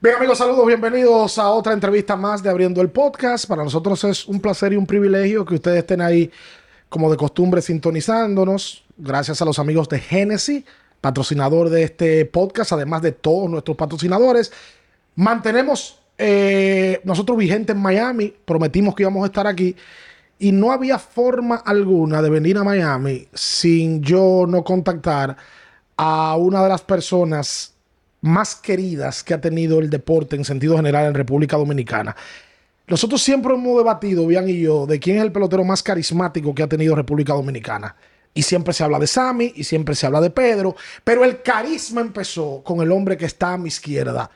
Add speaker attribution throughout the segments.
Speaker 1: Bien amigos, saludos, bienvenidos a otra entrevista más de Abriendo el Podcast. Para nosotros es un placer y un privilegio que ustedes estén ahí como de costumbre sintonizándonos. Gracias a los amigos de Genesis, patrocinador de este podcast, además de todos nuestros patrocinadores. Mantenemos eh, nosotros vigentes en Miami, prometimos que íbamos a estar aquí y no había forma alguna de venir a Miami sin yo no contactar a una de las personas más queridas que ha tenido el deporte en sentido general en República Dominicana. Nosotros siempre hemos debatido, Bian y yo, de quién es el pelotero más carismático que ha tenido República Dominicana. Y siempre se habla de Sammy y siempre se habla de Pedro, pero el carisma empezó con el hombre que está a mi izquierda,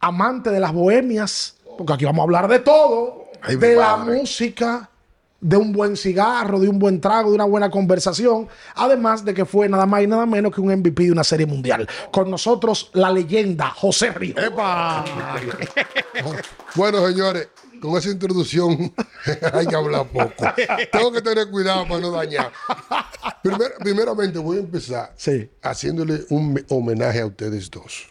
Speaker 1: amante de las bohemias, porque aquí vamos a hablar de todo,
Speaker 2: Ay, mi
Speaker 1: de la
Speaker 2: madre.
Speaker 1: música, de un buen cigarro, de un buen trago, de una buena conversación, además de que fue nada más y nada menos que un MVP de una serie mundial. Con nosotros la leyenda José Río.
Speaker 3: Eh,
Speaker 2: ¡Epa! bueno, señores, con esa introducción hay que hablar poco. Tengo que tener cuidado para no dañar. Primer- primeramente voy a empezar
Speaker 1: Sí.
Speaker 2: haciéndole un me- homenaje a ustedes dos.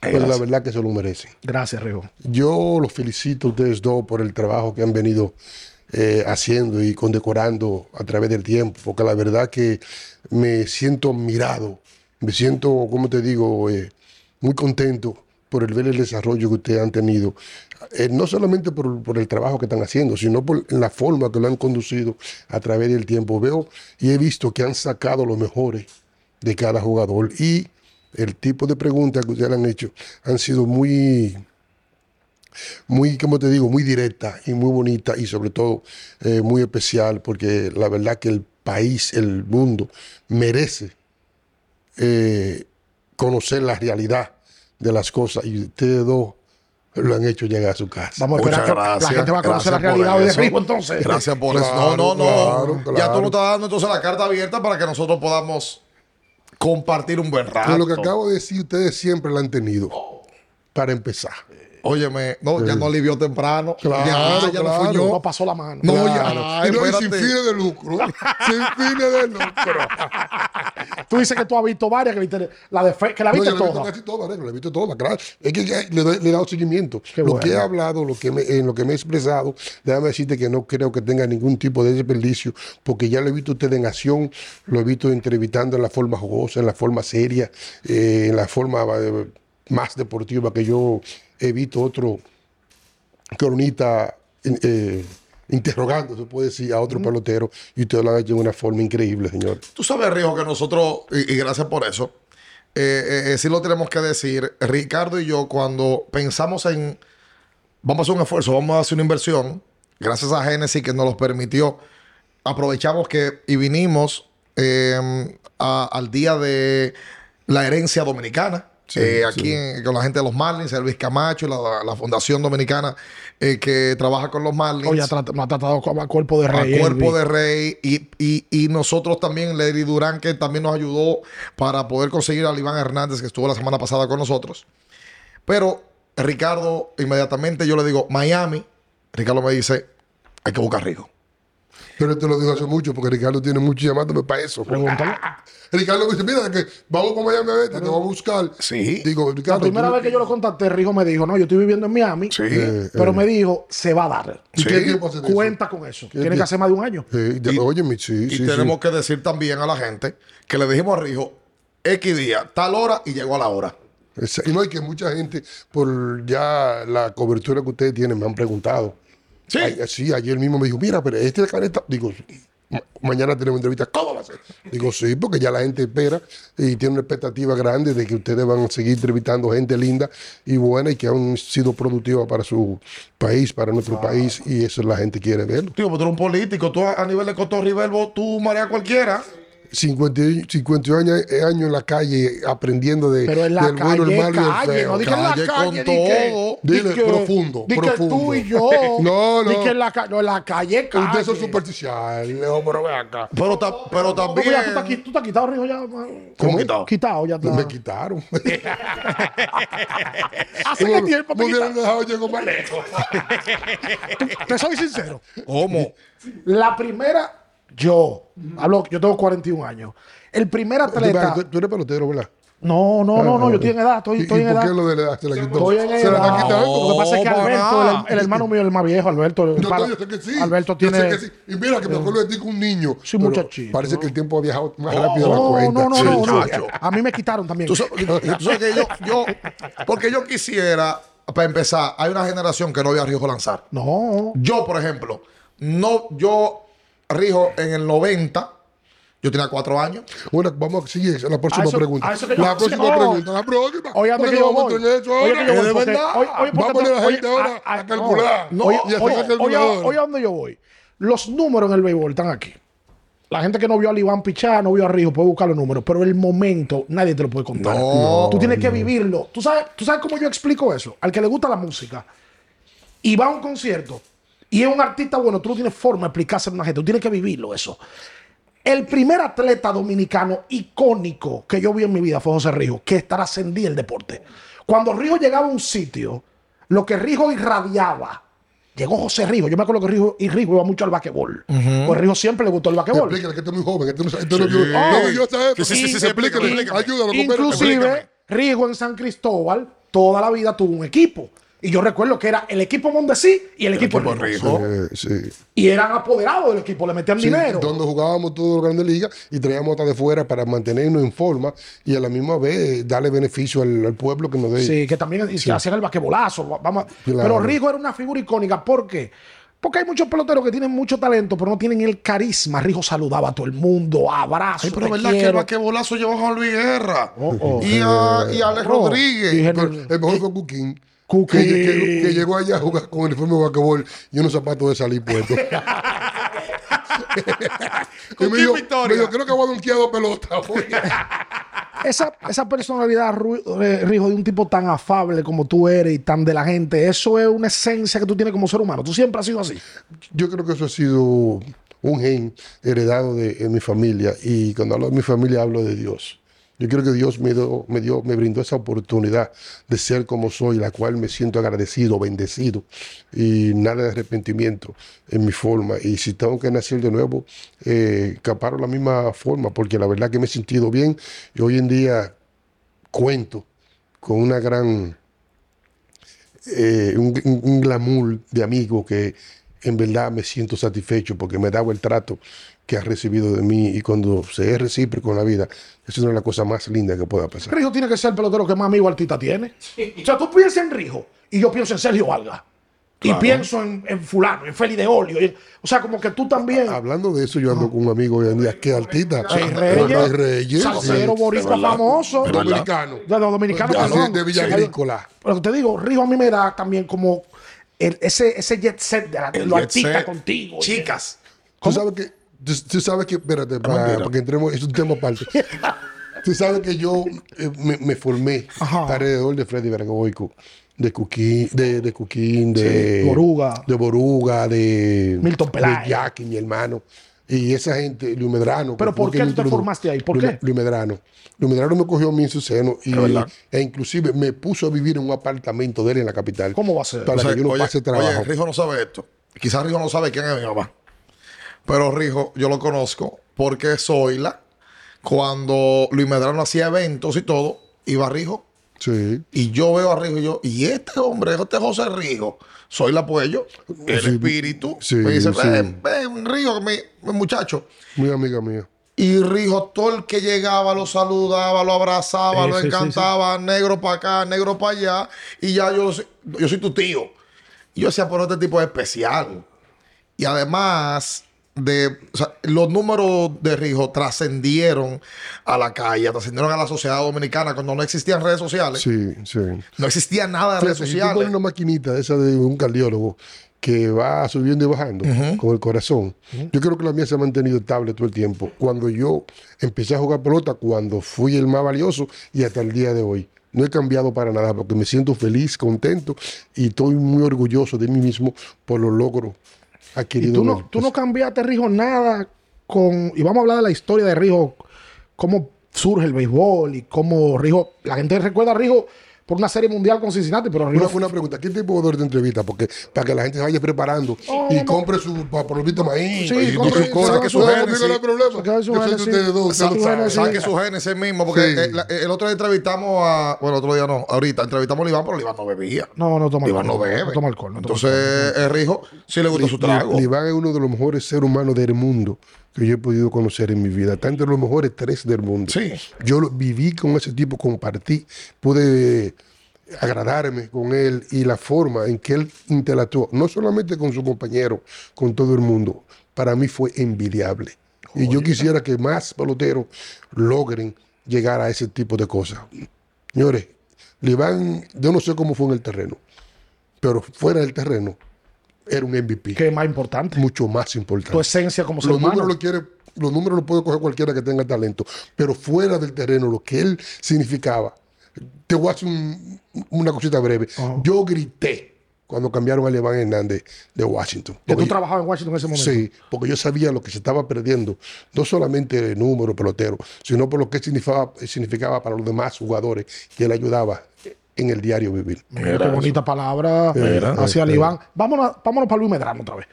Speaker 2: Pero la verdad que se lo merecen.
Speaker 1: Gracias, Río.
Speaker 2: Yo los felicito a ustedes dos por el trabajo que han venido eh, haciendo y condecorando a través del tiempo, porque la verdad que me siento admirado, me siento, como te digo, eh, muy contento por el ver el desarrollo que ustedes han tenido, Eh, no solamente por, por el trabajo que están haciendo, sino por la forma que lo han conducido a través del tiempo. Veo y he visto que han sacado los mejores de cada jugador y el tipo de preguntas que ustedes le han hecho han sido muy muy, como te digo, muy directa y muy bonita y sobre todo eh, muy especial porque la verdad que el país, el mundo merece eh, conocer la realidad de las cosas y ustedes dos lo han hecho llegar a su casa.
Speaker 1: Vamos a esperar
Speaker 3: Muchas
Speaker 1: que
Speaker 3: gracias.
Speaker 1: la gente va a conocer la
Speaker 3: Gracias por
Speaker 1: realidad hoy de
Speaker 3: eso.
Speaker 1: Río, entonces.
Speaker 3: Gracias por
Speaker 2: Claro,
Speaker 3: eso. No, no, no.
Speaker 2: claro,
Speaker 3: Ya tú
Speaker 2: claro.
Speaker 3: nos estás dando entonces la carta abierta para que nosotros podamos compartir un buen rato.
Speaker 2: Pero lo que acabo de decir, ustedes siempre lo han tenido. Para empezar.
Speaker 3: Óyeme, no, ya no alivió temprano.
Speaker 2: Claro,
Speaker 3: ya, ya no fui
Speaker 2: claro.
Speaker 3: yo.
Speaker 1: No pasó la mano.
Speaker 3: Ah, No,
Speaker 2: Claro.
Speaker 3: ya.
Speaker 2: y, no, y sin
Speaker 3: espérate.
Speaker 2: fines de lucro. sin fines de lucro.
Speaker 1: Tú dices que tú has visto varias, que, viste- la de Fe- que la
Speaker 2: No,
Speaker 1: viste
Speaker 2: yo le he visto
Speaker 1: toda.
Speaker 2: casi toda, negro, le he visto toda, claro. Es que ya le, doy- le he dado seguimiento.
Speaker 1: Qué
Speaker 2: lo
Speaker 1: bueno.
Speaker 2: que he hablado, lo que me, en lo que me he expresado, déjame decirte que no creo que tenga ningún tipo de desperdicio, porque ya lo he visto a usted en acción, lo he visto entrevistando en la forma jugosa, en la forma seria, eh, en la forma eh, más deportiva que yo he visto otro cronista in- eh, interrogando, se puede decir, a otro pelotero, y usted lo ha hecho de una forma increíble, señor.
Speaker 3: Tú sabes, Rijo, que nosotros, y, y gracias por eso, eh, eh, eh, sí lo tenemos que decir, Ricardo y yo, cuando pensamos en, vamos a hacer un esfuerzo, vamos a hacer una inversión, gracias a Genesis que nos los permitió, aprovechamos que y vinimos eh, a- al día de la herencia dominicana. eh, aquí en- con la gente de los Marlins, el Luis Camacho, la, la Fundación Dominicana eh, que trabaja con los Marlins
Speaker 1: Oye, ha trat- me ha tratado como a cuerpo de
Speaker 3: a
Speaker 1: rey.
Speaker 3: cuerpo
Speaker 1: Elvis.
Speaker 3: de rey y, y- y nosotros también, Lady Durán, que también nos ayudó para poder conseguir a Iván Hernández, que estuvo la semana pasada con nosotros. Pero Ricardo, inmediatamente yo le digo, Miami, Ricardo me dice, hay que buscar a Rigo.
Speaker 2: Pero te lo digo hace mucho, porque Ricardo tiene mucho llamándome para eso.
Speaker 1: Pregúntale.
Speaker 2: Ricardo me dice, mira, que vamos para Miami a verte, te vamos a buscar.
Speaker 3: Sí.
Speaker 2: Digo,
Speaker 1: La
Speaker 2: Ricardo,
Speaker 1: primera
Speaker 2: tú-
Speaker 1: vez que yo lo contacté, Rijo me dijo, no, yo estoy viviendo en Miami,
Speaker 2: Eh,
Speaker 1: pero me dijo, se va a dar.
Speaker 2: ¿y qué
Speaker 3: Sí.
Speaker 2: tiempo hace de eso?
Speaker 1: Cuenta con eso. Tiene que
Speaker 2: bien.
Speaker 1: hacer más de un año.
Speaker 2: Eh, de- óyeme, sí,
Speaker 3: Y
Speaker 2: sí,
Speaker 3: tenemos
Speaker 2: sí.
Speaker 3: que decir también a la gente que le dijimos a Rigo, X día, tal hora y llegó a la hora.
Speaker 2: Esa- Y no, y que mucha gente, por ya la cobertura que ustedes tienen, me han preguntado.
Speaker 3: Sí.
Speaker 2: Ay, sí, ayer mismo me dijo, mira, pero este caneta, digo, ma- mañana tenemos entrevista, ¿cómo va a ser? Digo, sí, porque ya la gente espera y tiene una expectativa grande de que ustedes van a seguir entrevistando gente linda y buena y que han sido productiva para su país, para nuestro país, y eso la gente quiere verlo.
Speaker 3: Tío, pero tú eres un político, tú a a nivel de Cotor Riverbo, tú marea cualquiera.
Speaker 2: 50, y- 51 años, eh, años en la calle aprendiendo de,
Speaker 1: Pero en la
Speaker 2: del bueno,
Speaker 1: calle,
Speaker 2: el malo y el
Speaker 1: calle,
Speaker 2: feo.
Speaker 1: no dije en la
Speaker 3: Calle
Speaker 1: calle,
Speaker 3: con
Speaker 1: di que-
Speaker 3: todo.
Speaker 1: di
Speaker 2: Dile,
Speaker 1: que-
Speaker 2: profundo,
Speaker 1: di que
Speaker 2: profundo.
Speaker 1: tú y yo,
Speaker 2: No,
Speaker 1: di
Speaker 2: no.
Speaker 1: que en la calle, no, en la calle,
Speaker 2: Ustedes son
Speaker 1: calle.
Speaker 2: superficiales, no, pero ven acá.
Speaker 3: Pero, ta- pero
Speaker 1: No, pero
Speaker 3: también...
Speaker 1: ya tú estás qui- tú estás quitado, Rijo, ya. man.
Speaker 3: ¿Cómo quitado?
Speaker 1: Quitado, ya
Speaker 2: Me
Speaker 1: está.
Speaker 2: quitaron.
Speaker 1: Hace qué tiempo te
Speaker 2: me
Speaker 1: quitaron.
Speaker 2: hubieran dejado llegar más lejos.
Speaker 1: Te soy sincero.
Speaker 3: ¿Cómo?
Speaker 1: La primera, yo. Hablo, yo tengo 41 años. El primer atleta.
Speaker 2: Tú, tú eres pelotero, ¿verdad?
Speaker 1: No, no, no, no, yo estoy en edad,
Speaker 2: ¿Y,
Speaker 1: estoy,
Speaker 2: y
Speaker 1: estoy en
Speaker 2: por
Speaker 1: edad.
Speaker 2: qué lo de la edad? ¿Se la quitó?
Speaker 1: Estoy en
Speaker 2: ¿Se la está
Speaker 1: edad.
Speaker 2: quitando?
Speaker 3: No.
Speaker 1: Lo que pasa es que
Speaker 3: para
Speaker 1: Alberto,
Speaker 3: nada.
Speaker 1: el, el hermano mío, el más viejo, Alberto. el
Speaker 2: Yo
Speaker 1: pana,
Speaker 2: estoy, yo sé que sí.
Speaker 1: Alberto
Speaker 2: Yo
Speaker 1: tiene.
Speaker 2: sé que sí. Y mira que me acuerdo de ti que un niño.
Speaker 1: Sí,
Speaker 2: pero
Speaker 1: muchachito.
Speaker 2: Parece que el tiempo ha viajado más
Speaker 3: No,
Speaker 2: rápido de la
Speaker 1: No,
Speaker 2: cuenta.
Speaker 1: Oh, no, no,
Speaker 3: sí,
Speaker 1: no, no.
Speaker 3: chacho.
Speaker 1: A mí me quitaron también.
Speaker 3: Tú, sa- tú sabes que yo, yo- porque yo quisiera, para empezar, hay una generación que no había riesgo lanzar.
Speaker 1: No.
Speaker 3: Yo, por ejemplo, no, yo rijo en el 90, yo tenía cuatro años.
Speaker 2: Bueno, vamos a seguir a la próxima
Speaker 1: A eso-
Speaker 2: pregunta.
Speaker 1: a eso que yo-
Speaker 2: la próxima
Speaker 1: no.
Speaker 2: pregunta, la próxima.
Speaker 1: Oye, antes
Speaker 2: Porque
Speaker 1: que
Speaker 2: no
Speaker 1: yo
Speaker 2: vamos a
Speaker 1: voy.
Speaker 2: tener eso
Speaker 1: Oye,
Speaker 2: ahora.
Speaker 1: que yo voy,
Speaker 2: Es
Speaker 1: porque-
Speaker 2: verdad.
Speaker 1: oye, oye, porque
Speaker 2: Vamos a la
Speaker 1: tú-
Speaker 2: gente
Speaker 1: oye,
Speaker 2: ahora
Speaker 1: a-
Speaker 2: a,
Speaker 1: a-
Speaker 2: calcular.
Speaker 1: ah, no.
Speaker 2: Oye,
Speaker 1: Oye,
Speaker 2: ya
Speaker 1: oye,
Speaker 2: saca el
Speaker 1: oye,
Speaker 2: calculador.
Speaker 1: oye, ¿a dónde yo voy? Los números en el béisbol están aquí. La gente que no vio a Liván Pichá, no vio a Rijo, puede buscar los números, pero el momento nadie te lo puede contar.
Speaker 3: No,
Speaker 1: tú tienes que vivirlo. ¿Tú sabes, ¿Tú sabes cómo yo explico eso? Al que le gusta la música y va a un concierto y es un artista bueno, tú no tienes forma de explicárselo a una gente, tú tienes que vivirlo eso. El primer atleta dominicano icónico que yo vi en mi vida fue José Rijo, que trascendía el deporte. Cuando Rijo llegaba a un sitio, lo que Rijo irradiaba, llegó José Rijo. Yo me acuerdo que Rijo, y Rijo iba mucho al basquetbol. Pues Rijo siempre le gustó el basquetbol.
Speaker 2: Explícale que tú eres muy joven, que tú no sabes. tú
Speaker 1: Oh.
Speaker 2: no-
Speaker 3: Sí.
Speaker 2: yo- no, yo sabes,
Speaker 3: Sí, sí, sí, sí,
Speaker 2: y-
Speaker 3: sí, explícame,
Speaker 2: explícale,
Speaker 3: explícame.
Speaker 2: Ayúdalo, Roberto, explícame.
Speaker 1: Inclusive, Rijo en San Cristóbal toda la vida tuvo un equipo. Y yo recuerdo que era el equipo Mondesí y el, equipo,
Speaker 3: equipo
Speaker 1: Rijo.
Speaker 3: Rijo.
Speaker 2: Eh, sí.
Speaker 1: Y eran apoderados del equipo, le metían
Speaker 2: Sí,
Speaker 1: dinero.
Speaker 2: Donde jugábamos todos los grandes ligas y traíamos hasta de fuera para mantenernos en forma y a la misma vez darle beneficio al, al pueblo que nos dé.
Speaker 1: Sí, que también y que hacían el basquetbolazo. va- Vamos, a-
Speaker 2: Claro.
Speaker 1: Pero Rigo era una figura icónica. ¿Por qué? Porque hay muchos peloteros que tienen mucho talento, pero no tienen el carisma. Rigo saludaba a todo el mundo, abrazo.
Speaker 3: Sí, pero
Speaker 1: te
Speaker 3: verdad
Speaker 1: quiero.
Speaker 3: que el bolazo llevó a Juan Luis Guerra
Speaker 1: Oh, oh.
Speaker 3: y, a, y a Alex
Speaker 1: Oh,
Speaker 3: Rodríguez.
Speaker 1: dije,
Speaker 2: Pero
Speaker 1: no, no.
Speaker 2: el mejor fue Cuquín.
Speaker 1: Cuquín.
Speaker 2: Que, que- que llegó allá a jugar con el uniforme de basquetbol y unos zapatos de salir puestos. y
Speaker 3: Cuquín
Speaker 2: me dijo,
Speaker 3: Victoria.
Speaker 2: me dijo, creo que voy a donkear dos pelotas. hoy".
Speaker 1: esa, esa personalidad, Ru- eh, Rijo, de un tipo tan afable como tú eres y tan de la gente, eso es una esencia que tú tienes como ser humano. Tú siempre has sido así.
Speaker 2: Yo creo que eso ha sido un gen heredado de, de mi familia. Y cuando hablo de mi familia, hablo de Dios. Yo creo que Dios me, dio- me, dio, me brindó esa oportunidad de ser como soy, la cual me siento agradecido, bendecido y nada de arrepentimiento en mi forma. Y si tengo que nacer de nuevo, eh, caparo la misma forma, porque la verdad que me he sentido bien y hoy en día cuento con una gran eh, un, un- un glamour de amigo que en verdad me siento satisfecho porque me daba el trato que has recibido de mí y cuando se es recíproco en la vida, es una de las cosas más lindas que pueda pasar.
Speaker 1: Rijo tiene que ser el pelotero que más amigo artista tiene. O sea, tú piensas en Rijo y yo pienso en Sergio Valga. Y pienso en, en Fulano, en Feli de Olio. y- o sea, como que tú también.
Speaker 2: Hablando de eso, yo ando con un amigo hoy en día, que artista.
Speaker 1: Rey Reyes,
Speaker 2: Rey Reyes,
Speaker 1: salsero
Speaker 2: sí.
Speaker 1: boricua
Speaker 3: verdad,
Speaker 1: famoso,
Speaker 3: es verdad.
Speaker 1: dominicano, de los dominicanos,
Speaker 2: Así,
Speaker 1: perdón.
Speaker 2: de Villa
Speaker 1: Sí.
Speaker 2: Agrícola.
Speaker 1: Pero te digo, Rijo a mí me da también como el- ese, ese jet set de la- de
Speaker 3: El
Speaker 1: los
Speaker 3: jet
Speaker 1: artistas
Speaker 3: set.
Speaker 1: contigo.
Speaker 3: Chicas.
Speaker 2: Tú sabes que, tú, tú sabes que, espérate,
Speaker 1: Ah,
Speaker 2: para,
Speaker 3: mentira.
Speaker 2: para que entremos, es un tema aparte. tú sabes que yo eh, me, me formé
Speaker 1: Ajá.
Speaker 2: alrededor de Freddy Vergoico, de Cuquín, de, de Cuquín, de
Speaker 1: Sí, Boruga.
Speaker 2: de Boruga, de
Speaker 1: Milton Peláez.
Speaker 2: de Jackie, mi hermano. Y esa gente, Luis Medrano.
Speaker 1: Pero
Speaker 2: que
Speaker 1: ¿por
Speaker 2: fue
Speaker 1: qué
Speaker 2: quien
Speaker 1: tú te
Speaker 2: introdu-
Speaker 1: formaste ahí? ¿Por
Speaker 2: Luis-
Speaker 1: qué?
Speaker 2: Luis Medrano. Luis Medrano me cogió a mí en su seno y,
Speaker 3: verdad.
Speaker 2: e inclusive me puso a vivir en un apartamento de él en la capital.
Speaker 1: ¿Cómo va a ser?
Speaker 2: Para
Speaker 3: O sea,
Speaker 2: que yo no pase trabajo.
Speaker 3: Oye, Rijo no sabe esto. Quizás Rijo no sabe quién es mi mamá. Pero Rijo, yo lo conozco porque soy la. Cuando Luis Medrano hacía eventos y todo, iba Rijo.
Speaker 2: sí.
Speaker 3: Y yo veo a Rijo y yo, y este hombre, este José Rijo, soy la Puello, el
Speaker 2: Sí,
Speaker 3: espíritu.
Speaker 2: sí,
Speaker 3: me dice,
Speaker 2: sí.
Speaker 3: ven, ven, Rijo, mi, mi muchacho.
Speaker 2: Muy amiga mía.
Speaker 3: Y Rijo, todo el que llegaba lo saludaba, lo abrazaba,
Speaker 1: Sí,
Speaker 3: lo
Speaker 1: Eh, sí, sí,
Speaker 3: encantaba, negro para acá, negro para allá. Y ya yo, soy- yo soy tu tío. Y yo decía, pero este tipo es especial. Y además, de, o sea, los números de Rijo trascendieron a la calle, trascendieron a la sociedad dominicana cuando no existían redes sociales.
Speaker 2: Sí, sí.
Speaker 3: No existía nada de redes
Speaker 2: Fíjate, si tú pones
Speaker 3: sociales.
Speaker 2: una maquinita esa de un cardiólogo que va subiendo y bajando con el corazón. Yo creo que la mía se ha mantenido estable todo el tiempo. Cuando yo empecé a jugar pelota, cuando fui el más valioso y hasta el día de hoy. No he cambiado para nada porque me siento feliz, contento y estoy muy orgulloso de mí mismo por los logros
Speaker 1: Y
Speaker 2: adquiridos.
Speaker 1: tú
Speaker 2: en
Speaker 1: no,
Speaker 2: el-
Speaker 1: tú no cambiaste, Rijo, nada con... Y vamos a hablar de la historia de Rijo, cómo surge el béisbol y cómo Rijo... La gente recuerda a Rijo por una serie mundial con Cincinnati, pero
Speaker 2: Una,
Speaker 1: Río
Speaker 2: una pregunta, ¿qué tipo de orden de entrevista? Porque para que la gente se vaya preparando y compre su papelito maíz
Speaker 1: Oh, Sí,
Speaker 2: y
Speaker 1: compre-
Speaker 2: sus cosas.
Speaker 3: saque su Genesis.
Speaker 2: No hay problema.
Speaker 1: Saque su
Speaker 2: Yo soy de
Speaker 1: Genesis.
Speaker 2: ustedes dos,
Speaker 1: Saque
Speaker 2: ustedes lo
Speaker 1: su
Speaker 2: saben.
Speaker 1: Genesis.
Speaker 3: Saque su genes ese mismo, porque
Speaker 2: Sí.
Speaker 3: el, la- eh, el otro día entrevistamos a. Bueno, el otro día no, ahorita entrevistamos a Iván, pero Iván no bebía.
Speaker 1: No, no toma
Speaker 3: Iván
Speaker 1: alcohol.
Speaker 3: no bebe.
Speaker 1: No toma alcohol. no toma
Speaker 3: Entonces, el Rijo sí le gusta su trago.
Speaker 2: Liván es uno de los mejores seres humanos del mundo que yo he podido conocer en mi vida. Está entre los mejores tres del mundo.
Speaker 3: Sí.
Speaker 2: Yo lo- viví con ese tipo, compartí, pude agradarme con él y la forma en que él interactuó, no solamente con su compañero, con todo el mundo, para mí fue envidiable. Y yo quisiera que más peloteros logren llegar a ese tipo de cosas. Señores, Liván, yo no sé cómo fue en el terreno, pero fuera del terreno era un MVP
Speaker 1: Que es más importante.
Speaker 2: mucho más importante.
Speaker 1: Tu esencia como ser
Speaker 2: los números
Speaker 1: humano.
Speaker 2: lo quiere, los números lo puede coger cualquiera que tenga talento, pero fuera del terreno lo que él significaba. Te voy a hacer un- una cosita breve. Yo grité cuando cambiaron a Leván Hernández de Washington.
Speaker 1: Que
Speaker 2: Porque
Speaker 1: tú trabajabas en Washington en ese momento.
Speaker 2: Sí, porque yo sabía lo que se estaba perdiendo, no solamente el número pelotero, sino por lo que significaba, significaba para los demás jugadores que él ayudaba en el diario vivir.
Speaker 1: Mira, qué bonita palabra eh,
Speaker 2: Mira,
Speaker 1: hacia el
Speaker 2: mira.
Speaker 1: Iván. Vámonos, vámonos para Luis Medrano otra vez.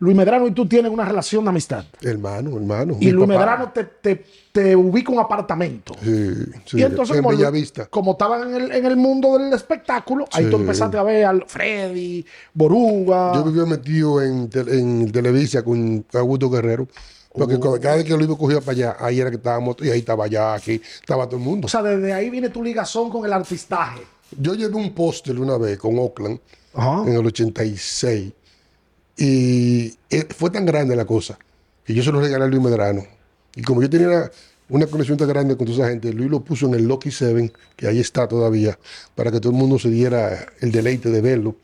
Speaker 1: Luis Medrano y tú tienen una relación de amistad.
Speaker 2: Hermano, hermano.
Speaker 1: Y
Speaker 2: mi
Speaker 1: Luis
Speaker 2: papá.
Speaker 1: Medrano te, te, te ubica un apartamento.
Speaker 2: Sí, sí,
Speaker 1: y entonces,
Speaker 2: en
Speaker 1: como,
Speaker 2: Bellavista.
Speaker 1: como estaban en el, en el mundo del espectáculo, ahí tú
Speaker 2: Sí.
Speaker 1: empezaste a ver al Freddy, Boruga.
Speaker 2: Yo vivía metido en, tel- en Televisa con Augusto Guerrero. Porque cuando- cada vez que lo iba cogía para allá, ahí era que estábamos, y ahí estaba allá, aquí, estaba todo el mundo.
Speaker 1: o sea, desde ahí viene tu ligazón con el artistaje.
Speaker 2: Yo llevé un póster una vez con Oakland
Speaker 1: Ajá.
Speaker 2: en el 86. Y eh, fue tan grande la cosa que yo se lo regalé a Luis Medrano. Y como yo tenía una, una conexión tan grande con toda esa gente, Luis lo puso en el Lucky Seven, que ahí está todavía, para que todo el mundo se diera el deleite de verlo.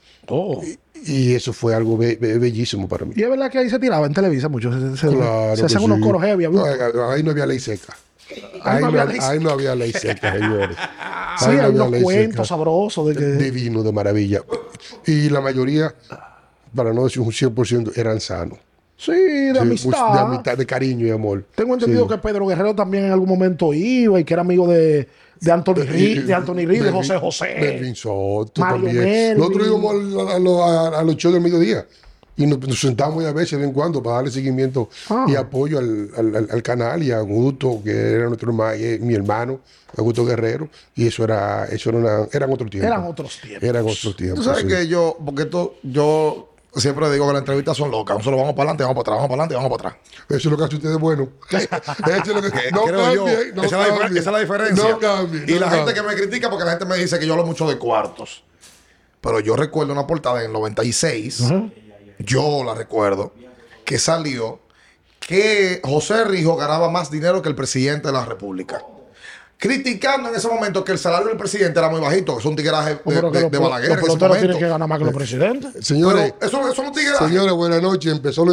Speaker 2: Y eso fue algo be- be- bellísimo para mí.
Speaker 1: Y es verdad que ahí se tiraba en Televisa mucho. Se, se-
Speaker 2: Claro
Speaker 1: se
Speaker 2: que
Speaker 1: hacían
Speaker 2: sí.
Speaker 1: unos coros heavy.
Speaker 2: No,
Speaker 1: ¿no?
Speaker 2: ahí- ahí no había ley seca.
Speaker 1: Ahí
Speaker 2: Ahí,
Speaker 1: no
Speaker 2: no,
Speaker 1: había ley seca.
Speaker 2: ahí no había ley seca, señores.
Speaker 1: sí,
Speaker 2: ahí no
Speaker 1: hay
Speaker 2: había
Speaker 1: unos
Speaker 2: ley
Speaker 1: cuentos
Speaker 2: seca.
Speaker 1: sabrosos de que...
Speaker 2: Divino, de maravilla. Y la mayoría, para no decir un 100%, eran sanos.
Speaker 1: sí, de
Speaker 2: Sí, mucho-
Speaker 1: amistad.
Speaker 2: de amistad, de cariño y amor.
Speaker 1: Tengo entendido
Speaker 2: Sí.
Speaker 1: que Pedro Guerrero también en algún momento iba y que era amigo de, de Anthony Reed, de Anthony Reed, de
Speaker 2: Melvin-
Speaker 1: José José.
Speaker 2: Melvin Soto
Speaker 1: Mario
Speaker 2: también.
Speaker 1: Melvin.
Speaker 2: Nosotros íbamos al- a, a- a- a los shows del mediodía y nos, nos sentamos a veces de vez en cuando para darle seguimiento
Speaker 1: Ah.
Speaker 2: y apoyo al, al- al- al canal y a Augusto, que era nuestro herma- eh, mi hermano, Augusto Guerrero, y eso era, eso era una- eran otros tiempos.
Speaker 1: Eran otros tiempos.
Speaker 2: Eran otros
Speaker 3: Tú
Speaker 2: tiempos.
Speaker 3: sabes
Speaker 2: sí.
Speaker 3: que yo, porque esto, yo siempre digo que las entrevistas son locas. Nosotros vamos para adelante, vamos para atrás, vamos para adelante, vamos para atrás.
Speaker 2: Eso es lo que hace ustedes bueno. Eso es lo que no
Speaker 3: Creo yo.
Speaker 2: cambien, no
Speaker 3: esa, es la difer-
Speaker 2: cambien.
Speaker 3: esa es la diferencia.
Speaker 2: No cambien,
Speaker 3: y
Speaker 2: no
Speaker 3: la gente
Speaker 2: cambien.
Speaker 3: que me critica, porque la gente me dice que yo hablo mucho de cuartos. Pero yo recuerdo una portada en el 96, yo la recuerdo, que salió que José Rijo ganaba más dinero que el presidente de la República. Criticando en ese momento que el salario del presidente era muy bajito, que es un tigueraje de,
Speaker 1: Pero que
Speaker 3: de-
Speaker 1: los,
Speaker 3: de Balaguer.
Speaker 1: los
Speaker 3: en ese
Speaker 1: peloteros tienen
Speaker 3: momento.
Speaker 1: que ganar más que los presidentes.
Speaker 2: Señores,
Speaker 3: Pero eso, eso no es un tigueraje.
Speaker 2: Señores, buenas noches. Empezó la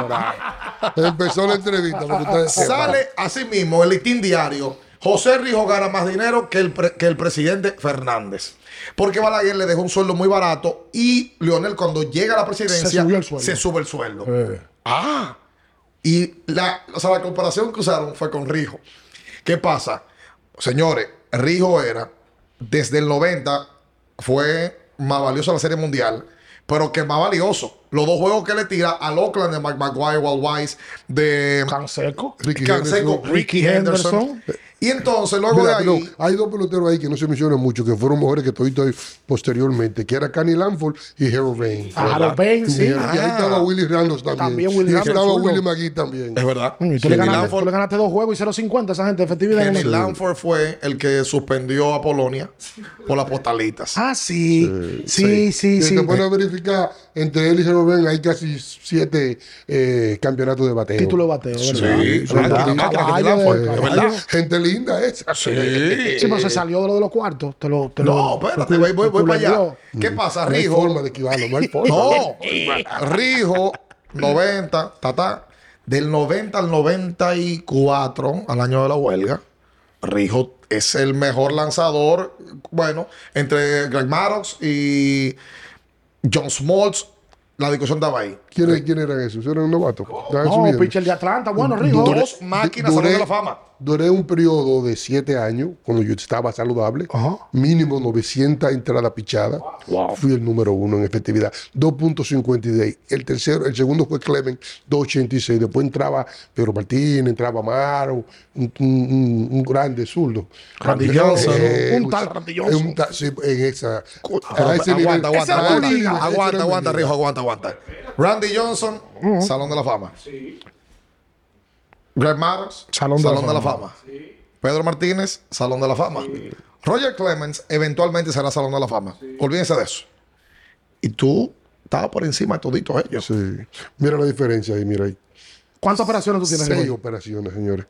Speaker 2: ahora. Empezó la entrevista. para que ustedes sepan.
Speaker 3: Sale así mismo el listín diario. José Rijo gana más dinero que el, pre- que el presidente Fernández. Porque Balaguer le dejó un sueldo muy barato y Leonel cuando llega a la presidencia
Speaker 1: Se subió el sueldo. Eh.
Speaker 3: se sube el sueldo. Ah. Y la, o sea, la comparación que usaron fue con Rijo. ¿Qué pasa? Señores, Rijo era, desde el 90, fue más valioso la Serie Mundial, pero que más valioso. Los dos juegos que le tira al Oakland de Mike McGuire, Walt Wise, de
Speaker 1: Canseco.
Speaker 2: Ricky
Speaker 3: Canseco,
Speaker 2: Henderson.
Speaker 3: Ricky
Speaker 1: Henderson.
Speaker 3: Henderson. Y entonces, luego
Speaker 2: Mira,
Speaker 3: de
Speaker 2: no,
Speaker 3: ahí,
Speaker 2: hay dos peloteros ahí que no se mencionan mucho, que fueron mejores que todito ahí posteriormente, que era Kenny Lanford y Harold Bain.
Speaker 1: A Harold Bain, sí.
Speaker 2: Y ahí
Speaker 3: Ah.
Speaker 2: estaba Willy Randolph también.
Speaker 1: También Willie
Speaker 2: y
Speaker 1: Randolph,
Speaker 2: estaba
Speaker 1: chulo.
Speaker 2: Willy McGee también.
Speaker 3: es verdad.
Speaker 1: Mm, Y tú,
Speaker 3: Kenny
Speaker 1: le ganaste, tú
Speaker 3: Lanford-
Speaker 1: le ganaste dos juegos y 0.50 esa gente, efectividad. en
Speaker 3: Kenny
Speaker 1: el-
Speaker 3: Lanford fue el que suspendió a Polonia por las postalitas.
Speaker 1: Ah, sí. Sí, sí,
Speaker 2: Si
Speaker 1: sí.
Speaker 2: te pones a verificar, entre él y Harold Bain hay casi siete eh, campeonatos de bateo.
Speaker 1: Título de bateo. ¿verdad?
Speaker 3: Sí,
Speaker 1: Es verdad.
Speaker 3: sí, máquina que
Speaker 1: Caballo de-
Speaker 3: Kenny Lanford,
Speaker 2: Eh,
Speaker 3: es verdad.
Speaker 2: Gente linda esa.
Speaker 1: Sí, pero se salió de lo de los cuartos. Te lo, te
Speaker 3: No,
Speaker 1: lo-
Speaker 3: espérate, voy, voy, voy para allá.
Speaker 1: culebró.
Speaker 3: ¿Qué pasa,
Speaker 2: No hay
Speaker 3: Rijo?
Speaker 2: forma de esquivarlo, no hay forma.
Speaker 3: No, Rijo, 90, tatá. Del 90 al 94, al año de la huelga, Rijo es el mejor lanzador, bueno, entre Greg Maddox y John Smoltz, la discusión estaba ahí.
Speaker 2: ¿Quién, era- quién eran esos? Eran novatos. Estaban
Speaker 1: No,
Speaker 2: subiendo.
Speaker 1: pitcher de Atlanta. Bueno, Rijo.
Speaker 2: Duré-
Speaker 3: Dos máquinas
Speaker 2: du-
Speaker 3: salón de
Speaker 2: duré-
Speaker 3: la fama.
Speaker 2: Duré un periodo de siete años, cuando yo estaba saludable,
Speaker 1: Ajá.
Speaker 2: mínimo 900 entradas pichadas. Fui el número uno en efectividad, 2.56. El tercero, el segundo fue Clemen, 2.86. Después entraba Pedro Martín, entraba Amaro, un, un- un- un grande zurdo.
Speaker 1: Randy
Speaker 2: Eh,
Speaker 1: Johnson, un tal Randy Johnson.
Speaker 2: un tal- sí, en esa, a
Speaker 3: Aguanta,
Speaker 2: ese nivel-
Speaker 3: aguanta, aguanta,
Speaker 2: a ese nivel-
Speaker 3: aguanta, aguanta,
Speaker 2: ese era mi
Speaker 3: aguanta, aguanta,
Speaker 2: liga.
Speaker 3: Rijo, aguanta, aguanta. Randy Johnson, Salón de la Fama. Greg Maddux,
Speaker 1: Salón de la Fama.
Speaker 3: Pedro Martínez, Salón de la Fama. Roger Clemens eventualmente será Salón de la Fama. Olvídense de eso. Y tú estabas por encima de toditos ellos.
Speaker 2: Sí. Mira la diferencia ahí, mira ahí.
Speaker 1: ¿Cuántas operaciones tú tienes,
Speaker 2: Seis
Speaker 1: Rijo?
Speaker 2: operaciones, señores.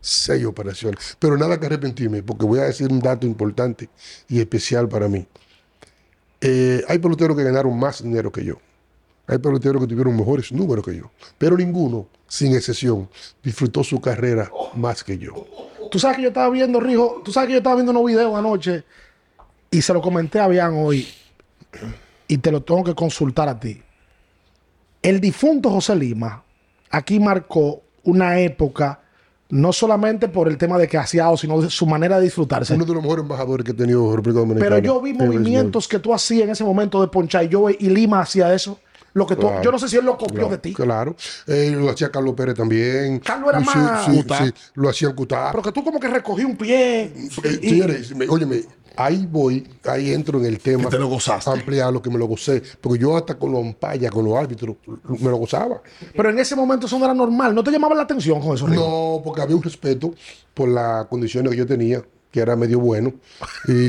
Speaker 2: Seis operaciones. Pero nada que arrepentirme, porque voy a decir un dato importante y especial para mí. Eh, hay peloteros que ganaron más dinero que yo. Hay peloteros que tuvieron mejores números que yo. Pero ninguno, sin excepción, disfrutó su carrera más que yo.
Speaker 1: Tú sabes que yo estaba viendo, Rijo, tú sabes que yo estaba viendo unos videos anoche y se lo comenté a Bian hoy y te lo tengo que consultar a ti. El difunto José Lima aquí marcó una época no solamente por el tema de que hacía o sino de su manera de disfrutarse.
Speaker 2: Uno de los mejores embajadores que he tenido República Dominicana.
Speaker 1: Pero yo vi
Speaker 2: en el béisbol.
Speaker 1: movimientos que tú hacías en ese momento de Poncha y yo y Lima hacía eso. Lo que tú,
Speaker 2: Claro.
Speaker 1: yo no sé si él lo copió
Speaker 2: Claro,
Speaker 1: de ti,
Speaker 2: Claro. Eh, lo hacía Carlos Pérez también.
Speaker 1: Carlos era
Speaker 2: Sí,
Speaker 1: más-
Speaker 2: sí,
Speaker 3: Cutá.
Speaker 2: sí, lo hacían Cutá.
Speaker 1: pero que tú como que recogí un pie.
Speaker 2: Eh,
Speaker 1: y-
Speaker 2: señores, me- óyeme, ahí voy, ahí entro en el tema.
Speaker 3: Que te lo gozaste.
Speaker 2: Ampliar lo que me lo gocé. Porque yo hasta con los ampallas, con los árbitros, me lo gozaba.
Speaker 1: pero en ese momento eso no era normal. ¿No te llamaba la atención con eso? Rigo?
Speaker 2: No, porque había un respeto por las condiciones que yo tenía, que era medio bueno. Y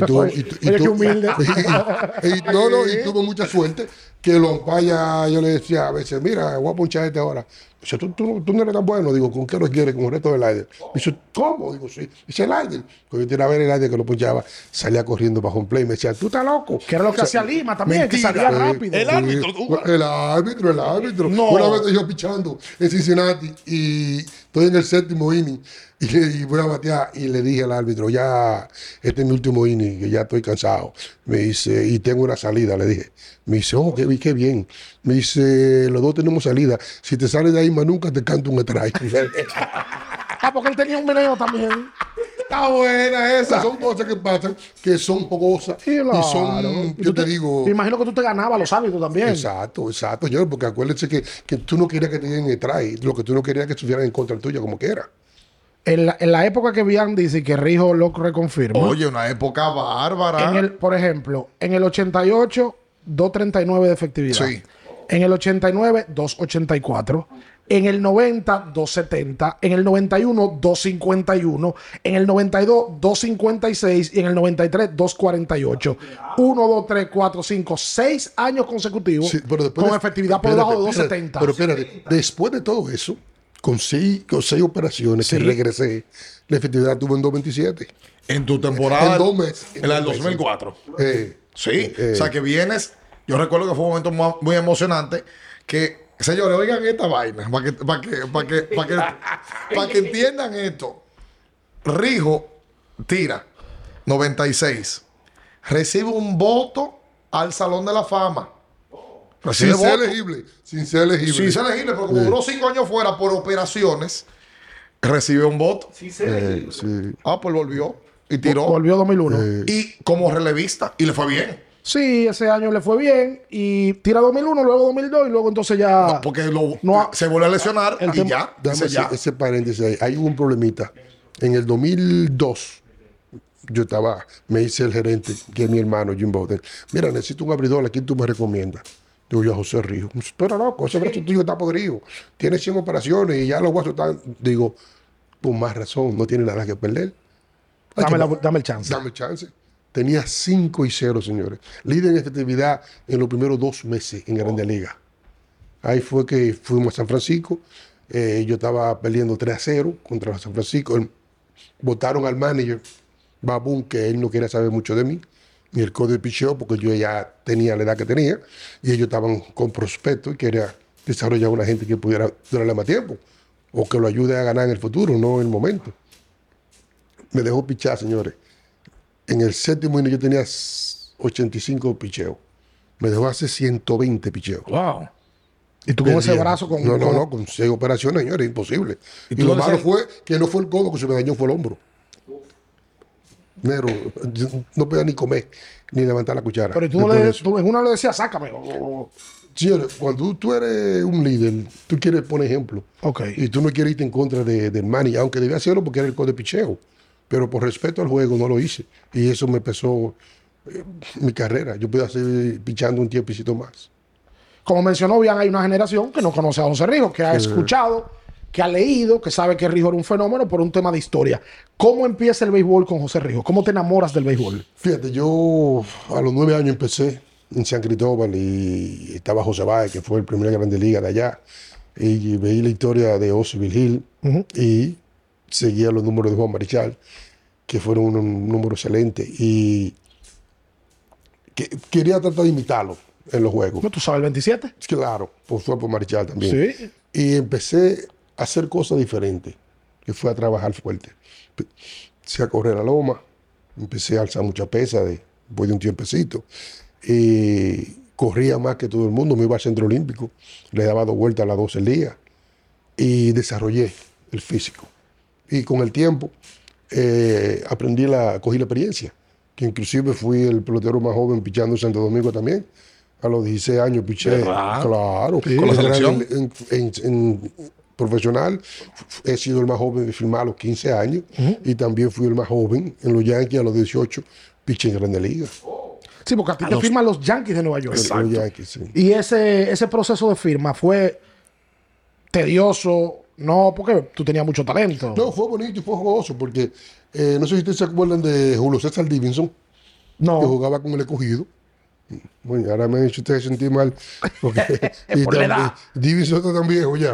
Speaker 2: tuve, y tu- y
Speaker 1: oye,
Speaker 2: tu-
Speaker 1: qué humilde.
Speaker 2: y- y- no, no, y tuve mucha suerte que los ampallas, yo le decía a veces, mira, voy a ponchar este ahora. Dice, tú, tú- tú no eres tan bueno. Digo, ¿con qué lo quieres? Con el resto del aire. Dice, ¿cómo? Digo, sí. Dice, el aire. Cuando yo tiraba el aire que lo ponchaba, salía corriendo bajo un play. Me decía, tú estás loco.
Speaker 1: Que era lo que hacía Lima también, que salía
Speaker 2: Eh,
Speaker 1: rápido.
Speaker 2: sí, El árbitro, el árbitro. Una vez yo pichando en Cincinnati y estoy en el séptimo inning y, y voy a batear y le dije al árbitro, ya, este es mi último inning, que ya estoy cansado. Me dice, y tengo una salida, le dije. Me dice, oh, qué, bi- qué bien. Me dice, los dos tenemos salida. Si te sales de ahí más nunca, te canto un strike.
Speaker 1: Ah, porque él tenía un video también.
Speaker 3: Está buena
Speaker 2: Esas son cosas que pasan, que son jugosas y son,
Speaker 1: Y
Speaker 2: yo
Speaker 1: tú
Speaker 2: te digo...
Speaker 1: Me imagino que tú te ganabas los hábitos también.
Speaker 2: Exacto, exacto, señor, porque acuérdense que, que tú no querías que te dieran detrás, lo que tú no querías que estuvieran en contra tuya, como quiera.
Speaker 1: En, la, en la época que Bian dice y que Rijo lo reconfirma.
Speaker 3: Oye, una época bárbara.
Speaker 1: En el, por ejemplo, en el 88, 239 de efectividad.
Speaker 3: Sí.
Speaker 1: En el 89, 284. En el 90, 270. En el 91, 251. En el 92, 256. Y en el 93, 248. 1, 2, 3, 4, 5, 6 años consecutivos
Speaker 2: Sí, pero después
Speaker 1: con
Speaker 2: de-
Speaker 1: efectividad por
Speaker 2: espérate,
Speaker 1: debajo de
Speaker 2: espérate,
Speaker 1: 270.
Speaker 2: Pero espérate, después de todo eso, con seis, con seis operaciones que regresé, la efectividad tuvo en 2.27.
Speaker 3: En tu temporada.
Speaker 2: En dos meses.
Speaker 3: En la
Speaker 2: En
Speaker 3: del
Speaker 2: dos meses.
Speaker 3: 2004.
Speaker 2: Eh,
Speaker 3: Sí. o sea, que vienes. Yo recuerdo que fue un momento mu- muy emocionante. Que, señores, oigan esta vaina. Para que, pa' que, pa' que, pa' que, pa' que entiendan esto. Rijo tira 96. Recibe un voto al Salón de la Fama. Recibe
Speaker 2: sin ser
Speaker 3: voto.
Speaker 2: elegible, sin ser elegible.
Speaker 3: Sí, se elegible, porque como
Speaker 2: Sí.
Speaker 3: duró cinco años fuera por operaciones, recibe un voto.
Speaker 2: Eh, sí.
Speaker 3: Ah, pues volvió y tiró.
Speaker 1: Volvió 2001.
Speaker 2: Eh.
Speaker 3: y como relevista y le fue bien.
Speaker 1: Sí, ese año le fue bien. Y tira 2001, luego 2002 y luego entonces ya...
Speaker 3: Porque lo-
Speaker 1: No, ah,
Speaker 3: se volvió a lesionar
Speaker 1: el
Speaker 3: y
Speaker 1: tema-
Speaker 3: ya.
Speaker 2: Dame
Speaker 3: dice
Speaker 2: ese,
Speaker 3: ya.
Speaker 2: ese paréntesis ahí. Hay un problemita. En el 2002, yo estaba, me dice el gerente, que es mi hermano Jim Bowden, mira, necesito un abridor, ¿a quién tú me recomiendas? Digo yo a José Río. "Pues, Tú eres loco, ese brazo tuyo está podrido. Tiene 100 operaciones y ya los guasos están. Digo, con más razón, no tiene nada que perder. Hay
Speaker 1: Dame,
Speaker 2: que-
Speaker 1: la- dame el chance.
Speaker 2: Dame chance. Tenía 5 y 0, señores. Líder en efectividad en los primeros dos meses en Grandes Ligas. Ahí fue que fuimos a San Francisco. eh, yo estaba perdiendo 3 a 0 contra San Francisco. El- Votaron al manager, Babun, que él no quería saber mucho de mí. Ni el código de picheo, porque yo ya tenía la edad que tenía. Y ellos estaban con prospecto y quería desarrollar una gente que pudiera durarle más tiempo. O que lo ayude a ganar en el futuro, no en el momento. Me dejó pichar, señores. En el séptimo inning yo tenía 85 picheos. Me dejó hacer 120 picheos.
Speaker 1: Wow. Y tú con ese brazo con.
Speaker 2: No, no,
Speaker 1: con-
Speaker 2: no, con seis operaciones, señores, imposible.
Speaker 3: ¿Y
Speaker 2: Y,
Speaker 3: tú
Speaker 2: lo
Speaker 3: dónde
Speaker 2: malo
Speaker 3: se-
Speaker 2: fue que no fue el codo que se me dañó, fue el hombro. Nero, yo no podía ni comer, ni levantar la cuchara.
Speaker 1: Pero tú, no
Speaker 2: después de
Speaker 1: le,
Speaker 2: eso.
Speaker 1: tú en una le decías, sácame. o- o-
Speaker 2: Señores, cuando tú- tú eres un líder, tú quieres poner ejemplo.
Speaker 1: Ok.
Speaker 2: Y tú no quieres irte en contra de, del Manny, aunque debía hacerlo porque era el codo de picheo. Pero por respeto al juego no lo hice. Y eso me empezó eh, mi carrera. Yo pude seguir pichando un tiempecito más.
Speaker 1: Como mencionó Bian, hay una generación que no conoce a José Rijo, que ha escuchado, que ha leído, que sabe que Rijo era un fenómeno por un tema de historia. ¿Cómo empieza el béisbol con José Rijo? ¿Cómo te enamoras del béisbol?
Speaker 2: Fíjate, yo a los nueve años empecé en San Cristóbal y estaba José Báez, que fue el primer grande liga de allá. Y veí la historia de Ozzy Virgil y seguía los números de Juan Marichal, que fueron un, un número excelente. Y que- quería tratar de imitarlo en los juegos.
Speaker 1: ¿No tú sabes el 27?
Speaker 2: Claro, por suerte por Marichal también.
Speaker 1: Sí.
Speaker 2: Y empecé a hacer cosas diferentes, que fue a trabajar fuerte. Pe- Empecé a correr a loma, empecé a alzar mucha pesa de, después de un tiempecito. Y corría más que todo el mundo, me iba al centro olímpico, le daba dos vueltas a las 12 días y desarrollé el físico. Y con el tiempo eh, aprendí la, cogí la experiencia, que inclusive fui el pelotero más joven pichando en Santo Domingo también. A los 16 años piché,
Speaker 3: ¿Verdad?
Speaker 2: claro,
Speaker 3: ¿Con
Speaker 2: en
Speaker 3: la
Speaker 2: gran-
Speaker 3: selección?
Speaker 2: en, en- en profesional f- he sido el más joven de firmar a los 15 años y también fui el más joven en los Yankees a los 18, piché en Grande Liga.
Speaker 1: Sí, porque a ti
Speaker 3: A
Speaker 1: te
Speaker 3: los-
Speaker 1: firman los Yankees de Nueva York.
Speaker 2: En
Speaker 3: Exacto.
Speaker 2: Los Yankees, sí.
Speaker 1: Y ese, ese proceso de firma fue tedioso, no, porque tú tenías mucho talento.
Speaker 2: No, fue bonito y fue jugoso porque eh, no sé si ustedes se acuerdan de Julio César Divinson. que
Speaker 1: No.
Speaker 2: jugaba con el escogido. Bueno, ahora me han hecho ustedes sentir mal. Porque, y
Speaker 1: Por la edad.
Speaker 2: Divis Soto también, oye.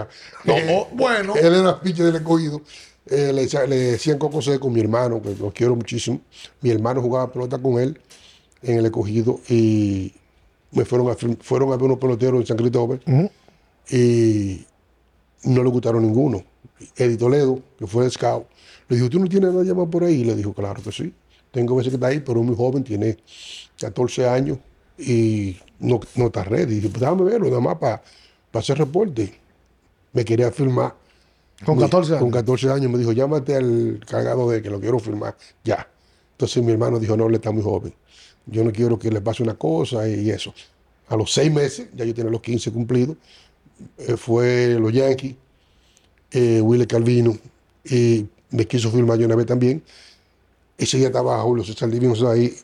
Speaker 3: No,
Speaker 1: eh,
Speaker 3: oh, bueno.
Speaker 2: Él era pinche del escogido. Eh, le, echa- le decían Coco con mi hermano, que lo quiero muchísimo. Mi hermano jugaba pelota con él en el escogido y me fueron a, fir- fueron a ver unos peloteros en San Cristóbal y no le gustaron ninguno. Eddie Toledo, que fue scout, le dijo, ¿tú no tienes nada llamado por ahí? Y le dijo, claro que sí. Tengo veces que está ahí, pero es muy joven, tiene 14 años y no, no está ready. Y dije, pues déjame verlo, nada más para hacer reporte. Me quería firmar.
Speaker 1: Con
Speaker 2: Me-
Speaker 1: 14 años.
Speaker 2: Con 14 años me dijo, llámate al cargado de que lo quiero firmar ya. Entonces mi hermano dijo, no, él está muy joven. Yo no quiero que le pase una cosa y eso. A los seis meses, ya yo tenía los 15 cumplidos, eh, fue los Yankees, eh, Willy Calvino, y me quiso firmar yo una vez también. Ese día estaba Julio César Divino ahí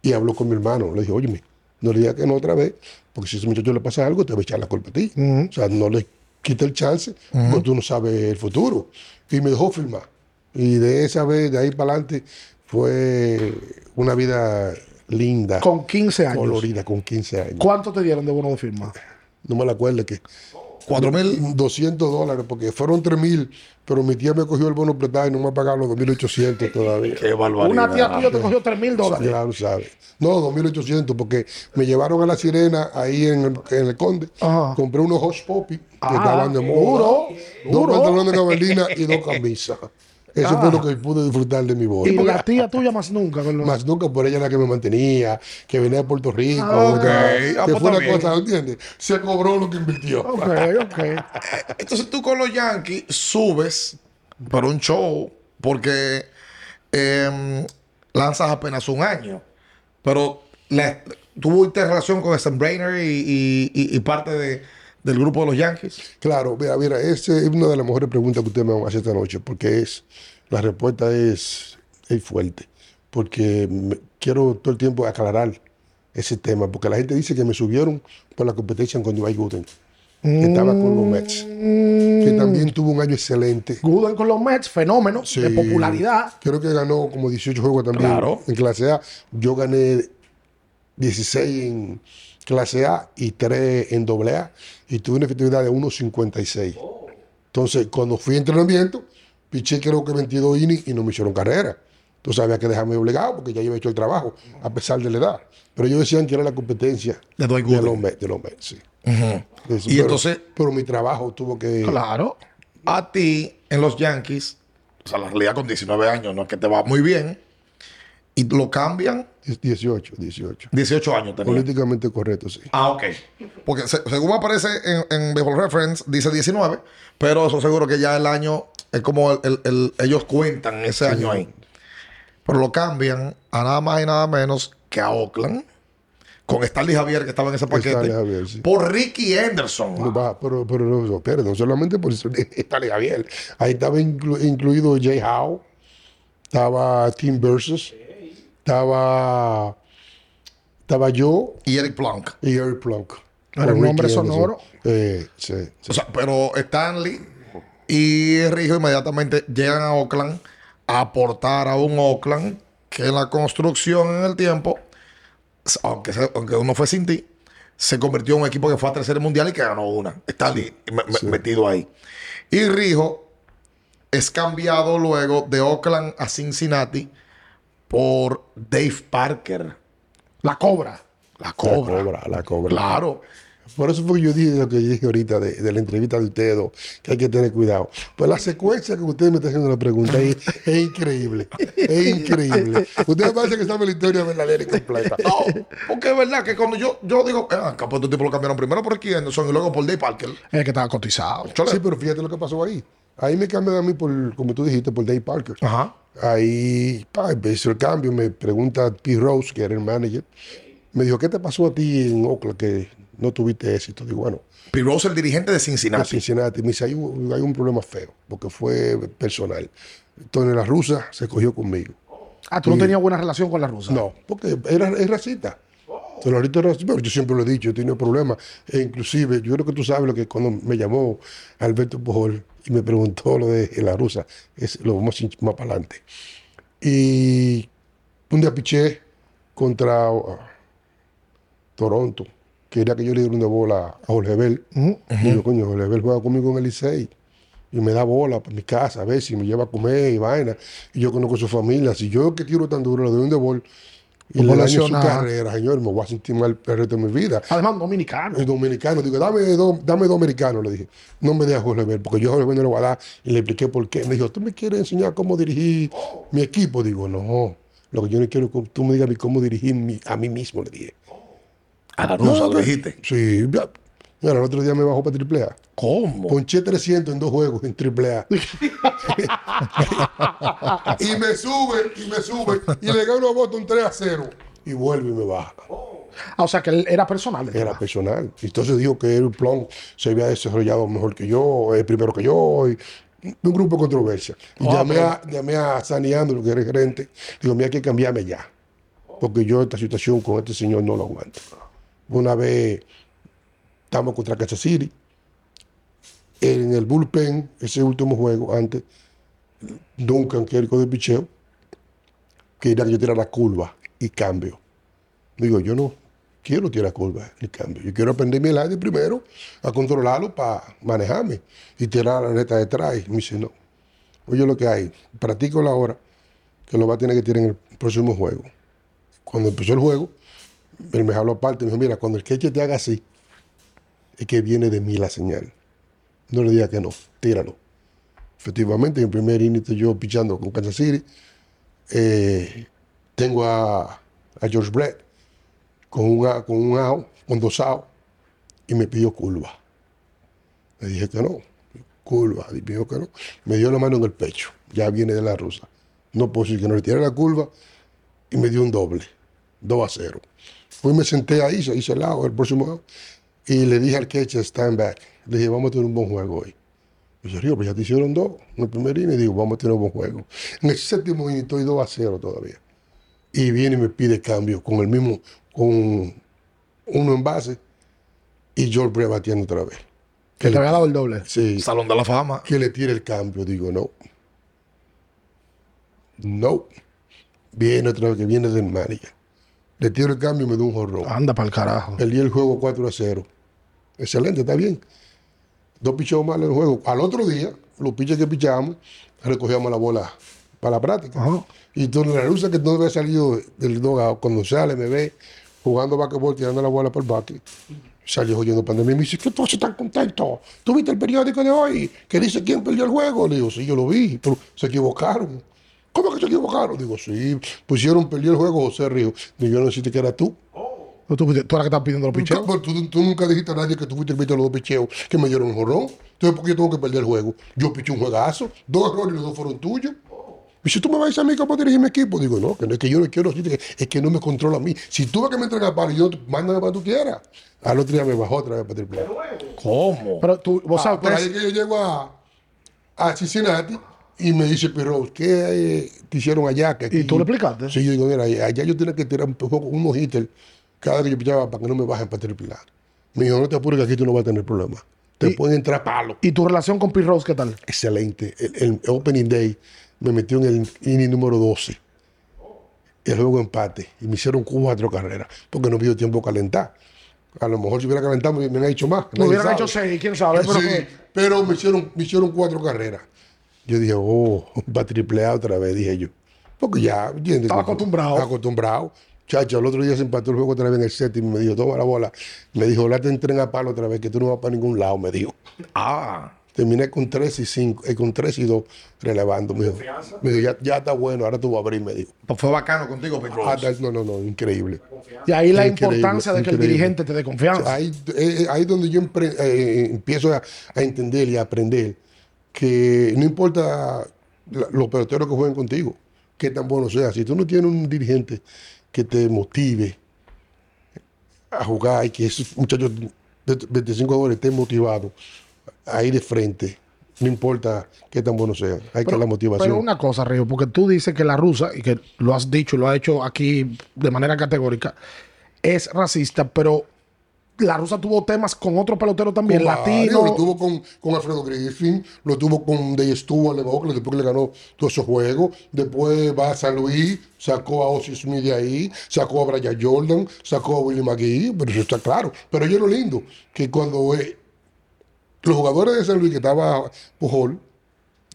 Speaker 2: y habló con mi hermano. Le dije, oye, no le digas que no otra vez, porque si a ese muchacho le pasa algo, te va a echar la culpa a ti. O sea, no le quita el chance, porque tú no sabes el futuro. Y me dejó firmar. Y de esa vez, de ahí para adelante, fue una vida linda,
Speaker 1: Con 15 años.
Speaker 2: colorida, con 15 años.
Speaker 1: ¿Cuánto te dieron de bono de firma?
Speaker 2: No me la acuerdo que
Speaker 3: 4 mil.
Speaker 2: 200 dólares, porque fueron 3 mil, pero mi tía me cogió el bono prestado y no me ha pagado los 2.800 todavía.
Speaker 4: Qué barbaridad.
Speaker 1: Una tía tuya te cogió 3 mil dólares.
Speaker 2: Ya lo sabes. No, 2.800, porque me llevaron a La Sirena ahí en el, en el Conde.
Speaker 1: Ajá. Ah,
Speaker 2: Compré unos Hot Poppy que estaban de
Speaker 1: duro,
Speaker 2: moda. Dos
Speaker 1: duro.
Speaker 2: pantalones de gabardina y dos camisas. Eso fue lo que pude disfrutar de mi boda.
Speaker 1: Y la tía tuya más nunca. con los-
Speaker 2: Más nunca por ella la que me mantenía, que venía de Puerto Rico.
Speaker 3: Ah,
Speaker 2: que-
Speaker 3: ok. Ah,
Speaker 2: que
Speaker 3: pues
Speaker 2: fue
Speaker 3: está
Speaker 2: la
Speaker 3: bien.
Speaker 2: cosa, ¿entiendes? Se cobró lo que invirtió.
Speaker 1: Ok, ok.
Speaker 3: Entonces tú con los Yankees subes para un show porque em, lanzas apenas un año. Pero la- tuviste relación con Stan Brainer y, y- y- y parte de- del grupo de los Yankees.
Speaker 2: Claro, mira, mira, esa es una de las mejores preguntas que usted me hace esta noche, porque es, la respuesta es, es fuerte, porque me- quiero todo el tiempo aclarar ese tema, porque la gente dice que me subieron por la competencia con Dwight Gooden, que estaba con los Mets, que también tuvo un año excelente.
Speaker 1: Gooden con los Mets, fenómeno de
Speaker 2: Sí.
Speaker 1: popularidad.
Speaker 2: Creo que ganó como 18 juegos también
Speaker 3: Claro.
Speaker 2: en clase A. Yo gané 16 en clase A y 3 en doble A y tuve una efectividad de 1.56. Entonces, cuando fui a entrenamiento, piché creo que 22 innings y no me hicieron carrera. Entonces había que dejarme obligado porque ya había hecho el trabajo, a pesar de la edad. Pero ellos decían que era la competencia
Speaker 3: De Dwight Gooden.
Speaker 2: los Mets. de los Mets, sí. Eso,
Speaker 3: Y
Speaker 2: pero-
Speaker 3: entonces-
Speaker 2: Pero mi trabajo tuvo que...
Speaker 1: Claro.
Speaker 3: A ti en los Yankees, o sea, la realidad con 19 años no es que te va muy bien. y lo cambian.
Speaker 2: 18, 18.
Speaker 3: 18 años tenía.
Speaker 2: Políticamente correcto, sí.
Speaker 3: Ah, ok. Porque se- según aparece en, en Baseball Reference, dice 19, pero eso seguro que ya el año es como el- el- el- ellos cuentan ese año ahí. Pero lo cambian a nada más y nada menos que a Oakland, con Stanley Javier que estaba en ese paquete,
Speaker 2: Stanley Javier, sí.
Speaker 3: por Ricky Anderson.
Speaker 2: No va, pero, pero no, no, espérate, no solamente por eso está Gabriel. Ahí estaba inclu- incluido Jay Howe, estaba Tim Versus, estaba, estaba yo
Speaker 3: Y Eric Plunk.
Speaker 2: y Eric Plunk.
Speaker 1: Era
Speaker 2: Con
Speaker 1: un hombre
Speaker 2: Ricky Henderson.
Speaker 1: sonoro.
Speaker 2: Eh, sí, sí.
Speaker 3: O sea, pero Stanley y Rijo inmediatamente llegan a Oakland a aportar a un Oakland que la construcción en el tiempo, s- aunque, se- aunque uno fue sin ti, se convirtió en un equipo que fue a tercer mundial y que ganó una. Stanley me- me-
Speaker 2: Sí.
Speaker 3: metido ahí. Y Rijo es cambiado luego de Oakland a Cincinnati por Dave Parker.
Speaker 1: La cobra.
Speaker 3: La
Speaker 2: La
Speaker 3: cobra.
Speaker 2: cobra, la cobra.
Speaker 3: Claro.
Speaker 2: Por eso fue que yo dije lo que dije ahorita de, de la entrevista de ustedes, dos, que hay que tener cuidado. Pues la secuencia que ustedes me están haciendo la pregunta es, es increíble. Es increíble. Ustedes parece que saben la historia verdadera y completa.
Speaker 3: No, porque es verdad que cuando yo, yo digo, eh, ah, capaz este tipo lo cambiaron primero por Ricky Anderson y luego por Dave Parker.
Speaker 1: El que estaba cotizado.
Speaker 3: Chole.
Speaker 2: Sí, pero fíjate lo que pasó ahí. Ahí me cambian a mí por, como tú dijiste, por Dave Parker.
Speaker 3: Ajá.
Speaker 2: Ahí pa, me hizo el cambio, me pregunta Pete Rose, que era el manager. Me dijo, ¿qué te pasó a ti en Oakland que no tuviste éxito? Digo, bueno,
Speaker 3: Pete Rose, el dirigente de
Speaker 2: de
Speaker 3: Cincinnati.
Speaker 2: Cincinnati. Me dice, hay un, hay un problema feo, porque fue personal. Entonces la rusa se cogió conmigo.
Speaker 1: Ah, tú no tenías buena relación con la rusa.
Speaker 2: No, porque era, es racista. Entonces, ahorita era- bueno, yo siempre lo he dicho, he tenido problemas. E inclusive, yo creo que tú sabes lo que cuando me llamó Alberto Pujol y me preguntó lo de la rusa, es, lo vamos más, más para adelante. Y un día piché contra ah, Toronto. Quería que yo le diera una bola a Jorge Bel. Y yo, coño, Jorge Bel juega conmigo en el Licey. Y me da bola para mi casa, a ver si me lleva a comer y vaina. Y yo conozco su familia. Si yo que tiro tan duro, le doy un de bol. Y
Speaker 1: Tú
Speaker 2: le daño su
Speaker 1: lesionas.
Speaker 2: carrera, señor, me voy a sentir mal el resto de mi vida.
Speaker 1: Además, un dominicano.
Speaker 2: El dominicano, digo, dame dos, dame dos americanos, le dije. No me dé a Jorge Bel, porque yo a Jorge Bel no le voy a dar. Y le expliqué por qué. Me dijo, ¿tú me quieres enseñar cómo dirigir mi equipo? Digo, no. Lo que yo no quiero es que tú me digas a mí cómo dirigir mi- a mí mismo, le dije.
Speaker 3: A la
Speaker 2: No,
Speaker 3: rusa,
Speaker 2: no.
Speaker 3: lo dijiste.
Speaker 2: Sí, ya. Mira, el otro día me bajó para triple A.
Speaker 3: ¿Cómo?
Speaker 2: Ponché 300 en dos juegos en triple A. y me sube, y me sube. Y le gano a Boston 3 a 0. Y vuelve y me baja.
Speaker 1: Ah, o sea, que él era personal. de
Speaker 2: Era
Speaker 1: trabajo.
Speaker 2: personal. Entonces dijo que el plan se había desarrollado mejor que yo, eh, primero que yo. y- un grupo de controversia. Y llamé, a, llamé a Sani Andrew, que era el gerente. Digo, mira, hay que cambiarme ya. Porque yo esta situación con este señor no lo aguanto. Una vez estamos contra Kansas City. En el bullpen, ese último juego antes, Duncan, que era el coach de picheo, quería que yo tirara la curva y cambio. Digo, yo no quiero tirar curva ni cambio. Yo quiero aprenderme el aire primero a controlarlo para manejarme y tirar la neta detrás. Y me dice, no. Oye, lo que hay, practico la hora que lo va a tener que tirar en el próximo juego. Cuando empezó el juego, él me habló aparte y me dijo, mira, cuando el queche te haga así, es que viene de mí la señal. No le digas que no, tíralo. Efectivamente, en el primer inning estoy yo pichando con Kansas City, eh, tengo a, a George Brett con un, a- con un out, con dos out, y me pidió curva. Le dije que no, curva, y me dijo que no. Me dio la mano en el pecho, ya viene de la rusa. No puedo decir que no le tiré la curva, y me dio un doble, 2 a 0. Fui y me senté ahí, se hizo el out, el próximo out, y le dije al catcher, stand back. Le dije, vamos a tener un buen juego hoy. Y yo digo, pues ya te hicieron dos. En el primer inning, digo, vamos a tener un buen juego. En el séptimo inning estoy 2 a 0 todavía. Y viene y me pide cambio con el mismo, con uno en base y George Brett batiendo otra vez.
Speaker 1: Que te había dado el doble.
Speaker 2: Sí,
Speaker 3: Salón de la fama.
Speaker 2: que le tire el cambio. Digo, no. No. Viene otra vez, que viene del manager. Le tiro el cambio y me da un jorrón.
Speaker 1: Anda para el carajo.
Speaker 2: Perdí el juego 4 a 0. Excelente, está bien. Dos picheos malos en el juego. Al otro día, los piches que pichamos, recogíamos la bola para la práctica.
Speaker 1: Ajá.
Speaker 2: Y entonces la rusa que no había salido del dogado, cuando sale, me ve jugando basquetbol, tirando la bola por el bucket. Salió oyendo pandemia y me dice, ¿qué tú haces tan contento? ¿Tú viste el periódico de hoy? Que dice quién perdió el juego. Le digo, sí, yo lo vi, pero se equivocaron. ¿Cómo que se equivocaron? Digo, sí, pusieron pelear el juego José Río. Digo, yo no necesité que era tú.
Speaker 1: Tú, tú eres la que estás pidiendo los
Speaker 2: Nunca-
Speaker 1: picheos.
Speaker 2: pero tú, tú nunca dijiste a nadie que tú fuiste el de los dos picheos que me dieron un jorrón. Entonces, ¿por qué yo tengo que perder el juego? Yo piché un juegazo, dos errores y los dos fueron tuyos. Y si tú me vas a decir a mí que puedo dirigir mi equipo, digo, no, que no es que yo no quiero, decirte que- es que no me controla a mí. Si tú vas que me entregas palo, yo te- mándame para tú quieras. Al otro día me bajó otra vez para triple.
Speaker 3: ¿Cómo?
Speaker 1: Pero tú, vos sabes,
Speaker 2: Por
Speaker 1: ustedes-
Speaker 2: ahí que yo llego a, a Cincinnati y me dice, pero ¿qué eh, te hicieron allá? Que aquí
Speaker 1: ¿Y tú le explicaste?
Speaker 2: Sí, yo digo, mira, allá yo tenía que tirar un poco unos hitters cada vez que yo pichaba para que no me bajen para tripilar. Me dijo, no te apures que aquí tú no vas a tener problema. Te pueden entrar palo.
Speaker 1: ¿Y tu relación con Pete Rose qué tal?
Speaker 2: Excelente. El, el opening day me metió en el inning número 12. El juego empate. Y me hicieron cuatro carreras porque no me dio tiempo a calentar. A lo mejor si hubiera calentado me, me han hecho más.
Speaker 1: Me
Speaker 2: Nadie
Speaker 1: hubieran
Speaker 2: sabe.
Speaker 1: hecho seis, quién sabe. Pero
Speaker 2: Sí,
Speaker 1: que-
Speaker 2: pero me hicieron, me hicieron cuatro carreras. Yo dije, oh, va a triplear otra vez, dije yo. Porque ya, ¿entiendes?
Speaker 1: Estaba
Speaker 2: Como-
Speaker 1: acostumbrado.
Speaker 2: estaba acostumbrado. Chacho, el otro día se empató el juego otra vez en el séptimo. Me dijo, toma la bola. Me dijo, la te entren a palo otra vez, que tú no vas para ningún lado, me dijo.
Speaker 3: Ah.
Speaker 2: Terminé con 3 y 5, con 3 y 2 relevando. Me dijo, me dijo, ya, ya está bueno, ahora tú vas a abrir, me dijo.
Speaker 3: Pues fue bacano contigo, Pete Rose.
Speaker 2: Ah, está- no, no, no, increíble.
Speaker 1: y ahí la
Speaker 2: Increíble,
Speaker 1: importancia de que el
Speaker 2: increíble.
Speaker 1: dirigente te dé confianza.
Speaker 2: Ahí eh, eh, ahí es donde yo empre- eh, empiezo a, a entender y a aprender que no importa la- los peloteros que jueguen contigo, qué tan bueno sea, si tú no tienes un dirigente que te motive a jugar y que esos muchachos de 25 jugadores estén motivados a ir de frente, no importa qué tan bueno sea, hay que la motivación.
Speaker 1: Pero una cosa, Río, porque tú dices que la rusa, y que lo has dicho y lo has hecho aquí de manera categórica, es racista, pero la rusa tuvo temas con otro pelotero también,
Speaker 2: con varios,
Speaker 1: latino.
Speaker 2: Lo tuvo con, con Alfredo Griffin, lo tuvo con Dey Stewart, le bajó, después que le ganó todos esos juegos. Después va a San Luis, sacó a Ozzy Smith de ahí, sacó a Brian Jordan, sacó a Willie McGee, pero eso está claro. Pero yo lo lindo, que cuando eh, los jugadores de San Luis, que estaba Pujol,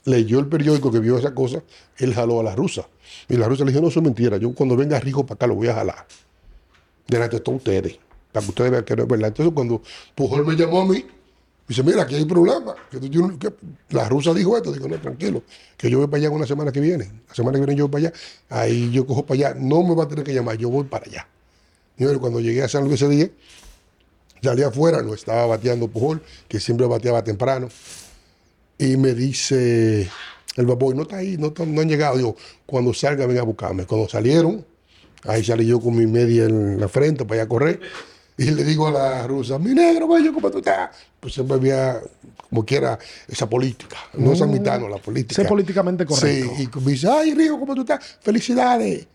Speaker 2: leyó el periódico que vio esa cosa, él jaló a la rusa. Y la rusa le dijo, no, eso es mentira, yo cuando venga Rijo para acá lo voy a jalar delante de todos ustedes, para que ustedes vean que no es verdad. Entonces, cuando Pujol me llamó a mí, dice, mira, aquí hay problema. que tú tienes que- La rusa dijo esto, digo, no, tranquilo, que yo voy para allá una semana que viene. La semana que viene yo voy para allá, ahí yo cojo para allá, no me va a tener que llamar, yo voy para allá. Y bueno, cuando llegué a San Luis ese día, salí afuera, no estaba bateando Pujol, que siempre bateaba temprano, y me dice el baboy, no está ahí, no, está- no han llegado. Digo, cuando salga, ven a buscarme. Cuando salieron, Ahí salí yo con mi media en la frente para allá correr. Y le digo a la rusa, mi negro, vaya, ¿cómo tú estás? Pues siempre había, como quiera, esa política. No esa mitad, no, la política.
Speaker 1: Sé Mm. políticamente correcto.
Speaker 2: Sí, y me dice, ay, Río, ¿cómo tú estás? Felicidades,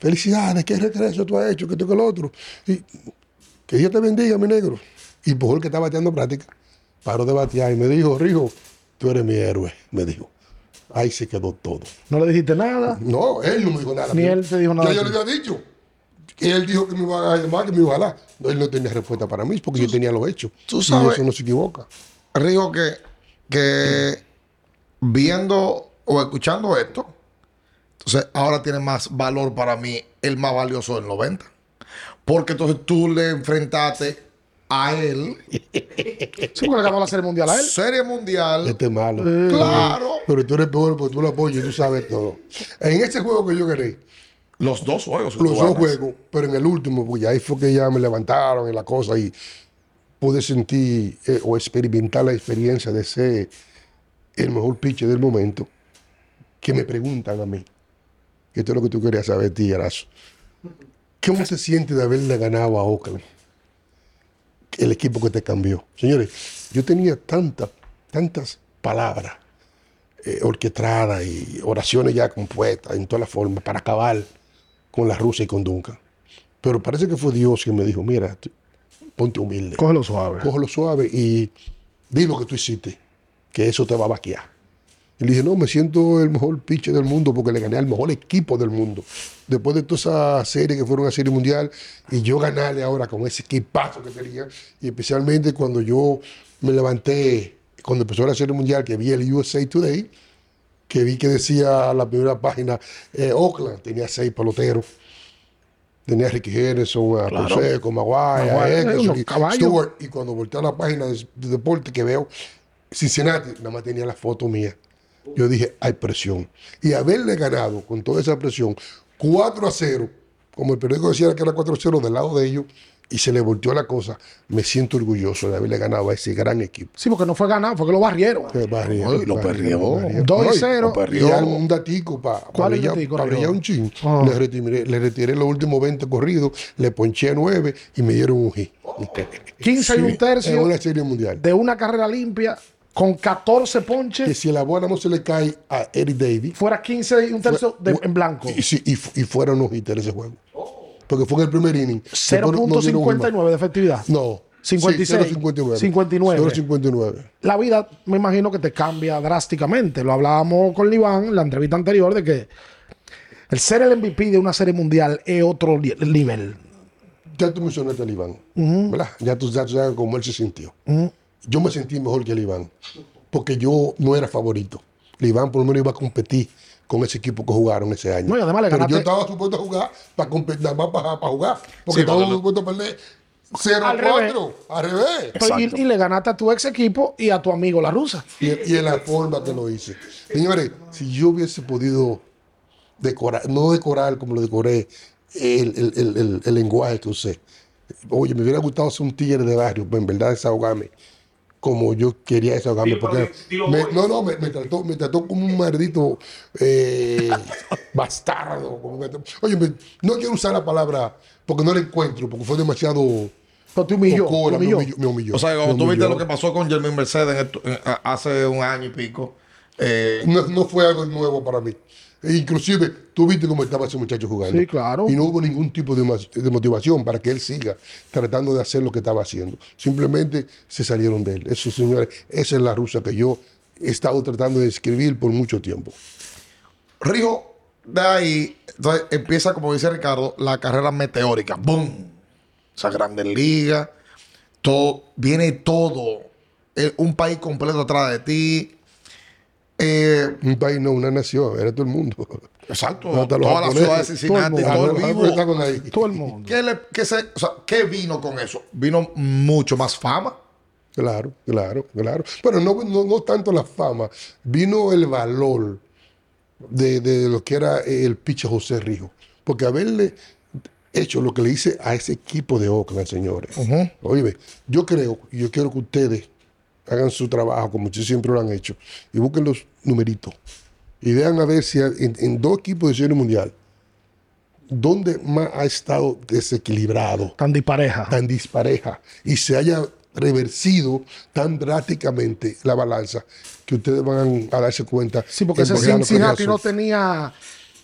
Speaker 2: felicidades, qué regreso tú has hecho, que tú que el otro. Y, que Dios te bendiga, mi negro. Y por que estaba bateando práctica, paró de batear y me dijo, Río, tú eres mi héroe, me dijo. Ahí se quedó todo.
Speaker 1: No le dijiste nada.
Speaker 2: No, él no me dijo nada.
Speaker 1: Ni él te dijo nada
Speaker 2: Ya yo
Speaker 1: a ti.
Speaker 2: le había dicho. Que él dijo que me iba a llamar, que me iba a jalar. No, él no tenía respuesta para mí porque yo tenía lo hecho.
Speaker 3: tú
Speaker 2: Y
Speaker 3: sabes-
Speaker 2: eso no se equivoca.
Speaker 3: Rigo, que, que viendo o escuchando esto, entonces ahora tiene más valor para mí el más valioso del 90. Porque entonces tú le enfrentaste a él,
Speaker 1: Sí, porque le ganó la Serie Mundial a él.
Speaker 3: Serie Mundial,
Speaker 2: Este es malo.
Speaker 1: Eh.
Speaker 3: claro.
Speaker 2: Pero tú eres peor porque tú lo apoyas y tú sabes todo. En ese juego que yo gané,
Speaker 3: Los dos juegos. que
Speaker 2: los
Speaker 3: tú
Speaker 2: dos
Speaker 3: ganas.
Speaker 2: juegos, pero en el último, porque ahí fue que ya me levantaron y la cosa y pude sentir eh, o experimentar la experiencia de ser el mejor pitcher del momento, que me preguntan a mí, que esto es lo que tú querías saber, Tillarazo, ¿cómo se siente de haberle ganado a Oakland? El equipo que te cambió. Señores, yo tenía tantas, tantas palabras eh, orquestadas y oraciones ya compuestas en todas las formas para acabar con la Rusia y con Duncan. Pero parece que fue Dios quien me dijo, mira, tú- ponte humilde,
Speaker 1: Cógelo suave.
Speaker 2: cógelo suave y di lo que tú hiciste, que eso te va a vaquear. Y le dije, no, me siento el mejor pitcher del mundo porque le gané al mejor equipo del mundo. Después de toda esa serie que fueron a serie mundial y yo ganarle ahora con ese equipazo que tenía, y especialmente cuando yo me levanté, cuando empezó la serie mundial, que vi el USA Today, que vi que decía la primera página, eh, Oakland tenía seis peloteros. Tenía a Ricky Henderson, a Conseco, Maguire, a
Speaker 1: Maguire,
Speaker 2: Henderson,
Speaker 1: los
Speaker 2: y
Speaker 1: caballos.
Speaker 2: Stewart. Y cuando volteé a la página de, de deporte que veo, Cincinnati, nada más tenía la foto mía yo dije, hay presión. Y haberle ganado con toda esa presión 4 a 0, como el periódico decía que era 4 a 0 del lado de ellos, y se le volteó la cosa, me siento orgulloso de haberle ganado a ese gran equipo.
Speaker 1: Sí, porque no fue ganado, fue que lo barrieron.
Speaker 2: Que barrió,
Speaker 4: Ay, lo
Speaker 2: barrió,
Speaker 4: perdió.
Speaker 2: barrió.
Speaker 1: Dos y
Speaker 2: No,
Speaker 1: cero.
Speaker 2: lo perdió. Y algo, un datico para
Speaker 1: ¿Cuál es el
Speaker 2: brillar,
Speaker 1: datico,
Speaker 2: pa'
Speaker 1: Rigo?
Speaker 2: brillar un chin.
Speaker 1: Ah.
Speaker 2: Le, retiré, le retiré los últimos 20 corridos, le ponché 9 y me dieron un hit.
Speaker 1: 15 y un
Speaker 2: En
Speaker 1: tercio
Speaker 2: una serie mundial.
Speaker 1: de una carrera limpia con 14
Speaker 2: que
Speaker 1: ponches,
Speaker 2: si la bola no se le cae a Eric Davis,
Speaker 1: fuera 15 y un tercio de-
Speaker 2: fue-
Speaker 1: en blanco.
Speaker 2: y, sí, y, fu- y fueron los hitters ese juego. Porque fue en el primer inning. Después no- no dieron un más.
Speaker 1: 0.59 de efectividad.
Speaker 2: No.
Speaker 1: 56.
Speaker 2: 0.59.
Speaker 1: 59.
Speaker 2: 0.59.
Speaker 1: La vida, me imagino que te cambia drásticamente. Lo hablábamos con Liván en la entrevista anterior de que el ser el MVP de una serie mundial es otro li- nivel.
Speaker 2: Ya tú mencionaste al Iván, ¿verdad? Ya tú, ya tú sabes cómo él se sintió. Yo me sentí mejor que el Iván, porque yo no era favorito. El Iván por lo menos iba a competir con ese equipo que jugaron ese año.
Speaker 1: No, y además le
Speaker 2: Pero
Speaker 1: ganaste-
Speaker 2: yo estaba supuesto a jugar para competir, nada más para, para jugar, porque
Speaker 3: Sí,
Speaker 2: estaba
Speaker 3: porque-
Speaker 2: supuesto a perder 0
Speaker 1: Al
Speaker 2: 4, al revés.
Speaker 1: Pero Pues, Y,
Speaker 4: Exacto.
Speaker 1: y le ganaste a tu ex equipo y a tu amigo la rusa.
Speaker 2: Y, y en la forma que lo hice. Señores, si yo hubiese podido decorar, no decorar como lo decoré, el, el- el- el- el lenguaje que usé. Oye, me hubiera gustado ser un tigre de barrio, pero en verdad desahogarme como yo quería desahogarme. Porque me- no, no, me, me trató, me trató como un maldito eh, bastardo. como me trató. oye, me- no quiero usar la palabra porque no la encuentro, porque fue demasiado...
Speaker 1: Pero Pues, te humilló. te
Speaker 2: oscura, me
Speaker 1: humilló.
Speaker 2: humilló, me humilló,
Speaker 3: O sea, cuando
Speaker 2: me
Speaker 3: tú viste
Speaker 2: humilló.
Speaker 3: lo que pasó con Jermaine Mercedes en esto- en- a- hace un año y pico, eh,
Speaker 2: no, no fue algo nuevo para mí. E Inclusive, tú viste cómo estaba ese muchacho jugando.
Speaker 1: Sí, claro.
Speaker 2: Y no hubo ningún tipo de, mas- de motivación para que él siga tratando de hacer lo que estaba haciendo. Simplemente se salieron de él. Eso, señores, esa es la rusa que yo he estado tratando de escribir por mucho tiempo.
Speaker 3: Rijo, de ahí entonces, empieza, como dice Ricardo, la carrera meteórica. ¡Boom! O sea, grandes ligas, todo, viene todo. eh, un país completo atrás de ti. Eh,
Speaker 2: Un país no, una nación, era todo el mundo.
Speaker 3: exacto.
Speaker 2: Hasta los
Speaker 3: Oh, toda la
Speaker 2: japoneses,
Speaker 3: ciudad
Speaker 1: todo el mundo.
Speaker 3: de Cincinnati, todo el
Speaker 2: Los japoneses
Speaker 3: vivo.
Speaker 2: estaban ahí.
Speaker 1: Todo el mundo.
Speaker 3: ¿Qué, le- qué se- o sea, ¿Qué vino con eso? Vino mucho más fama.
Speaker 2: Claro, claro, claro. Pero no, no, no tanto la fama, vino el valor de, de lo que era el piche José Rijo. Porque haberle hecho lo que le hice a ese equipo de Oakland, señores. Oye, yo creo, y yo quiero que ustedes hagan su trabajo como ustedes siempre lo han hecho, y busquen los numeritos. Y vean a ver si en, en dos equipos de Serie Mundial, ¿dónde más ha estado desequilibrado?
Speaker 1: Tan dispareja.
Speaker 2: tan dispareja y se haya reversido tan drásticamente la balanza que ustedes van a darse cuenta.
Speaker 1: Sí, porque
Speaker 2: en
Speaker 1: ese
Speaker 2: Bogdano
Speaker 1: Cincinnati
Speaker 2: Collazo.
Speaker 1: no tenía.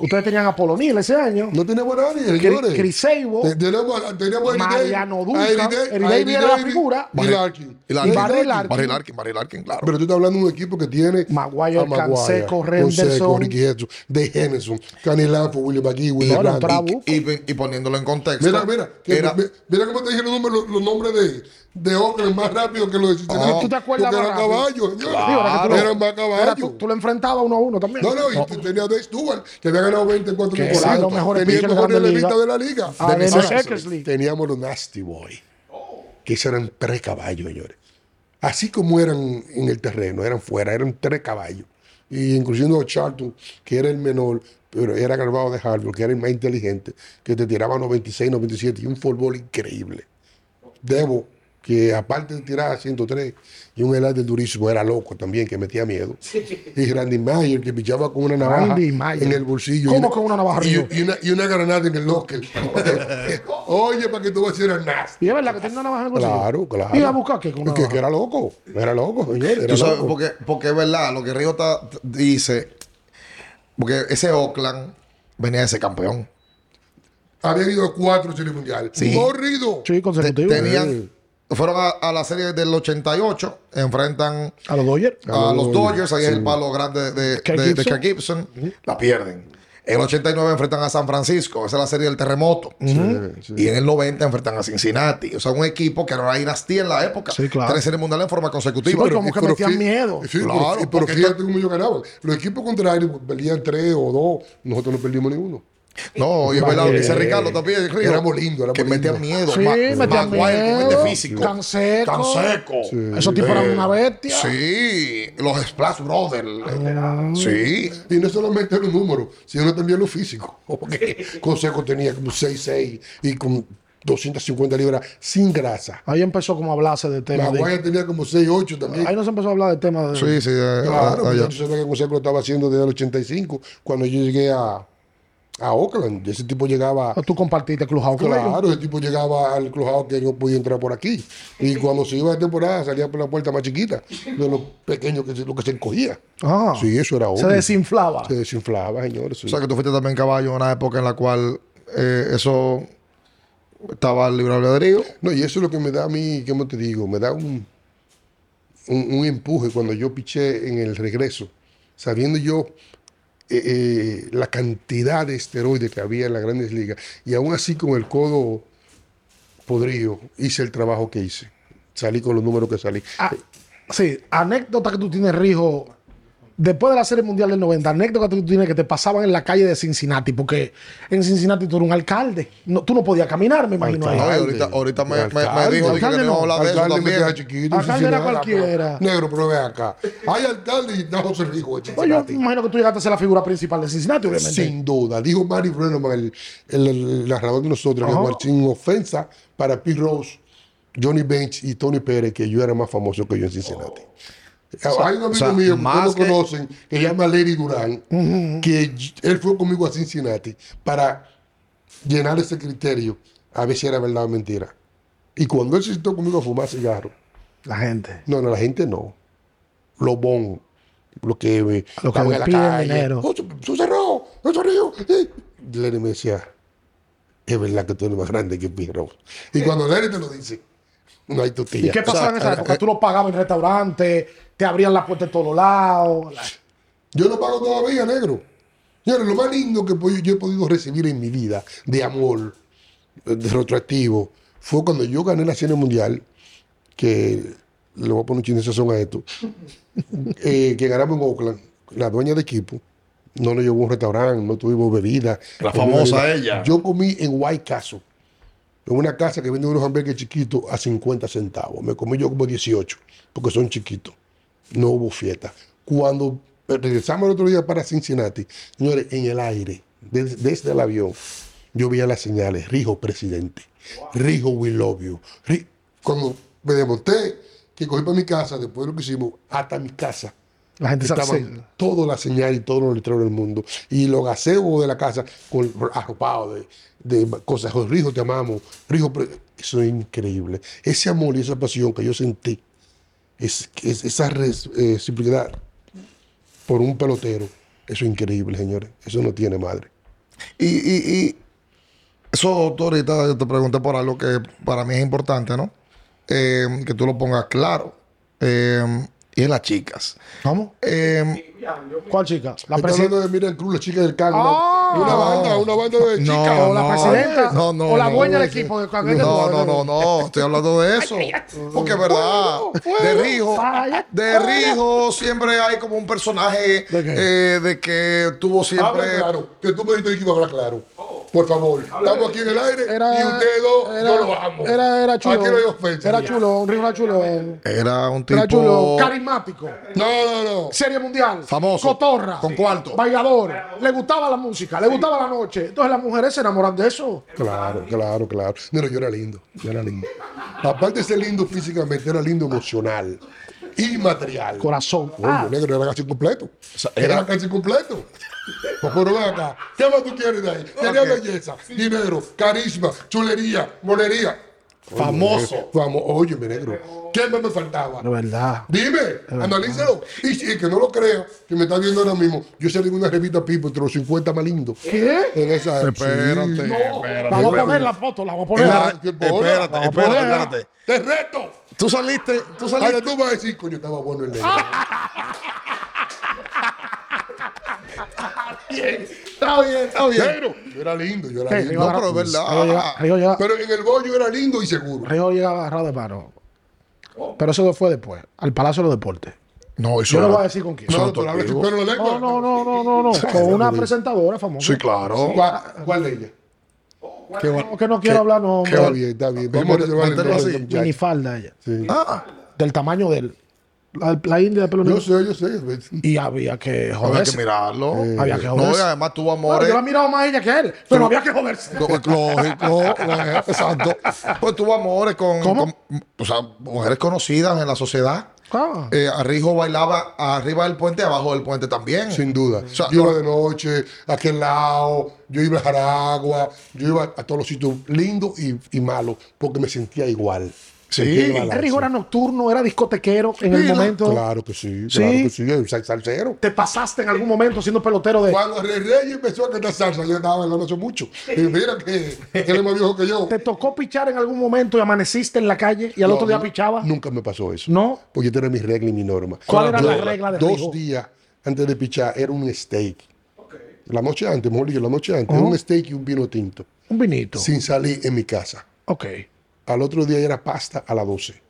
Speaker 1: Ustedes tenían a Polonil ese año.
Speaker 2: No tenemos a nadie, señores.
Speaker 1: Criseibo.
Speaker 2: Te- Tenemos, a- tenemos a Eric Davis,
Speaker 1: Mariano Duncan,
Speaker 2: a Eric Davis,
Speaker 1: Eric
Speaker 2: a
Speaker 1: Davis
Speaker 2: Eric
Speaker 1: era la
Speaker 2: Davis,
Speaker 1: figura.
Speaker 2: Y Larkin.
Speaker 3: Y
Speaker 1: Larkin. Barry Larkin.
Speaker 3: Barry Larkin, Barry Larkin, claro.
Speaker 2: Pero tú estás hablando de un equipo que tiene
Speaker 1: Maguire,
Speaker 2: a
Speaker 1: Canseco, Renderson.
Speaker 2: Canseco, Ricky Henderson, De Henderson, Cani Lanfo, William McGee, William
Speaker 1: No, no, Bravo.
Speaker 2: Brandt.
Speaker 3: y, y poniéndolo en contexto.
Speaker 2: Mira, mira, que-
Speaker 3: era-
Speaker 2: mi- mira cómo te dije los nombres, los, los nombres de, de hombres más rápido que los de Cincinnati.
Speaker 1: Ah. ¿Tú te acuerdas
Speaker 2: Porque eran
Speaker 1: más rápido?
Speaker 2: caballos, señores.
Speaker 1: Digo, era que tú lo-
Speaker 2: Eran más
Speaker 1: era
Speaker 2: caballos.
Speaker 1: tú, tú lo enfrentabas uno a uno también.
Speaker 2: No, no, y te- tenía Dave Stewart, que había ganado 20 en cuatro
Speaker 1: Que
Speaker 2: temporadas.
Speaker 1: eran los mejores
Speaker 2: tenía
Speaker 1: pitchers
Speaker 2: el mejor
Speaker 1: de la
Speaker 2: relevista
Speaker 1: liga.
Speaker 2: de la liga.
Speaker 1: Ah,
Speaker 2: De
Speaker 1: de
Speaker 2: Missouri.
Speaker 1: Eckersley.
Speaker 2: Teníamos los Nasty Boy, que esos eran tres caballos, señores. Así como eran en el terreno, eran fuera, eran tres caballos. Y incluyendo a Charlton, que era el menor, pero era grabado de Harvard, que era el más inteligente, que te tiraba 96, 97 y un fútbol increíble. Debo, que aparte de tirar a 103 y un helado del durísimo, era loco también, que metía miedo. Y Randy Mayer, que pillaba con una navaja
Speaker 1: Randy Mayer.
Speaker 2: en el bolsillo.
Speaker 1: ¿Cómo
Speaker 2: y
Speaker 1: con una navaja,
Speaker 2: Y,
Speaker 1: Rigo?
Speaker 2: y una, y una granada en el locker. Oye, para que tú vas a ser el nasty.
Speaker 1: Y es verdad que tenía una baja en el bolsillo.
Speaker 2: Claro, claro.
Speaker 1: ¿Y a buscar qué con una
Speaker 2: Porque
Speaker 1: navaja?
Speaker 2: era loco, era loco, señor, era
Speaker 3: Tú sabes,
Speaker 2: loco.
Speaker 3: porque, porque es verdad, lo que Río está- dice, porque ese Oakland venía de ese campeón.
Speaker 2: Había habido cuatro series mundiales.
Speaker 3: Sí.
Speaker 2: Corrido.
Speaker 1: Sí, consecutivo.
Speaker 3: Tenían, fueron a, a la serie del 88, enfrentan
Speaker 1: A los Dodgers.
Speaker 3: a los
Speaker 2: los
Speaker 3: Dodgers, ahí es
Speaker 2: sí.
Speaker 3: el palo grande de, de,
Speaker 1: Kirk
Speaker 3: de- de
Speaker 1: Gibson.
Speaker 3: Kirk Gibson, la pierden. En el 89 enfrentan a San Francisco, esa es la serie del terremoto.
Speaker 2: Sí, sí.
Speaker 3: Y en el 90 enfrentan a Cincinnati. O sea, un equipo que era una dinastía en la época.
Speaker 1: Sí, claro.
Speaker 3: Tres series mundiales en forma
Speaker 1: Sí,
Speaker 3: consecutiva.
Speaker 1: porque como que
Speaker 2: pero
Speaker 1: metían
Speaker 2: fí-
Speaker 1: miedo.
Speaker 2: Sí, pero-
Speaker 3: Claro,
Speaker 2: pero,
Speaker 3: porque
Speaker 2: fíjate cómo ellos ganaban. Los equipos contrarios perdían tres o dos, nosotros no perdimos ninguno.
Speaker 3: No, y es verdad lo que dice Ricardo también. Ricardo,
Speaker 2: Éramos lindos, éramos
Speaker 3: Que metían
Speaker 2: lindos.
Speaker 3: miedo.
Speaker 1: Sí,
Speaker 3: ma-
Speaker 1: metían
Speaker 3: Maguire,
Speaker 1: miedo.
Speaker 3: como el de físico.
Speaker 1: Tan seco.
Speaker 3: Tan seco.
Speaker 1: Esos tipos eran una bestia.
Speaker 3: Sí, los Splash Brothers.
Speaker 1: Ah.
Speaker 3: Sí.
Speaker 2: Y no solamente los números, sino también lo físico. Porque Consejo tenía como 6'6 y con 250 libras sin grasa.
Speaker 1: Ahí empezó como a hablarse de temas. de-
Speaker 2: Maguire tenía como 6'8 también.
Speaker 1: Ahí no se empezó a hablar de temas de.
Speaker 3: Sí, sí. eh,
Speaker 2: Claro,
Speaker 3: ah,
Speaker 2: porque
Speaker 3: ya.
Speaker 2: yo sabía que Consejo lo estaba haciendo desde el 85, cuando yo llegué a, a Oakland. Ese tipo llegaba...
Speaker 3: Ah,
Speaker 1: Ah, Tú compartiste crujado con ellos.
Speaker 2: Claro, el tipo llegaba al clubhouse que no podía entrar por aquí. Y cuando se iba de temporada salía por la puerta más chiquita, de los pequeños que se, lo que se encogía.
Speaker 1: Ah,
Speaker 2: Sí, eso era
Speaker 1: se
Speaker 2: obvio.
Speaker 1: desinflaba.
Speaker 2: Se desinflaba, señores. sí.
Speaker 3: O sea, que tú fuiste también caballo en una época en la cual eh, eso estaba al libre albedrío.
Speaker 2: No, y eso es lo que me da a mí, ¿cómo te digo? Me da un, un, un empuje cuando yo piché en el regreso, sabiendo yo eh, eh, la cantidad de esteroides que había en las grandes ligas, y aún así con el codo podrido, hice el trabajo que hice. Salí con los números que salí.
Speaker 1: Ah, sí, anécdota que tú tienes, Rijo. Después de la Serie Mundial del 90, anécdota que tú tienes que te pasaban en la calle de Cincinnati, porque en Cincinnati tú eras un alcalde. No, tú no podías caminar, me imagino. ahí.
Speaker 3: No, y
Speaker 2: Alcalde,
Speaker 3: ahorita, ahorita me, me- me
Speaker 2: alcalde,
Speaker 3: dijo dije, que
Speaker 1: alcalde no,
Speaker 3: no iba a hablar de eso
Speaker 2: Alcalde me
Speaker 3: también.
Speaker 2: deja chiquito,
Speaker 1: Alcalde
Speaker 2: sí, sí,
Speaker 1: era
Speaker 2: nada,
Speaker 1: cualquiera.
Speaker 2: pero- negro, pero ve acá. Hay alcalde y está José Rijo de
Speaker 1: Pues yo
Speaker 2: Cincinnati.
Speaker 1: imagino que tú llegaste a ser la figura principal de Cincinnati, obviamente.
Speaker 2: Sin duda. Dijo Mari Brenneman, el, el- el narrador de nosotros,
Speaker 1: Ajá.
Speaker 2: que sin ofensa para Pete Rose, Johnny Bench y Tony Pérez, que yo era más famoso que yo en Cincinnati. Hay un amigo
Speaker 3: sea,
Speaker 2: mío que
Speaker 3: más
Speaker 2: ustedes
Speaker 3: que-
Speaker 2: lo conocen, que se llama Larry Durán, que y- él fue conmigo a Cincinnati para llenar ese criterio, a ver si era verdad o mentira. Y cuando él se sentó conmigo a fumar cigarro,
Speaker 1: La gente.
Speaker 2: no, no, la gente no. Los bon, lo que eh,
Speaker 1: Lo que
Speaker 2: van a la
Speaker 1: piden
Speaker 2: calle.
Speaker 1: dinero.
Speaker 2: "Oh, se- se cerró! ¡Se cerró! eh". Larry me decía, es verdad que tú eres más grande que Pete Rose". Y cuando Larry te lo dice, no hay tu
Speaker 1: ¿Y
Speaker 2: tía.
Speaker 1: qué pasaba en
Speaker 3: eh,
Speaker 1: esa época? Tú lo pagabas en restaurantes, te abrían la puerta de todos lados. la-
Speaker 2: Yo no pago todavía, negro. Señores, lo más lindo que po- yo he podido recibir en mi vida de amor, eh, de retroactivo, fue cuando yo gané la Serie Mundial, que le voy a poner un chingazo sazón a esto, eh, que ganamos en Oakland, la dueña de equipo, no nos llevó a un restaurante, no tuvimos bebida.
Speaker 3: La
Speaker 2: no tuvimos
Speaker 3: famosa
Speaker 2: bebida.
Speaker 3: ella.
Speaker 2: Yo comí en White Castle, en una casa que vende unos hamburgues chiquitos a 50 centavos. Me comí yo como 18, porque son chiquitos no hubo fiesta. Cuando regresamos el otro día para Cincinnati, señores, en el aire, des- desde, el avión, yo veía las señales, Rijo presidente, Rijo we love you. Ri- Cuando me desmonté, que cogí para mi casa, después de lo que hicimos, hasta mi casa,
Speaker 1: La gente se
Speaker 2: estaban todas las señales y todos los letreros del mundo. Y los gazebos de la casa con arropados de, de cosas. Rijo, te amamos. Rijo, pre-". eso es increíble. Ese amor y esa pasión que yo sentí, es, es- esa eh, reciprocidad por un pelotero, eso es increíble, señores. Eso no tiene madre.
Speaker 3: Y, y, y eso tú ahorita yo te pregunté por algo que para mí es importante, ¿no? Eh, que tú lo pongas claro. Eh, y es las chicas.
Speaker 1: ¿Cómo?
Speaker 3: Eh,
Speaker 1: ¿Cuál chica? La
Speaker 2: Está
Speaker 1: presidenta.
Speaker 2: hablando de Mira el Cruz, la chica del Carmen.
Speaker 1: Ah.
Speaker 2: una banda, una banda de
Speaker 3: No,
Speaker 2: chicas.
Speaker 1: O la
Speaker 3: no,
Speaker 1: presidenta.
Speaker 3: no, no,
Speaker 1: o la
Speaker 3: no,
Speaker 1: dueña del
Speaker 3: no,
Speaker 1: equipo. de cualquier
Speaker 3: no,
Speaker 1: jugador.
Speaker 3: no, no, no. Estoy hablando de eso. Porque es verdad. De Rijo.
Speaker 1: Falla.
Speaker 3: De Rijo siempre hay como un personaje
Speaker 1: ¿De qué?
Speaker 3: eh, de que tuvo
Speaker 1: Ah,
Speaker 2: Habla
Speaker 3: siempre.
Speaker 2: claro, que tú me dijiste que iba a hablar claro. Por favor, estamos aquí en el aire
Speaker 1: Oh. Era,
Speaker 2: y ustedes dos no lo vamos.
Speaker 1: Era, era chulo.
Speaker 2: Aquí no hay ofensa.
Speaker 1: Era
Speaker 2: ya.
Speaker 1: chulo. Un río era chulo. Era
Speaker 3: Era un tipo.
Speaker 1: chulo. Carismático.
Speaker 2: No, no, no.
Speaker 1: Serie mundial.
Speaker 3: Famoso.
Speaker 1: Cotorra.
Speaker 3: Con cuarto.
Speaker 1: Bailador. Le gustaba la música. Le gustaba la noche. Entonces las mujeres se enamoran de eso.
Speaker 2: Claro, claro, claro. No, no, yo era lindo, yo era lindo. Aparte de ser lindo físicamente, era lindo emocional y material.
Speaker 1: Corazón.
Speaker 2: Oye,
Speaker 1: Ah,
Speaker 2: negro era casi completo. era... casi completo. Pues, Pero ven acá, ¿qué más tú quieres de ahí? Tenía belleza, dinero, carisma, chulería, molería.
Speaker 3: Famoso.
Speaker 2: Vamos, oye, mi negro, ¿qué más me faltaba?
Speaker 1: de verdad.
Speaker 2: Dime, analízalo. Y, si- y que no lo crea, que me está viendo ahora mismo, yo salí en una revista People entre los 50 más lindos.
Speaker 1: ¿Qué?
Speaker 2: En esa
Speaker 3: Espérate,
Speaker 2: Sí.
Speaker 3: espérate.
Speaker 1: La voy a poner la foto. La voy a poner.
Speaker 3: En la
Speaker 2: Ah,
Speaker 3: re-
Speaker 2: qué bola.
Speaker 3: Espérate,
Speaker 2: Vamos,
Speaker 3: espérate,
Speaker 2: bola.
Speaker 3: espérate.
Speaker 2: Te reto.
Speaker 3: Tú saliste, tú saliste.
Speaker 2: Ahora tú vas a decir, coño, estaba bueno el negro.
Speaker 1: Está bien, está bien.
Speaker 2: Negro. Yo era lindo, yo era
Speaker 1: Sí,
Speaker 2: lindo.
Speaker 1: Rijo
Speaker 3: pero es
Speaker 1: agarra-
Speaker 3: verdad.
Speaker 1: Rijo llega- Rijo llega-
Speaker 2: Pero en el bollo era lindo y seguro.
Speaker 1: Río llega agarrado de mano. Pero eso fue después, al Palacio de los Deportes.
Speaker 3: No, eso
Speaker 1: Yo no
Speaker 3: era-
Speaker 1: voy a decir con quién.
Speaker 3: eso
Speaker 2: No,
Speaker 3: era
Speaker 2: tú le hablas
Speaker 3: contigo.
Speaker 2: chupero en la
Speaker 1: No,
Speaker 2: lengua.
Speaker 1: no, no, no, no, no. Con una presentadora famosa.
Speaker 3: Sí, claro.
Speaker 2: ¿Cuál, cuál de ellas?
Speaker 1: Qué bueno. No, que no quiero hablar, no.
Speaker 3: qué
Speaker 2: Está
Speaker 1: hombre.
Speaker 3: bueno.
Speaker 2: bien, está bien.
Speaker 3: Pero
Speaker 2: Vamos a
Speaker 3: mete-
Speaker 2: reservar el
Speaker 3: meterlo
Speaker 2: nombre
Speaker 3: así.
Speaker 2: del muchacho.
Speaker 1: Minifalda ella.
Speaker 2: Sí.
Speaker 3: Ah,
Speaker 1: Del tamaño de él. La, la india de pelo
Speaker 2: Yo
Speaker 1: negro.
Speaker 2: sé, yo sé.
Speaker 1: Y había que
Speaker 3: había que eh.
Speaker 1: joderse.
Speaker 3: mirarlo.
Speaker 1: Había que
Speaker 3: No, y
Speaker 1: joderse.
Speaker 3: además tuvo
Speaker 1: Claro,
Speaker 3: amores.
Speaker 1: yo la miraba más a ella que a él, pero había que joderse.
Speaker 3: Lo- Lógico, lógico, exacto. Pues tuvo amores con,
Speaker 1: ¿Cómo?
Speaker 3: con- o sea, mujeres conocidas en la sociedad.
Speaker 1: Ah,
Speaker 3: Eh, Arrijo bailaba arriba del puente, abajo del puente también.
Speaker 2: Sin duda.
Speaker 3: Mm. sea,
Speaker 2: yo iba
Speaker 3: no-
Speaker 2: de noche, a aquel lado, yo iba a Jaragua, yo iba a todos los sitios lindos y, y malos, porque me sentía igual.
Speaker 3: Sí.
Speaker 2: Sentía el balance.
Speaker 1: Henry era nocturno, era discotequero en
Speaker 3: Sí,
Speaker 1: el
Speaker 3: no,
Speaker 1: momento.
Speaker 2: Claro que sí,
Speaker 1: Sí.
Speaker 2: claro que sí, el sal- salsero.
Speaker 1: Te pasaste en algún momento siendo pelotero de.
Speaker 2: Cuando Rey Reyes empezó a cantar salsa, yo estaba en la noche mucho. Y mira que, que él es más viejo que yo.
Speaker 1: ¿Te tocó pichar en algún momento y amaneciste en la calle y al otro día pichabas?
Speaker 2: Nunca me pasó eso.
Speaker 1: No.
Speaker 2: Pues yo tenía mis reglas y mi norma.
Speaker 1: ¿Cuál era
Speaker 2: Yo,
Speaker 1: la regla de
Speaker 2: Dos
Speaker 1: Rijo?
Speaker 2: días antes de pichar era un steak. La noche antes, mejor dicho, la noche antes, un steak y un vino tinto.
Speaker 1: Un vinito.
Speaker 2: Sin salir en mi casa.
Speaker 1: Ok.
Speaker 2: Al otro día era pasta a las 12.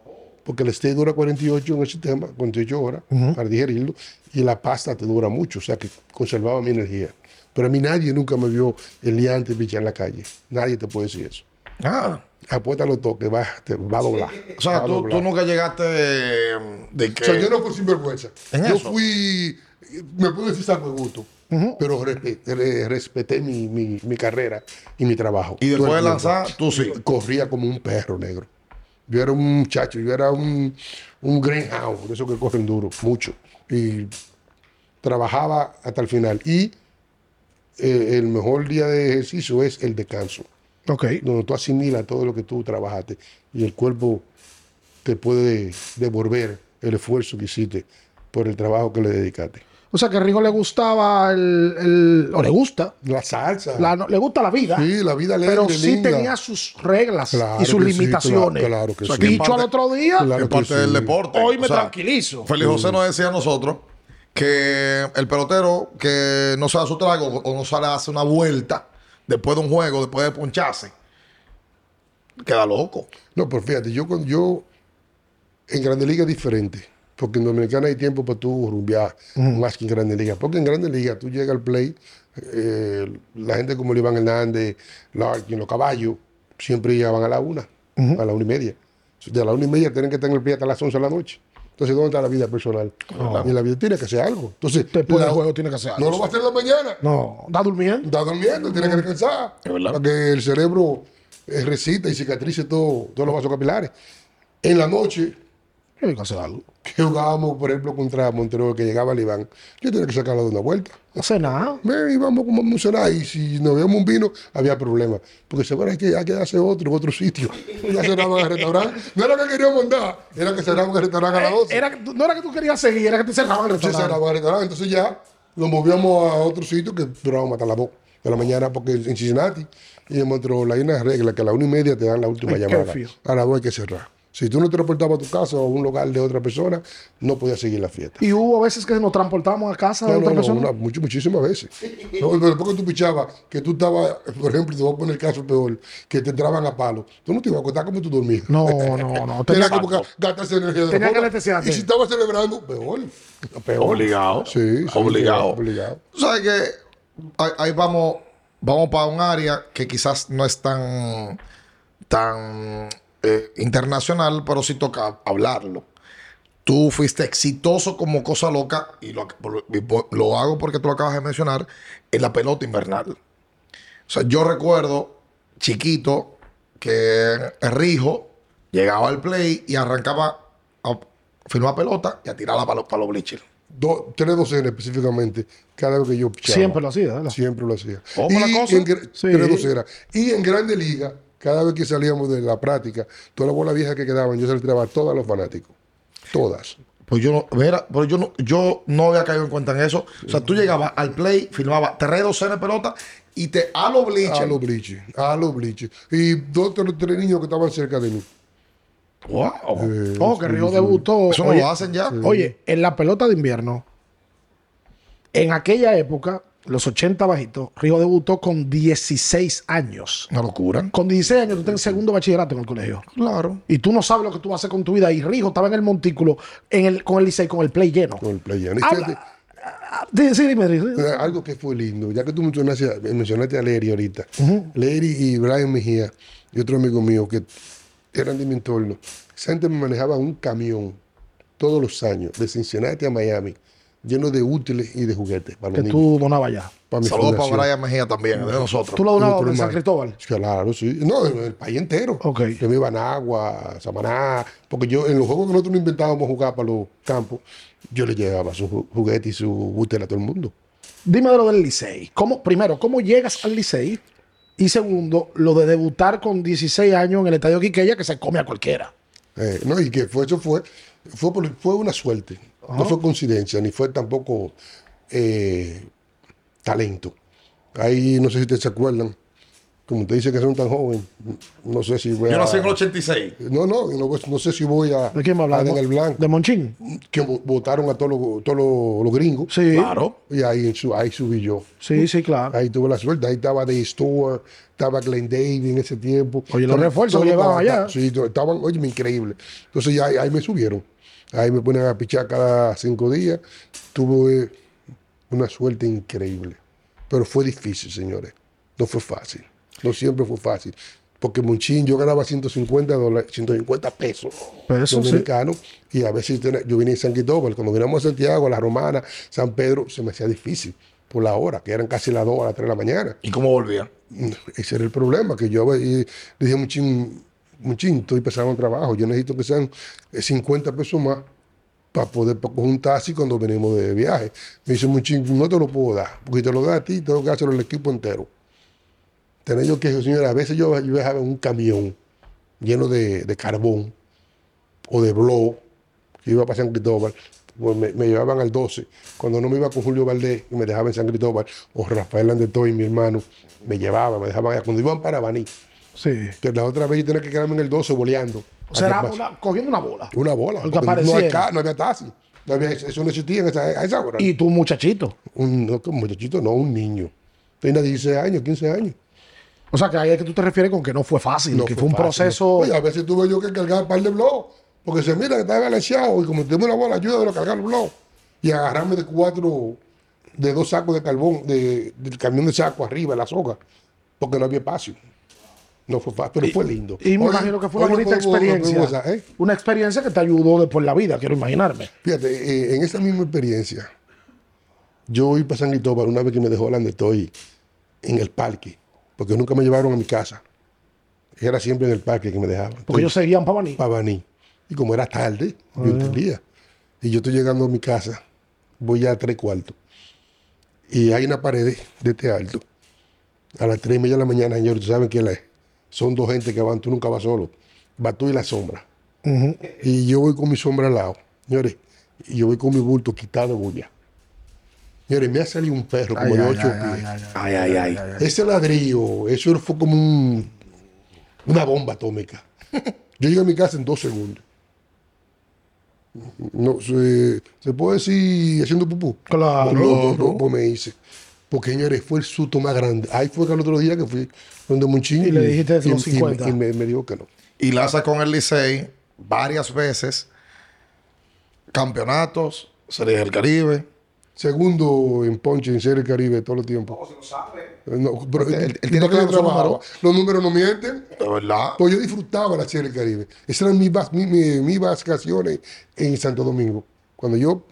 Speaker 2: Porque el steak dura 48 en el sistema, 48 horas para digerirlo. Y la pasta te dura mucho, o sea que conservaba mi energía. Pero a mí nadie nunca me vio el día antes de pichar en la calle. Nadie te puede decir eso.
Speaker 3: Ah.
Speaker 2: Apuesta los toques, va, te va a doblar.
Speaker 3: O sea,
Speaker 2: Va a
Speaker 3: tú,
Speaker 2: doblar.
Speaker 3: tú nunca llegaste de, de que.
Speaker 2: O sea, yo no fui sinvergüenza.
Speaker 3: ¿En
Speaker 2: Yo
Speaker 3: eso?
Speaker 2: fui, me puedo decir saco de gusto, pero respeté, re- respeté mi, mi- mi carrera y mi trabajo.
Speaker 3: Y después
Speaker 2: Todo el
Speaker 3: de
Speaker 2: tiempo.
Speaker 3: lanzar, tú sí.
Speaker 2: Corría como un perro negro. Yo era un muchacho, yo era un, un greenhound, de esos que corren duro, mucho. Y trabajaba hasta el final. Y eh, el mejor día de ejercicio es el descanso
Speaker 1: Ok.
Speaker 2: donde tú asimilas todo lo que tú trabajaste y el cuerpo te puede devolver el esfuerzo que hiciste por el trabajo que le dedicaste.
Speaker 1: O sea que a Rigo le gustaba el, el- o le gusta.
Speaker 2: La salsa.
Speaker 1: la- le gusta la vida.
Speaker 2: sí, la vida alegre,
Speaker 1: pero sí
Speaker 2: linda.
Speaker 1: tenía sus reglas
Speaker 2: Claro
Speaker 1: y sus
Speaker 2: que sí,
Speaker 1: limitaciones.
Speaker 2: claro- claro que sí.
Speaker 1: Dicho
Speaker 3: Parte-
Speaker 1: al otro día,
Speaker 2: Claro. que
Speaker 3: es parte
Speaker 2: sí.
Speaker 3: del deporte.
Speaker 1: hoy me
Speaker 3: O sea,
Speaker 1: tranquilizo.
Speaker 3: Feliz José nos decía a nosotros que el pelotero que no sale a su trago o no sale a hacer una vuelta después de un juego, después de poncharse, queda loco.
Speaker 2: No, pero fíjate, yo, cuando- yo en Grandes Ligas es diferente, porque en Dominicana hay tiempo para tú rumbear más que en Grandes Ligas, porque en Grandes Ligas tú llegas al play, eh, la gente como Iván Hernández, Larkin, los caballos, siempre ya van a la una, a la una y media. De la una y media tienen que estar en el play hasta las once de la noche. Entonces, ¿dónde está la vida personal? Y la vida tiene que hacer algo. Entonces,
Speaker 1: Después del
Speaker 2: la-
Speaker 1: pues, juego tiene que hacer
Speaker 2: no
Speaker 1: algo.
Speaker 2: lo va a hacer en la mañana
Speaker 1: No, da durmiendo.
Speaker 2: está durmiendo, tiene que descansar. Para que el cerebro eh, recita y cicatrice todo- todos los vasos capilares. En la noche,
Speaker 1: Tiene que hacer algo.
Speaker 2: que jugábamos, por ejemplo, contra Montero, que llegaba el Iván, yo tenía que sacarlo de una vuelta.
Speaker 1: No hace nada.
Speaker 2: Ven, íbamos como emocionados. Y si nos veíamos un vino, había problemas. Porque se van hay que, hay que darse otro en otro sitio. Ya cerraban el restaurante. No era que queríamos andar, era que cerraban el restaurante a las 12.
Speaker 1: Era, no era que tú querías seguir, era que te cerraban el
Speaker 2: Entonces
Speaker 1: restaurante.
Speaker 2: cerraban el restaurante. Entonces ya lo movíamos a otro sitio que durábamos hasta las 2 de la mañana, porque en Cincinnati y en Montreal hay una regla que a la una y media te dan la última
Speaker 1: El
Speaker 2: llamada.
Speaker 1: curfew.
Speaker 2: A las 2 hay que cerrar. Si tú no te reportabas a tu casa o a un local de otra persona, no podías seguir la fiesta.
Speaker 1: Y hubo veces que nos transportamos a casa de
Speaker 2: No,
Speaker 1: otra
Speaker 2: no, no,
Speaker 1: persona.
Speaker 2: una- mucho- muchísimas veces. No, pero después que tú pichabas, que tú estabas, por ejemplo, te voy a poner el caso peor, que te entraban a palo, tú no te ibas a acostar como tú dormías.
Speaker 1: No, no, no.
Speaker 2: Tenía
Speaker 1: Tenía
Speaker 2: que buscar, gastarse energía. de
Speaker 1: Tenía que
Speaker 2: forma.
Speaker 1: anestesiarte.
Speaker 2: Y si estaba celebrando, peor. Peor.
Speaker 3: Obligado.
Speaker 2: Sí, sí,
Speaker 3: obligado.
Speaker 2: obligado.
Speaker 3: Tú sabes que ahí, ahí vamos, vamos para un área que quizás no es tan, tan eh, internacional, pero sí toca hablarlo. Tú fuiste exitoso como cosa loca, y lo, ac- lo hago porque tú lo acabas de mencionar, en la pelota invernal. O sea, yo recuerdo, chiquito, que Rijo llegaba al play y arrancaba a firmar pelota y a tirarla para los, para los bleachers.
Speaker 2: Do- tres docenas específicamente, cada vez que yo pichaba.
Speaker 1: Siempre lo hacía, ¿eh? ¿verdad?
Speaker 2: Siempre lo hacía.
Speaker 3: ¿Cómo
Speaker 2: y
Speaker 3: la cosa?
Speaker 2: En, gra-
Speaker 1: Sí.
Speaker 2: Tres docenas. Y en Grande Liga, cada vez que salíamos de la práctica, todas las bolas viejas que quedaban, yo se las tiraba a todos los fanáticos. Todas.
Speaker 3: Pues yo no, mira, pero yo no, yo no había caído en cuenta en eso. O sea, tú llegabas al play, firmabas tres docenas de pelota y te a los
Speaker 2: A
Speaker 3: bleachers.
Speaker 2: los bliches, a los bliches. Y dos tres, tres niños que estaban cerca de mí.
Speaker 3: Wow.
Speaker 1: Oh, que Río debutó.
Speaker 3: Eso no lo hacen ya.
Speaker 1: Oye, en la pelota de invierno, en aquella época, los 80 bajitos, Rijo debutó con 16 años.
Speaker 3: Una locura.
Speaker 1: Con 16 años tú estás en segundo bachillerato en el colegio.
Speaker 3: Claro.
Speaker 1: Y tú no sabes lo que tú vas a hacer con tu vida. Y Rijo estaba en el montículo en el, con el Licey, con el play lleno.
Speaker 2: con el play.
Speaker 1: Habla- Ah, sí, sí, dime, Rijo.
Speaker 2: Eh, Algo que fue lindo, ya que tú mencionaste, mencionaste a Lery ahorita. Lery y Brian Mejía y otro amigo mío que eran de mi entorno. Esa gente me manejaba un camión todos los años, de Cincinnati a Miami, lleno de útiles y de juguetes para
Speaker 1: que
Speaker 2: los
Speaker 1: tú
Speaker 2: niños.
Speaker 1: donabas ya.
Speaker 2: para mi
Speaker 3: Saludos para
Speaker 2: fundación.
Speaker 3: Brian Mejía también, de nosotros.
Speaker 1: Tú lo donabas
Speaker 2: Otro
Speaker 1: en San
Speaker 2: hermano.
Speaker 1: Cristóbal.
Speaker 2: Claro, sí. No, del, del país entero.
Speaker 1: Ok.
Speaker 2: Yo me iba a Nagua, Samaná, porque yo en los juegos que nosotros no inventábamos jugar para los campos, yo le llevaba su ju- juguete y su útil a todo el mundo.
Speaker 1: Dime de lo del Licey. ¿Cómo, primero, ¿cómo llegas al Licey? Y segundo, lo de debutar con 16 años en el Estadio Quiqueya que se come a cualquiera.
Speaker 2: Eh, no, y que fue, eso fue, fue, por- fue una suerte. No fue coincidencia, ni fue tampoco eh, talento. Ahí no sé si ustedes se acuerdan, como te dice que son tan joven, no sé si voy
Speaker 3: Yo
Speaker 2: a-
Speaker 3: nací en el 86.
Speaker 2: No, no, no, no sé si voy a...
Speaker 1: ¿De quién me
Speaker 2: a
Speaker 1: hablas?
Speaker 2: Daniel Blanco,
Speaker 1: ¿De Monchín?
Speaker 2: que vo- votaron a todos los, todos los- los gringos.
Speaker 1: Sí.
Speaker 3: Claro.
Speaker 2: Y ahí, su- ahí subí yo.
Speaker 1: Sí, sí, claro.
Speaker 2: Ahí tuve la suerte. Ahí estaba Dave Stewart, estaba Glenn Davis en ese tiempo.
Speaker 1: Oye, los
Speaker 2: Todo-
Speaker 1: refuerzos
Speaker 2: todo
Speaker 1: llevaban
Speaker 2: estaba-
Speaker 1: allá.
Speaker 2: Sí, todo- estaban, oye, increíble. Entonces ya ahí, ahí me subieron. Ahí me ponen a pichar cada cinco días. Tuve una suerte increíble. Pero fue difícil, señores. No fue fácil. No siempre fue fácil. Porque Monchín, yo ganaba 150 dólares, 150 pesos
Speaker 1: Pesos, sí.
Speaker 2: dominicanos. Y a veces tenía- yo vine de San Cristóbal. Cuando vinimos a Santiago, a La Romana, San Pedro, se me hacía difícil por la hora, que eran casi las 2 a las 3 de la mañana.
Speaker 3: ¿Y cómo volvía?
Speaker 2: Ese era el problema, que yo eh, le dije a Muchín, Muchín, estoy pasando trabajo, yo necesito que sean eh, 50 pesos más para poder pa- coger un taxi cuando venimos de viaje. Me dice Muchín, no te lo puedo dar, porque te lo da a ti, tengo que hacerlo al equipo entero. Tener yo que, señora, a veces yo, yo viajaba en un camión lleno de, de carbón o de blow, que iba para San Cristóbal, pues me, me llevaban al 12. Cuando no me iba con Julio Valdés y me dejaban en San Cristóbal, o Rafael Andetoy, mi hermano, me llevaban, me dejaban allá. Cuando iban para Baní,
Speaker 1: Sí.
Speaker 2: que la otra vez yo tenía que quedarme en el 12 boleando.
Speaker 1: O sea, era
Speaker 2: Hasta-
Speaker 1: una- cogiendo una bola.
Speaker 2: una bola.
Speaker 1: Lo que
Speaker 2: porque no,
Speaker 1: apareciera.
Speaker 2: hay ca- no había taxi. No había- eso no existía en esa, a esa hora.
Speaker 1: Y tú, muchachito.
Speaker 2: un, no, como muchachito, no, un niño. Tenía 16 años, 15 años.
Speaker 1: O sea, que ahí es que tú te refieres con que no fue fácil,
Speaker 2: No
Speaker 1: que fue, un
Speaker 2: fácil,
Speaker 1: proceso.
Speaker 2: no. Oye, a veces tuve yo que cargar un par de blogs. Porque se mira que está balanceado y como tengo una bola, ayúdalo a cargar el blog. Y agarrarme de cuatro, de dos sacos de carbón, de- del camión de saco arriba, la soga. Porque no había espacio. No fue fácil, pero fue lindo.
Speaker 1: Y me
Speaker 2: Oye,
Speaker 1: imagino que fue una
Speaker 2: oye,
Speaker 1: bonita
Speaker 2: fue- fue- fue- fue-
Speaker 1: experiencia.
Speaker 2: fue- ¿eh?
Speaker 1: Una experiencia que te ayudó después en la vida, quiero imaginarme.
Speaker 2: Fíjate, eh, en esa misma experiencia, yo iba para San Cristóbal una vez que me dejó Landetoy en el parque, porque nunca me llevaron a mi casa. Era siempre en el parque que me dejaban.
Speaker 1: Porque ellos seguían para venir.
Speaker 2: para Baní. Y como era tarde, yo entendía. Y yo estoy llegando a mi casa, voy ya a tres cuartos. Y hay una pared de este alto. A las tres y media de la mañana, señores, tú saben quién la es. Son dos gente que van, tú nunca vas solo. Va tú y la sombra. Y yo voy con mi sombra al lado, señores. Y yo voy con mi bulto quitado de bulla. Señores, me ha salido un perro como de ocho pies.
Speaker 1: Ay, ay, ay.
Speaker 2: Ese ladrillo, eso fue como un- una bomba atómica. Yo llegué a mi casa en dos segundos. No, se, se puede decir haciendo pupú.
Speaker 1: Claro.
Speaker 2: No, no, no, me hice. Porque señores, fue el susto más grande. Ahí fue que el otro día que fui donde Munchín.
Speaker 1: Y le dijiste los
Speaker 2: y- y-
Speaker 1: 50.
Speaker 2: Y, me, me dijo que no.
Speaker 3: Y lanza con el Licey varias veces. Campeonatos, Series del Caribe.
Speaker 2: Segundo en Ponche, en Serie del Caribe, todo el tiempo. Eh, No, pero
Speaker 3: Él- él
Speaker 2: no
Speaker 3: tiene
Speaker 2: que
Speaker 3: claro
Speaker 2: yo
Speaker 3: su
Speaker 2: trabajaba.
Speaker 3: número.
Speaker 2: Los números no mienten.
Speaker 3: De verdad.
Speaker 2: Pues yo disfrutaba la Serie del Caribe. Esas eran mis, vac- mi- mi- mis vacaciones en Santo Domingo. Cuando yo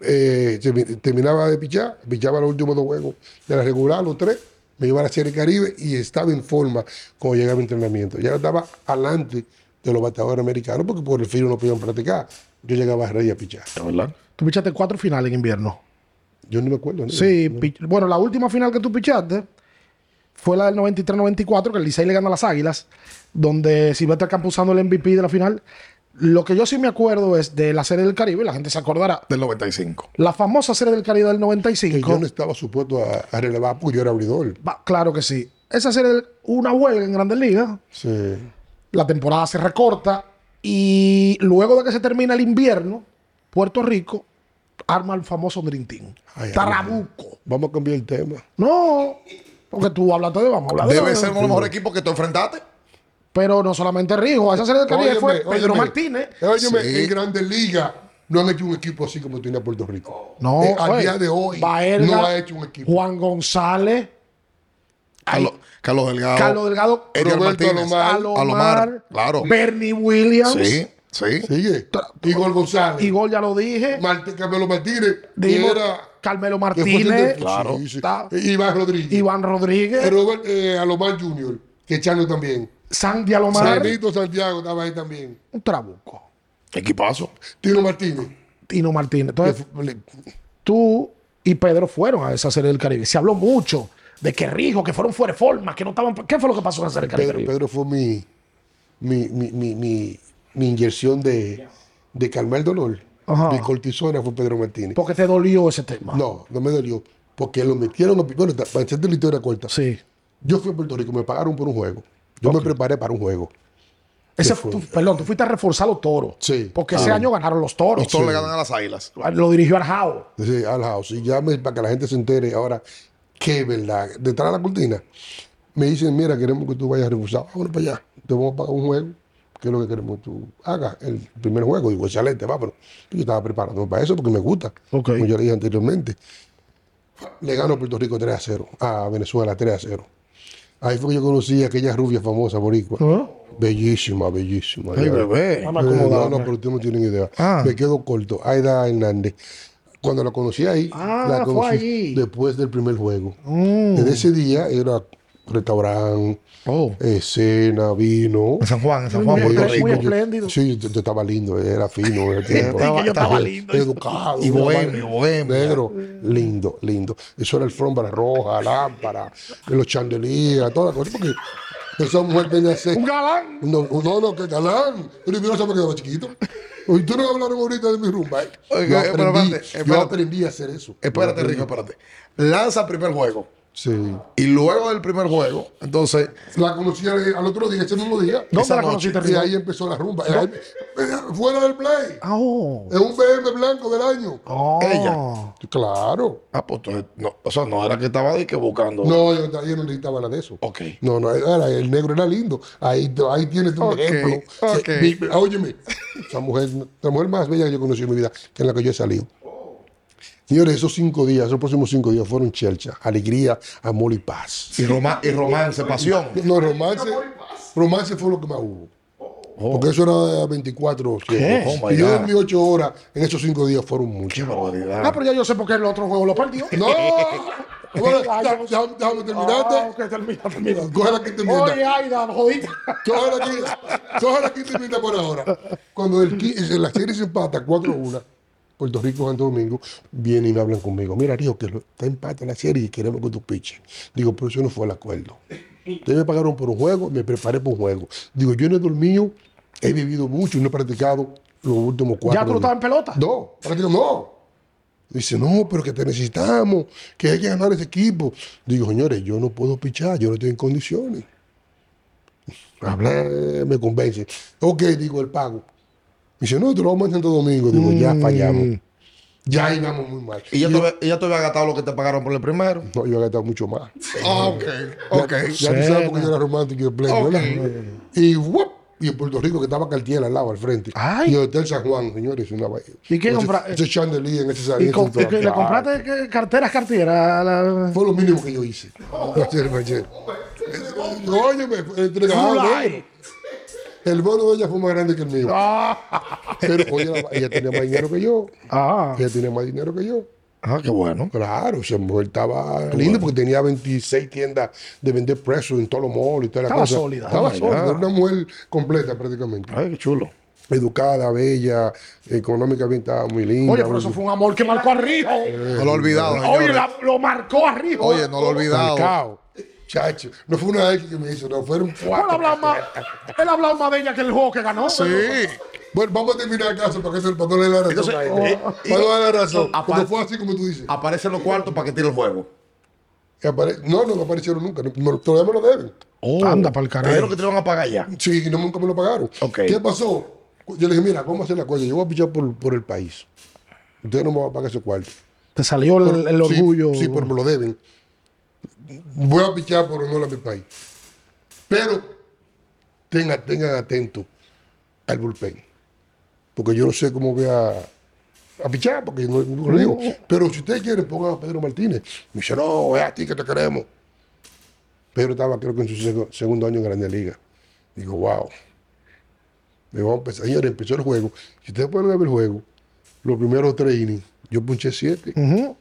Speaker 2: eh, termi- terminaba de pichar, pichaba los últimos dos juegos de la regular, los tres, me iba a la Serie del Caribe y estaba en forma cuando llegaba a mi entrenamiento. Ya estaba adelante de los bateadores americanos porque por el frío no podían practicar. Yo llegaba a Rey a pichar.
Speaker 3: De verdad.
Speaker 1: Tú pichaste cuatro finales en invierno.
Speaker 2: Yo no me acuerdo. ¿no?
Speaker 1: Sí, pi- bueno, la última final que tú pichaste fue la del 93-94, que el Licey le gana a las Águilas, donde Silvestre Campuzano el MVP de la final. Lo que yo sí me acuerdo es de la Serie del Caribe, la gente se acordará,
Speaker 3: Del 95.
Speaker 1: la famosa Serie del Caribe del
Speaker 2: Que
Speaker 1: 95.
Speaker 2: yo no estaba supuesto a, a relevar porque yo era abridor.
Speaker 1: Va, claro que sí. Esa serie, del- una huelga en Grandes Ligas,
Speaker 2: Sí.
Speaker 1: la temporada se recorta y luego de que se termina el invierno, Puerto Rico arma el famoso Dream Team.
Speaker 2: Ay, ay,
Speaker 1: Tarabuco.
Speaker 2: Vamos a cambiar el tema.
Speaker 1: No, porque tú hablaste de vamos a hablar de
Speaker 3: Debe
Speaker 1: la-
Speaker 3: ser uno de los mejores equipos que te enfrentaste.
Speaker 1: Pero no solamente Rijo, a esa serie de Caribe fue Pedro Martínez.
Speaker 2: Óyeme,
Speaker 3: Sí.
Speaker 2: en Grandes Ligas no han hecho un equipo así como tiene Puerto Rico.
Speaker 1: No,
Speaker 2: Eh, al
Speaker 1: fue
Speaker 2: día de hoy
Speaker 1: Baerga,
Speaker 2: no ha hecho un equipo.
Speaker 1: Juan González,
Speaker 3: Carlos, Carlos Delgado.
Speaker 1: Carlos Delgado,
Speaker 3: Edgar
Speaker 2: Roberto
Speaker 3: Martínez.
Speaker 2: Alomar.
Speaker 3: Alomar, claro.
Speaker 1: Bernie Williams,
Speaker 3: Sí, sí.
Speaker 2: Sigue. Igor González.
Speaker 1: Igor ya lo dije,
Speaker 2: Marte Carmelo Martínez.
Speaker 1: dijimos
Speaker 2: era-
Speaker 1: Carmelo
Speaker 2: que fue
Speaker 1: Martínez,
Speaker 2: teniente-
Speaker 3: Claro.
Speaker 2: Sí, sí.
Speaker 1: Está-
Speaker 2: Iván Rodríguez.
Speaker 1: Iván Rodríguez,
Speaker 2: Robert eh, Alomar Jr. Que Chano también.
Speaker 1: Sandy Alomar,
Speaker 2: Sanito Santiago estaba ahí también.
Speaker 1: un trabuco,
Speaker 3: Equipazo.
Speaker 2: Tino Martínez.
Speaker 1: Tino Martínez.
Speaker 2: que
Speaker 1: Entonces,
Speaker 2: fue- le-
Speaker 1: tú y Pedro fueron a esa serie del Caribe. Se habló mucho de que Rijo, que fueron fuera de forma, que no estaban. ¿Qué fue lo que pasó en la serie del Caribe?
Speaker 2: Pedro, Pedro fue mi, mi, mi, mi, mi, mi inyección de, de calmar el dolor.
Speaker 1: Ajá.
Speaker 2: Mi cortisona fue Pedro Martínez.
Speaker 1: Porque te dolió ese tema.
Speaker 2: No, no me dolió. Porque lo metieron a bueno, ta- para hacerte la historia corta.
Speaker 1: Sí.
Speaker 2: Yo fui a Puerto Rico, me pagaron por un juego. Yo me preparé para un juego.
Speaker 1: Ese,
Speaker 2: fue?
Speaker 1: tú- perdón, tú fuiste a reforzar los toros.
Speaker 2: Sí.
Speaker 1: Porque ese año ganaron los toros.
Speaker 3: Los toros le ganan a las águilas.
Speaker 1: Lo dirigió Arjao.
Speaker 2: Dice, al house. Y ya me- para que la gente se entere ahora qué verdad. Detrás de la cortina, me dicen, mira, queremos que tú vayas a reforzar. Vámonos para allá. Te vamos a pagar un juego. que es lo que queremos que tú hagas? El primer juego. Digo, excelente, vámonos. Y Yo estaba preparándome para eso porque me gusta.
Speaker 1: Ok.
Speaker 2: Como yo le dije anteriormente. Le ganó Puerto Rico 3 a 0. A Venezuela 3 a 0. Ahí fue que yo conocí a aquella rubia famosa boricua.
Speaker 1: ¿Ah?
Speaker 2: Bellísima, bellísima. Ya.
Speaker 1: Vamos a
Speaker 2: Eh,
Speaker 1: acomodar.
Speaker 2: No, no, pero ustedes no tienen idea.
Speaker 1: Ah.
Speaker 2: Me quedo corto. Aida Hernández. Cuando la conocí ahí,
Speaker 1: Ah,
Speaker 2: la
Speaker 1: fue
Speaker 2: conocí
Speaker 1: ahí.
Speaker 2: después del primer juego.
Speaker 1: Mm.
Speaker 2: En ese día era restaurante,
Speaker 1: Oh.
Speaker 2: eh, cena, vino. Eh,
Speaker 3: En San Juan, en San
Speaker 1: Muy
Speaker 3: Juan, Puerto
Speaker 1: bien,
Speaker 3: Rico.
Speaker 1: muy
Speaker 2: Yo-
Speaker 1: espléndido.
Speaker 2: Sí, yo, yo estaba lindo, era fino. era tipo-
Speaker 1: Estaba-
Speaker 3: yo estaba
Speaker 1: lindo.
Speaker 2: Educado.
Speaker 3: Y
Speaker 2: una
Speaker 3: bohemio,
Speaker 2: vaina.
Speaker 3: bohemio.
Speaker 2: Negro, lindo, lindo. Eso era alfombra roja, lámpara, los chandeliers, toda la cosa. Porque esa mujer tenía sed.
Speaker 1: Un galán.
Speaker 2: No, no, no, que galán. Pero yo se me quedaba chiquito. Hoy tú no hablaron ahorita de mi rumba. ¿eh?
Speaker 3: Oiga,
Speaker 2: yo,
Speaker 3: eh, pero
Speaker 2: aprendí,
Speaker 3: espérate,
Speaker 2: yo
Speaker 3: espérate.
Speaker 2: aprendí a hacer eso.
Speaker 3: Espérate, Rico, espérate. Lanza el primer juego.
Speaker 2: Sí.
Speaker 3: Y luego del primer juego, entonces,
Speaker 2: La conocí al, al otro día, ese mismo día.
Speaker 1: ¿Dónde
Speaker 3: Esa
Speaker 1: la
Speaker 3: noche,
Speaker 1: conociste,
Speaker 2: Y
Speaker 1: Rijo?
Speaker 2: ahí empezó la rumba. Ahí- eh, fuera del play.
Speaker 1: Ah, Oh.
Speaker 2: Es un BM blanco del año.
Speaker 1: Oh.
Speaker 3: Ella.
Speaker 2: Claro.
Speaker 3: ah, pues entonces, no, o sea, no era que estaba de que buscando.
Speaker 2: No, yo, yo no necesitaba nada de eso.
Speaker 3: Ok.
Speaker 2: No, no, era, el negro era lindo. Ahí, ahí tienes un
Speaker 3: Ok,
Speaker 2: ejemplo.
Speaker 3: ok.
Speaker 2: Sí, mi- óyeme, esa mujer, la mujer más bella que yo conocí en mi vida, que en la que yo he salido. Señores, esos cinco días, esos próximos cinco días fueron chelcha, alegría, amor y paz.
Speaker 3: Y, roma- y romance, pasión.
Speaker 2: No, romance, romance fue lo que más hubo. Porque eso era 24 7.
Speaker 3: Oh, my
Speaker 2: y yo
Speaker 3: God.
Speaker 2: dormí 8 horas, en esos cinco días fueron
Speaker 3: Qué
Speaker 2: muchas.
Speaker 3: barbaridad.
Speaker 1: Ah, pero ya yo sé por qué el otro juego lo perdió.
Speaker 2: ¡No! Bueno, déjame, déjame
Speaker 1: Ah,
Speaker 2: terminarte.
Speaker 1: ok, termina, termina.
Speaker 3: Oh.
Speaker 2: Coge la que te
Speaker 1: Oye, Aida, jodita.
Speaker 2: Todas las que- todas las que te pinta por ahora. Cuando el, qui- la serie se empata 4-1, Puerto Rico Santo Domingo, vienen y me hablan conmigo. Mira, Río, que lo- está empate la serie y queremos que tú piches. Digo, pero eso no fue el acuerdo. Ustedes me pagaron por un juego, me preparé por un juego. Digo, yo no he dormido, he vivido mucho y no he practicado los últimos cuatro.
Speaker 1: ¿Ya tú no
Speaker 2: meses.
Speaker 1: estabas en pelota?
Speaker 2: No, prácticamente no. Dice, no, pero que te necesitamos, que hay que ganar ese equipo. Digo, señores, yo no puedo pichar, yo no estoy en condiciones. Habla, me convence. Ok, digo, el pago. Dice, no, te lo vamos en Santo Domingo. Digo, ya
Speaker 1: Mm.
Speaker 2: fallamos. Ya íbamos muy mal.
Speaker 3: Y ya te, había- y ya te había gastado lo que te pagaron por el primero.
Speaker 2: No, yo he gastado mucho más.
Speaker 3: Ah, ok, ok.
Speaker 2: Ya tú sabes por qué yo era romántico y el pleno,
Speaker 3: Ok.
Speaker 2: ¿verdad? Y, ¡wup! y en Puerto Rico, que estaba Cartier al lado, al frente.
Speaker 1: Ay.
Speaker 2: Y el Hotel San Juan, señores, una vaina.
Speaker 1: ¿Y qué
Speaker 2: Ese-
Speaker 1: compra-
Speaker 2: Ese chandelier en ese
Speaker 1: ¿Y,
Speaker 2: salón.
Speaker 1: con-
Speaker 2: ese-
Speaker 1: y que- le
Speaker 2: Claro.
Speaker 1: compraste que- carteras, carteras? La...
Speaker 2: Fue lo mínimo que yo hice.
Speaker 1: Oh.
Speaker 2: Ayer, ayer.
Speaker 1: pues,
Speaker 2: Eh, Óyeme, entregado
Speaker 1: Fulay.
Speaker 2: El bono de ella fue más grande que el mío.
Speaker 1: Ah,
Speaker 2: Pero oye, la- ella tenía más dinero que yo.
Speaker 1: ah.
Speaker 2: Ella tenía más dinero que yo.
Speaker 3: Ah, qué bueno.
Speaker 2: Claro, esa mujer estaba linda porque tenía 26 tiendas de vender presos en todos los malls y toda la
Speaker 1: Estaba
Speaker 2: cosa.
Speaker 1: sólida. Ah.
Speaker 2: Estaba
Speaker 3: Ay,
Speaker 2: sólida.
Speaker 3: ya.
Speaker 2: Era una mujer completa prácticamente.
Speaker 3: Ay, qué chulo.
Speaker 2: Educada, bella, económicamente estaba muy linda.
Speaker 1: Oye, pero eso fue un amor que marcó a Rijo.
Speaker 3: No lo he olvidado,
Speaker 1: Oye,
Speaker 3: señores.
Speaker 1: la- lo marcó a Rijo.
Speaker 3: Oye, no lo he olvidado.
Speaker 2: Marcado. Chacho, no fue una X que me hizo, no, fueron
Speaker 1: Bueno, él ha
Speaker 2: cuatro.
Speaker 1: hablado más, él ha hablado más de ella que el juego que ganó.
Speaker 3: Sí.
Speaker 2: Bueno, vamos a terminar el caso para que se para no le dé la razón.
Speaker 3: Entonces,
Speaker 2: a él.
Speaker 3: eh,
Speaker 1: Oh,
Speaker 2: para no darle la razón.
Speaker 3: aparte-
Speaker 2: porque fue así como tú dices.
Speaker 3: Aparecen los cuartos para que tire el juego.
Speaker 2: Que apare- no, no me aparecieron nunca. No, no, todavía me lo deben.
Speaker 1: Oh, Anda pa'l carajo.
Speaker 3: Pero que te lo van a pagar ya.
Speaker 2: Sí, y no, nunca me lo pagaron.
Speaker 3: Ok.
Speaker 2: ¿Qué pasó? Yo le dije, mira, vamos a hacer la cosa. Yo voy a pichar por, por el país. Usted no me va a pagar ese cuarto.
Speaker 1: Te salió el, el
Speaker 2: Sí,
Speaker 1: orgullo.
Speaker 2: Sí, pero me lo deben. Voy a pichar por honor a mi país. Pero tengan, tengan atento al bullpen. Porque yo no sé cómo voy a, a pichar, porque no, no lo digo. Pero si ustedes quieren, pongan a Pedro Martínez. Me dice, no, es a ti que te queremos. Pedro estaba, creo que en su seg- segundo año en Grande Liga. Digo, wow. Me vamos a empezar. Señores, empezó el juego. Si ustedes pueden ver el juego, los primeros tres innings, yo punché siete.
Speaker 1: Ujú.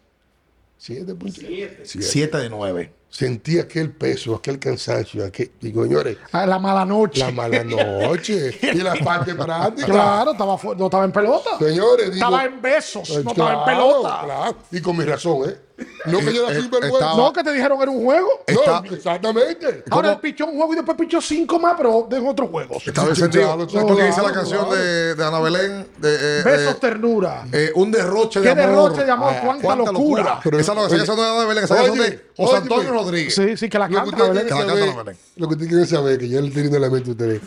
Speaker 2: Siete puntos.
Speaker 1: eh.
Speaker 2: Siete.
Speaker 3: 7 de 9.
Speaker 2: Sentí aquel peso, aquel cansancio, aquel, digo, señores,
Speaker 1: Ah, la mala noche.
Speaker 2: la mala noche y la parte práctica.
Speaker 1: Claro, estaba, fu- no estaba en pelota.
Speaker 2: Señores, digo,
Speaker 1: Estaba en besos,
Speaker 2: eh,
Speaker 1: no estaba en
Speaker 2: claro,
Speaker 1: pelota.
Speaker 2: claro, y con mi razón, ¿eh? No que yo
Speaker 3: Eh,
Speaker 2: era
Speaker 3: eh,
Speaker 2: sinvergüenza.
Speaker 3: estaba-
Speaker 1: No, que te dijeron era un juego.
Speaker 2: No,
Speaker 3: Está-
Speaker 2: exactamente.
Speaker 1: Ahora él pichó un juego y después pichó cinco más, pero de otros juegos.
Speaker 3: Estaba
Speaker 2: Sí, sí,
Speaker 3: encendido.
Speaker 2: claro, claro,
Speaker 3: Porque dice la
Speaker 2: claro,
Speaker 3: canción
Speaker 2: claro.
Speaker 3: de, de Ana Belén. De, eh,
Speaker 1: Besos,
Speaker 3: eh,
Speaker 1: ternura.
Speaker 3: eh, un derroche de
Speaker 1: ¿Qué
Speaker 3: amor.
Speaker 1: derroche de amor?
Speaker 3: Ah,
Speaker 1: ¿Cuánta locura?
Speaker 3: Pero esa no, esa
Speaker 2: Oye,
Speaker 3: canción no es de Ana Belén, esa canción
Speaker 2: oye,
Speaker 3: de José
Speaker 2: oye,
Speaker 3: Antonio
Speaker 2: oye.
Speaker 3: Rodríguez.
Speaker 1: Sí, sí, que la
Speaker 2: Lo que
Speaker 1: canta.
Speaker 2: ustedes
Speaker 1: Belén.
Speaker 3: Que la
Speaker 2: quieren
Speaker 3: canta
Speaker 2: saber,
Speaker 3: la Belén.
Speaker 2: lo que ustedes quieren saber, que ya le tenido la mente a ustedes,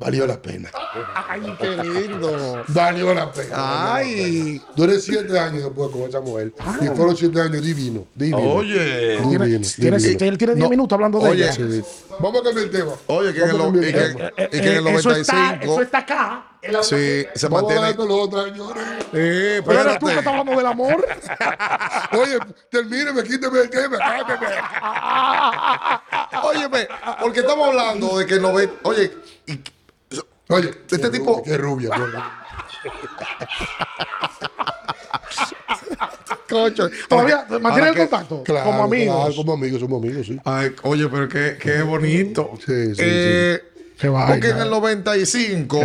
Speaker 2: valió la pena.
Speaker 1: Ay,
Speaker 3: Qué lindo.
Speaker 2: Valió la pena.
Speaker 3: Ay.
Speaker 2: Duré siete años después con esa mujer. Y fueron siete años divino. divino.
Speaker 3: Oye.
Speaker 2: divino,
Speaker 1: Ah. tiene- tiene-
Speaker 2: divino.
Speaker 1: Él tiene 10
Speaker 3: No,
Speaker 1: minutos hablando de
Speaker 3: oye,
Speaker 1: ella.
Speaker 3: sí.
Speaker 2: Vamos a cambiar el tema.
Speaker 3: Oye, que en el,
Speaker 2: Vamos a
Speaker 3: y
Speaker 2: cambiar
Speaker 3: que,
Speaker 2: el tema.
Speaker 1: Eh,
Speaker 3: y que en el
Speaker 1: eh,
Speaker 3: 95.
Speaker 1: eso, está, eso está acá. El-
Speaker 3: Sí, se
Speaker 2: Vamos a
Speaker 3: mantiene.
Speaker 2: hablar con los otros, señores.
Speaker 3: Eh,
Speaker 1: Pero eres tú que
Speaker 3: espérate.
Speaker 1: estás hablando del amor.
Speaker 2: Oye, termíneme, quíteme el tema, cámbiame.
Speaker 3: Óyeme, porque estamos hablando de que no ve. Oye, y-
Speaker 2: Oye,
Speaker 3: Este
Speaker 2: qué rubia,
Speaker 3: tipo-
Speaker 2: Qué rubia, bro.
Speaker 3: coño.
Speaker 1: Todavía
Speaker 3: Ahora que-
Speaker 1: mantiene el
Speaker 3: ahora que-
Speaker 1: contacto.
Speaker 2: Claro,
Speaker 1: como amigos.
Speaker 2: claro, como amigos, somos amigos, sí.
Speaker 3: Ay, oye, pero qué, qué bonito.
Speaker 2: Sí, sí,
Speaker 3: Eh,
Speaker 1: Qué vaina.
Speaker 3: porque en el 95,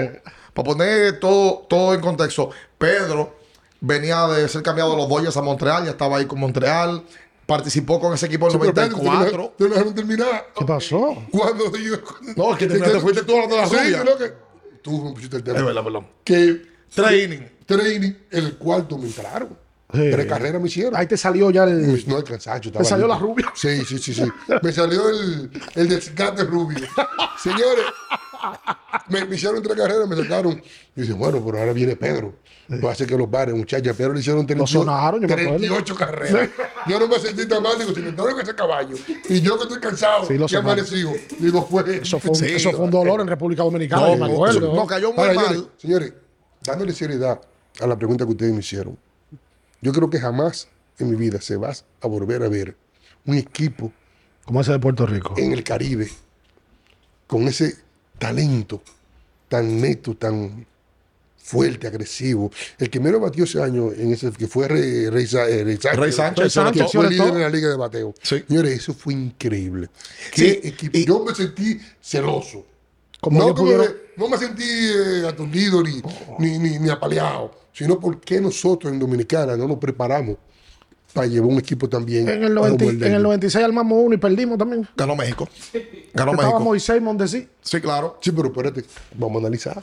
Speaker 3: para poner todo, todo en contexto, Pedro venía de ser cambiado de los Dodgers a Montreal, ya estaba ahí con Montreal, participó con ese equipo en el
Speaker 2: Pero espérate, ustedes me-
Speaker 3: 94.
Speaker 2: ustedes me dejaron terminar.
Speaker 1: ¿Qué pasó?
Speaker 2: Cuando yo.
Speaker 3: No, es que te- te fuiste tú hablando de la
Speaker 2: Sí,
Speaker 3: rubia.
Speaker 2: creo que- Tú me pusiste el tema.
Speaker 3: Es verdad, perdón.
Speaker 2: Que
Speaker 3: Training.
Speaker 2: training, el cuarto me entraron.
Speaker 1: Sí.
Speaker 2: Tres carreras me hicieron.
Speaker 1: Ahí te salió ya el.
Speaker 2: Pues no el cansancio.
Speaker 1: Me
Speaker 2: estaba
Speaker 1: salió
Speaker 2: listo.
Speaker 1: la rubia.
Speaker 2: Sí, sí, sí, sí. Me salió el, el descarte rubio. Señores, me, me hicieron tres carreras, me sacaron. Y dice, bueno, pero ahora viene Pedro. Va a hacer que los bares, muchachos. Pedro le hicieron 38,
Speaker 1: sonaron, yo me acuerdo.
Speaker 2: 38 carreras. Yo no me sentí tan mal, digo, se inventaron ese caballo. Y yo que estoy cansado,
Speaker 1: Sí, lo
Speaker 2: ya
Speaker 1: sonaron.
Speaker 2: amanecido. Digo, pues.
Speaker 1: Eso fue, un,
Speaker 3: Sí. eh,
Speaker 1: eso fue un dolor en República Dominicana.
Speaker 3: No,
Speaker 1: yo me
Speaker 3: no,
Speaker 1: acuerdo.
Speaker 3: no, cayó muy
Speaker 2: Ahora, señores,
Speaker 3: mal.
Speaker 2: señores, dándole seriedad a la pregunta que ustedes me hicieron, yo creo que jamás en mi vida se va a volver a ver un equipo
Speaker 1: Como ese de Puerto Rico.
Speaker 2: en el Caribe con ese talento tan neto, tan fuerte, agresivo. El que menos batió ese año, en ese que fue Rey, Rey Sa- eh, Rey Sánchez, que
Speaker 3: Rey Sánchez,
Speaker 1: sobre todo.
Speaker 2: fue
Speaker 1: Sobre
Speaker 2: líder
Speaker 1: todo.
Speaker 2: en la liga de bateo.
Speaker 3: Sí.
Speaker 2: Señores, eso fue increíble.
Speaker 3: Sí,
Speaker 2: Qué equipo.
Speaker 3: y-
Speaker 2: Yo me sentí celoso.
Speaker 1: Como
Speaker 2: no,
Speaker 1: ellos
Speaker 2: como
Speaker 1: pudieron-
Speaker 2: de- no me sentí eh, aturdido ni,
Speaker 3: Oh.
Speaker 2: ni, ni, ni apaleado, sino porque nosotros en Dominicana no nos preparamos para llevar un equipo tan bien
Speaker 1: En el,
Speaker 2: como
Speaker 1: 90
Speaker 2: de
Speaker 1: en el
Speaker 2: ellos.
Speaker 1: 96 armamos uno y perdimos también.
Speaker 3: Ganó México. Ganó
Speaker 1: Estaba
Speaker 3: México.
Speaker 1: Moisés Mondesi.
Speaker 3: Sí, claro.
Speaker 2: Sí, pero espérate, vamos a analizar.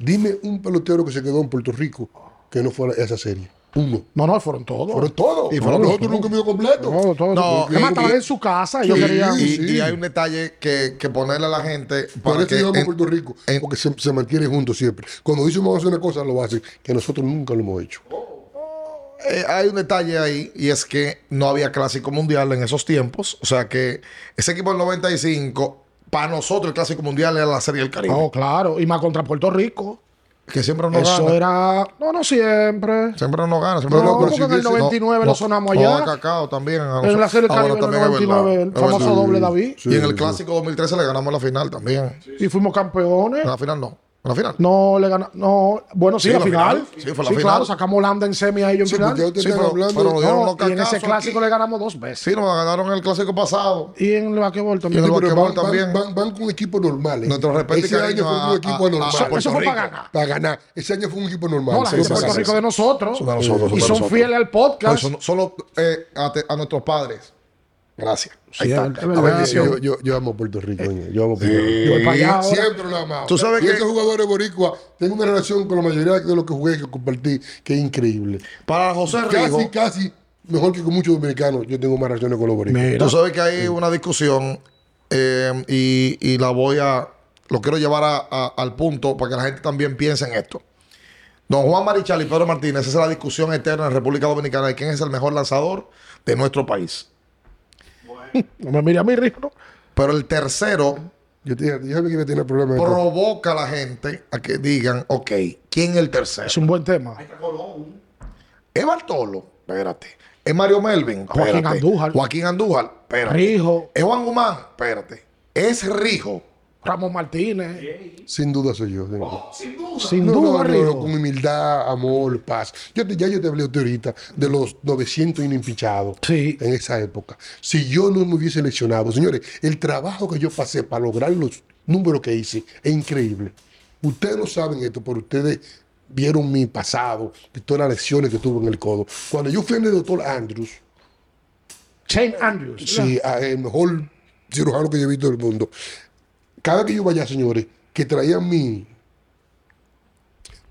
Speaker 2: Dime un pelotero que se quedó en Puerto Rico que no fuera a esa serie. Uno.
Speaker 1: No, no, fueron todos.
Speaker 2: Fueron todos.
Speaker 3: Y fueron
Speaker 2: nosotros nunca medio completo.
Speaker 1: No, todos.
Speaker 3: No,
Speaker 1: Además,
Speaker 3: y-
Speaker 1: estaban
Speaker 3: y-
Speaker 1: en su casa. Ellos
Speaker 2: Sí,
Speaker 1: querían.
Speaker 3: Y,
Speaker 2: Sí.
Speaker 3: y hay un detalle que, que ponerle a la gente
Speaker 2: Por
Speaker 3: para
Speaker 2: eso
Speaker 3: que
Speaker 2: llegamos a
Speaker 3: en-
Speaker 2: Puerto Rico.
Speaker 3: en-
Speaker 2: porque se, se mantiene juntos siempre. Cuando dicen vamos a hacer una cosa, lo hacen. Que nosotros nunca lo hemos hecho.
Speaker 3: eh, hay un detalle ahí y es que no había clásico mundial en esos tiempos. O sea que ese equipo del 95, para nosotros el clásico mundial era la Serie del Caribe.
Speaker 1: Oh, claro. Y más contra Puerto Rico.
Speaker 3: Que siempre nos
Speaker 1: Eso
Speaker 3: gana.
Speaker 1: era. No, no siempre.
Speaker 3: Siempre nos gana. Siempre
Speaker 1: No,
Speaker 3: nos gana.
Speaker 1: porque en el 99 lo sonamos
Speaker 3: no,
Speaker 1: allá.
Speaker 3: a Cacao también. a
Speaker 1: En la
Speaker 3: nosotros.
Speaker 1: serie del
Speaker 3: Ah,
Speaker 1: Caribe
Speaker 3: bueno,
Speaker 1: del
Speaker 3: también es
Speaker 1: 99, el
Speaker 3: verdad. Es
Speaker 1: famoso
Speaker 3: verdad.
Speaker 1: doble David.
Speaker 2: Sí,
Speaker 3: y en el
Speaker 2: sí.
Speaker 3: clásico 2013 le ganamos la final también.
Speaker 1: Y fuimos campeones.
Speaker 3: En la final no. En la final.
Speaker 1: No le ganamos. No. Bueno, sí,
Speaker 3: Sí,
Speaker 1: la,
Speaker 3: la
Speaker 1: final.
Speaker 3: final. Sí, fue la final.
Speaker 1: claro, sacamos a Holanda en semi a ellos
Speaker 2: Sí,
Speaker 1: en final.
Speaker 2: porque ustedes
Speaker 3: Sí, pues,
Speaker 2: están
Speaker 3: pero-
Speaker 2: hablando.
Speaker 3: pero- dieron
Speaker 1: No,
Speaker 3: los
Speaker 1: y en ese
Speaker 3: cacazos
Speaker 1: clásico
Speaker 3: aquí.
Speaker 1: le ganamos dos veces.
Speaker 3: Sí, nos ganaron en el clásico pasado.
Speaker 1: Y en el basquetbol
Speaker 2: Sí,
Speaker 1: también.
Speaker 3: en el
Speaker 2: pero
Speaker 3: basquetbol
Speaker 2: van, van-
Speaker 3: también.
Speaker 2: Van, van con equipos normales.
Speaker 3: Nuestro respeto y
Speaker 2: ¿eh? Ese
Speaker 3: cariño
Speaker 2: año fue
Speaker 3: a-
Speaker 2: un equipo
Speaker 3: a- a-
Speaker 2: normal.
Speaker 3: a Puerto
Speaker 1: Eso fue para
Speaker 3: Rico.
Speaker 1: ganar.
Speaker 2: Para ganar. Ese año fue un equipo normal.
Speaker 1: No, la
Speaker 2: Sí,
Speaker 1: gente
Speaker 2: sí,
Speaker 1: de Puerto
Speaker 2: sí,
Speaker 1: Rico
Speaker 2: sí.
Speaker 1: de nosotros.
Speaker 3: Son de nosotros, son
Speaker 1: y
Speaker 3: de
Speaker 1: son
Speaker 3: nosotros.
Speaker 1: fieles al
Speaker 3: No,
Speaker 1: podcast.
Speaker 3: son- solo eh, a, te- a nuestros padres. Gracias.
Speaker 1: Sí, es verdad.
Speaker 2: La bendición. Yo, yo, yo amo Puerto Rico, coño. Yo amo Puerto
Speaker 1: Yo
Speaker 2: Rico.
Speaker 1: voy para allá ahora.
Speaker 2: Siempre lo he amado.
Speaker 3: Tú sabes
Speaker 2: y
Speaker 3: que-
Speaker 2: esos jugadores boricuas, tengo una relación con la mayoría de los que jugué y que compartí, que es increíble.
Speaker 3: Para José Rigo.
Speaker 2: Casi, casi, mejor que con muchos dominicanos, yo tengo más relaciones con los boricuas.
Speaker 1: Mira.
Speaker 3: Tú sabes que hay una discusión eh, y, y la voy a. Lo quiero llevar a- a- al punto para que la gente también piense en esto. Don Juan Marichal y Pedro Martínez, esa es la discusión eterna en República Dominicana de quién es el mejor lanzador de nuestro país.
Speaker 1: No me mire a mí, Rijo, ¿no?
Speaker 3: Pero el tercero
Speaker 2: Yo te dije, dígame que me tiene problemas. de-
Speaker 3: provoca a la gente a que digan, ok, ¿quién es el tercero?
Speaker 1: Es un buen tema.
Speaker 3: ¿Es Bartolo? Espérate. ¿Es Mario Melvin?
Speaker 1: Joaquín
Speaker 3: Espérate.
Speaker 1: Andújar.
Speaker 3: Joaquín Andújar, espérate.
Speaker 1: Rijo,
Speaker 3: ¿Es Juan Guzmán? Espérate. ¿Es Rijo?
Speaker 1: Ramos Martínez.
Speaker 2: Sin duda soy yo. señor.
Speaker 1: Sin
Speaker 2: No, no,
Speaker 1: duda,
Speaker 2: no, no,
Speaker 1: Rijo.
Speaker 2: con humildad, amor, paz. Yo te- ya yo te hablé ahorita de los 900 inimpichados
Speaker 1: Sí.
Speaker 2: en esa época. Si yo no me hubiese lesionado, señores, el trabajo que yo pasé para lograr los números que hice es increíble. Ustedes no saben esto, pero ustedes vieron mi pasado y todas las lesiones que tuve en el codo. Cuando yo fui al doctor Andrews,
Speaker 1: Shane Andrews.
Speaker 2: Sí, a- el mejor cirujano que yo he visto del mundo. Cada que yo vaya, señores, que traían mi.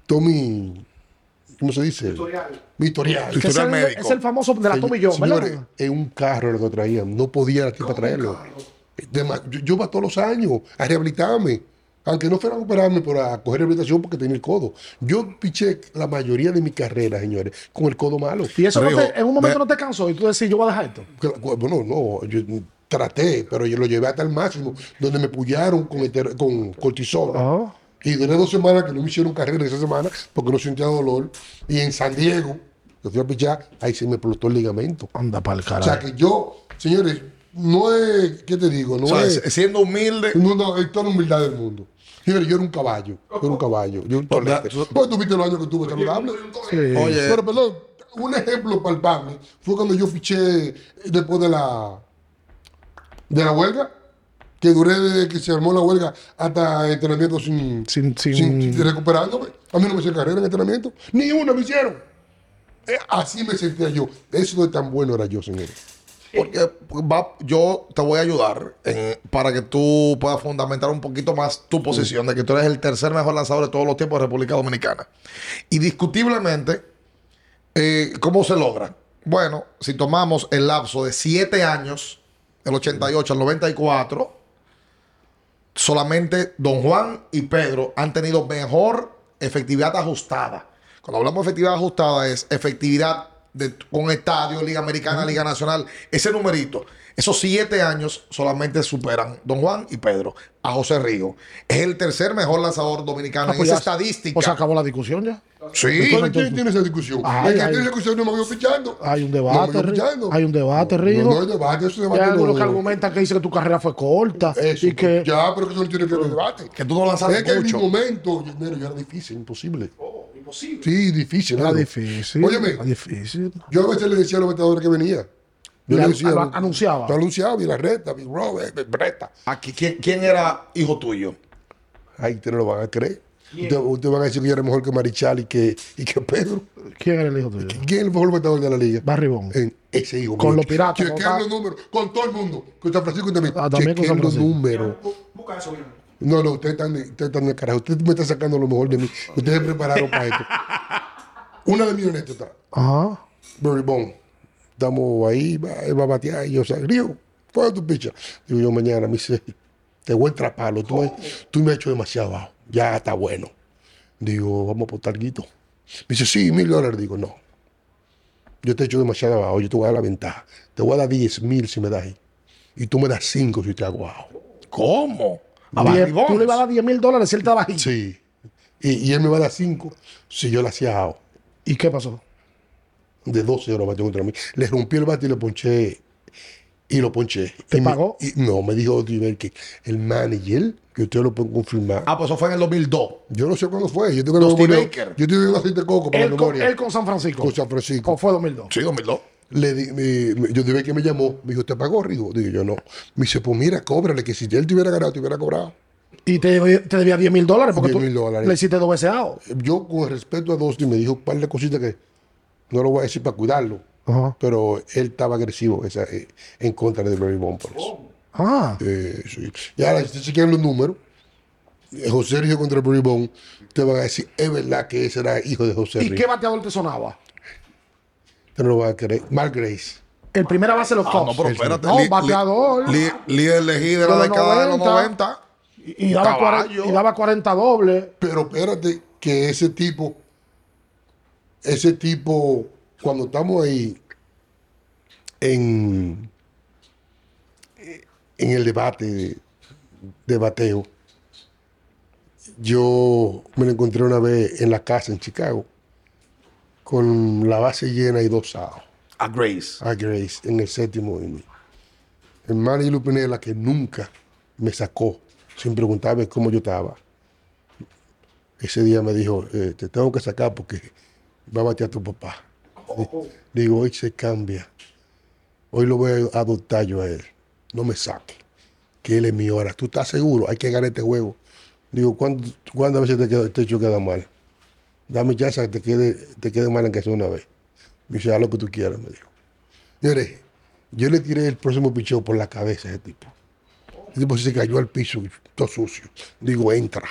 Speaker 2: Tommy. ¿Cómo se dice? Mi historial.
Speaker 1: Que es,
Speaker 3: Tutorial
Speaker 1: el,
Speaker 3: médico.
Speaker 1: es el famoso de la Tommy John,
Speaker 2: Señores,
Speaker 1: ¿verdad?
Speaker 2: es un carro lo que traían. No podía la tipa traerlo. De ma- Yo, yo iba todos los años a rehabilitarme. Aunque no fuera a operarme, pero a coger rehabilitación porque tenía el codo. Yo piché la mayoría de mi carrera, señores, con el codo malo.
Speaker 1: Y eso no
Speaker 3: Rijo,
Speaker 1: te- en un momento
Speaker 3: ve-
Speaker 1: no te cansó y tú decís, yo voy a dejar esto.
Speaker 2: Cla- cu- Bueno, no, yo traté, pero yo lo llevé hasta el máximo, donde me pullaron con, hetero- con cortisona.
Speaker 1: Ajá.
Speaker 2: Y duré dos semanas que no me hicieron carrera esa semana porque no sentía dolor. Y en San Diego, yo fui a pichar, ahí se me explotó el ligamento.
Speaker 1: Anda para el
Speaker 2: O sea que yo, señores, no es, ¿qué te digo? No
Speaker 3: O sea,
Speaker 2: es,
Speaker 3: s- siendo humilde,
Speaker 2: no, no, es toda la humildad del mundo. Señores, yo era un caballo, yo era un caballo, yo era un tolete.
Speaker 3: tú-
Speaker 2: Pues tuviste los años que tuve saludable.
Speaker 3: oye,
Speaker 2: Pero perdón, un ejemplo palpable fue cuando yo fiché después de la de la huelga, que duré desde que se armó la huelga hasta entrenamiento sin,
Speaker 1: Sin- sin-
Speaker 2: recuperándome. A mí no me hicieron carrera en entrenamiento, ni una me hicieron. Eh, Así me sentía yo. Eso de tan bueno era yo, señores.
Speaker 3: porque va- yo te voy a ayudar en- para que tú puedas fundamentar un poquito más tu posición de que tú eres el tercer mejor lanzador de todos los tiempos de República Dominicana. Y discutiblemente, eh, ¿cómo se logra? Bueno, si tomamos el lapso de siete años, del 88 al 94, solamente Don Juan y Pedro han tenido mejor efectividad ajustada. Cuando hablamos de efectividad ajustada es efectividad de, con estadio, Liga Americana, Liga Nacional, ese numerito. Esos siete años solamente superan Don Juan y Pedro a José Río. Es el tercer mejor lanzador dominicano en
Speaker 1: Pues
Speaker 3: esa
Speaker 1: ya-
Speaker 3: estadística.
Speaker 1: O sea, acabó la discusión ya.
Speaker 3: sí,
Speaker 2: Entonces, ¿quién tiene esa discusión?
Speaker 1: Ay,
Speaker 2: el que
Speaker 1: ay.
Speaker 2: tiene esa discusión no me vio fichando.
Speaker 1: Hay un
Speaker 2: No me
Speaker 1: debate,
Speaker 2: vio
Speaker 1: Rijo.
Speaker 2: fichando.
Speaker 1: Hay un debate, Rijo.
Speaker 2: No, no hay debate, eso es
Speaker 1: Hay
Speaker 2: debate.
Speaker 1: algunos que
Speaker 2: no-
Speaker 1: argumentan que dice que tu carrera fue corta
Speaker 2: Eso,
Speaker 1: y que
Speaker 2: Ya, pero que eso no tiene que ver con el debate.
Speaker 3: que tú no lanzaste
Speaker 2: Es que en mi
Speaker 3: mucho.
Speaker 2: momento, yo, mira, yo era difícil, imposible. Sí, difícil.
Speaker 1: era
Speaker 2: claro.
Speaker 1: difícil.
Speaker 2: Óyeme.
Speaker 1: Era difícil.
Speaker 2: Yo a veces le decía a los metadores que venía. Yo
Speaker 1: Le
Speaker 2: le
Speaker 1: an-
Speaker 2: decía.
Speaker 1: anu- anunciaba.
Speaker 2: Yo anunciaba, y la recta, mi bro, eh, recta.
Speaker 3: Aquí, ¿quién, Ah, quién era hijo tuyo?
Speaker 2: Ahí ustedes no lo van a creer. Ustedes, ustedes van a decir que yo era mejor que Marichal y que, y que Pedro.
Speaker 1: ¿Quién era el hijo tuyo?
Speaker 2: ¿Quién Eh. es el mejor metador de la liga?
Speaker 1: Barribón.
Speaker 2: En ese hijo.
Speaker 1: Con
Speaker 2: mío.
Speaker 1: los piratas,
Speaker 2: Chequean
Speaker 1: con San-
Speaker 2: los números. Con todo el mundo. Con San Francisco también.
Speaker 1: Ah, también con
Speaker 2: Chequean
Speaker 1: San
Speaker 2: los
Speaker 1: Francisco.
Speaker 2: números.
Speaker 4: Busca eso bien.
Speaker 2: No, no, ustedes están, de- ustedes están de carajo. Ustedes me están sacando lo mejor de mí. Ustedes se prepararon para esto. Una de mis anécdotas.
Speaker 1: Ajá.
Speaker 2: Barry Bond. Estamos ahí, va, él va a batear. Y yo, o sea, Río, ¿cuál es tu picha? Digo yo, mañana me dice, te voy a trapalo. Tú, me- tú me has hecho demasiado bajo. Ya está bueno. Digo, vamos por targuito. Me dice, sí, mil dólares. Digo, no. Yo te he hecho demasiado abajo. Yo te voy a dar la ventaja. Te voy a dar diez mil si me das ahí. Y tú me das cinco si te hago abajo.
Speaker 3: ¿Cómo? A
Speaker 1: Diez-
Speaker 3: Ah, Barry
Speaker 1: tú
Speaker 3: Bonds.
Speaker 1: le ibas a dar 10 mil dólares si él estaba ahí.
Speaker 2: Sí. Y, y él me va a dar 5 si yo le hacía ao.
Speaker 1: ¿Y qué pasó?
Speaker 2: De 12 horas batió contra mí. Le rompí el bate y le ponché. Y lo ponché.
Speaker 1: ¿Te
Speaker 2: Y me-
Speaker 1: pagó?
Speaker 2: y- no, me dijo otro nivel que el manager, que ustedes lo pueden confirmar.
Speaker 3: Ah, pues eso fue en el 2002.
Speaker 2: Yo no sé cuándo fue. Yo tengo la
Speaker 3: Dusty
Speaker 2: memoria-
Speaker 3: Baker.
Speaker 2: Yo tengo un aceite de coco para
Speaker 1: Él
Speaker 2: la
Speaker 1: con,
Speaker 2: memoria.
Speaker 1: él con San Francisco.
Speaker 2: Con San Francisco.
Speaker 1: ¿O fue 2002?
Speaker 3: Sí, 2002.
Speaker 2: Le di, me- me- yo dije que me llamó. Me dijo, ¿te pagó, Rigo? Digo yo, no. Me dice, pues mira, cóbrale, que si él te hubiera ganado, te hubiera cobrado.
Speaker 1: Y te, debía- te debía 10 mil dólares porque
Speaker 2: 10
Speaker 1: tú
Speaker 2: mil dólares.
Speaker 1: le hiciste dos veces AO.
Speaker 2: Yo, con respeto a Dosti, me dijo un par de cositas que no lo voy a decir para cuidarlo. pero él estaba agresivo esa, eh, en contra de Barry Bond por eso.
Speaker 1: Ah,
Speaker 2: Eh, sí. Y ahora, si se quieren los números, eh, José Río contra Barry Bond, te van a decir, es verdad que ese era hijo de José
Speaker 1: ¿Y
Speaker 2: Río.
Speaker 1: qué bateador te sonaba?
Speaker 2: Te no lo van a creer. Mark Grace.
Speaker 1: El primera base de los
Speaker 3: Ah,
Speaker 1: Cubs.
Speaker 3: no, pero espérate.
Speaker 1: No,
Speaker 3: Li- li-
Speaker 1: bateador.
Speaker 3: li- Líder elegido de la
Speaker 1: Los
Speaker 3: década de los
Speaker 1: 90.
Speaker 3: 90.
Speaker 1: y, y daba
Speaker 3: caballo.
Speaker 1: 40, y daba 40 dobles.
Speaker 2: Pero espérate, que ese tipo ese tipo, cuando estamos ahí en, en el debate de, de bateo, yo me lo encontré una vez en la casa en Chicago con la base llena y dos outs
Speaker 3: A Grace.
Speaker 2: a Grace en el séptimo inning. El Manny Lupinela, que nunca me sacó sin preguntarme cómo yo estaba, ese día me dijo, eh, te tengo que sacar porque va a batear tu papá. Digo, hoy se cambia. Hoy lo voy a adoptar yo a él. No me saque. Que él es mi hora. ¿Tú estás seguro? Hay que ganar este juego. Digo, ¿cuándo- ¿cuántas veces te, quedo, te he hecho quedar mal? Dame chance que te quede, te quede mal en que sea una vez. Me dice, haz lo que tú quieras, me dijo. Señores, yo le tiré el próximo picheo por la cabeza a ese tipo. El tipo se cayó al piso, todo sucio. Digo, entra.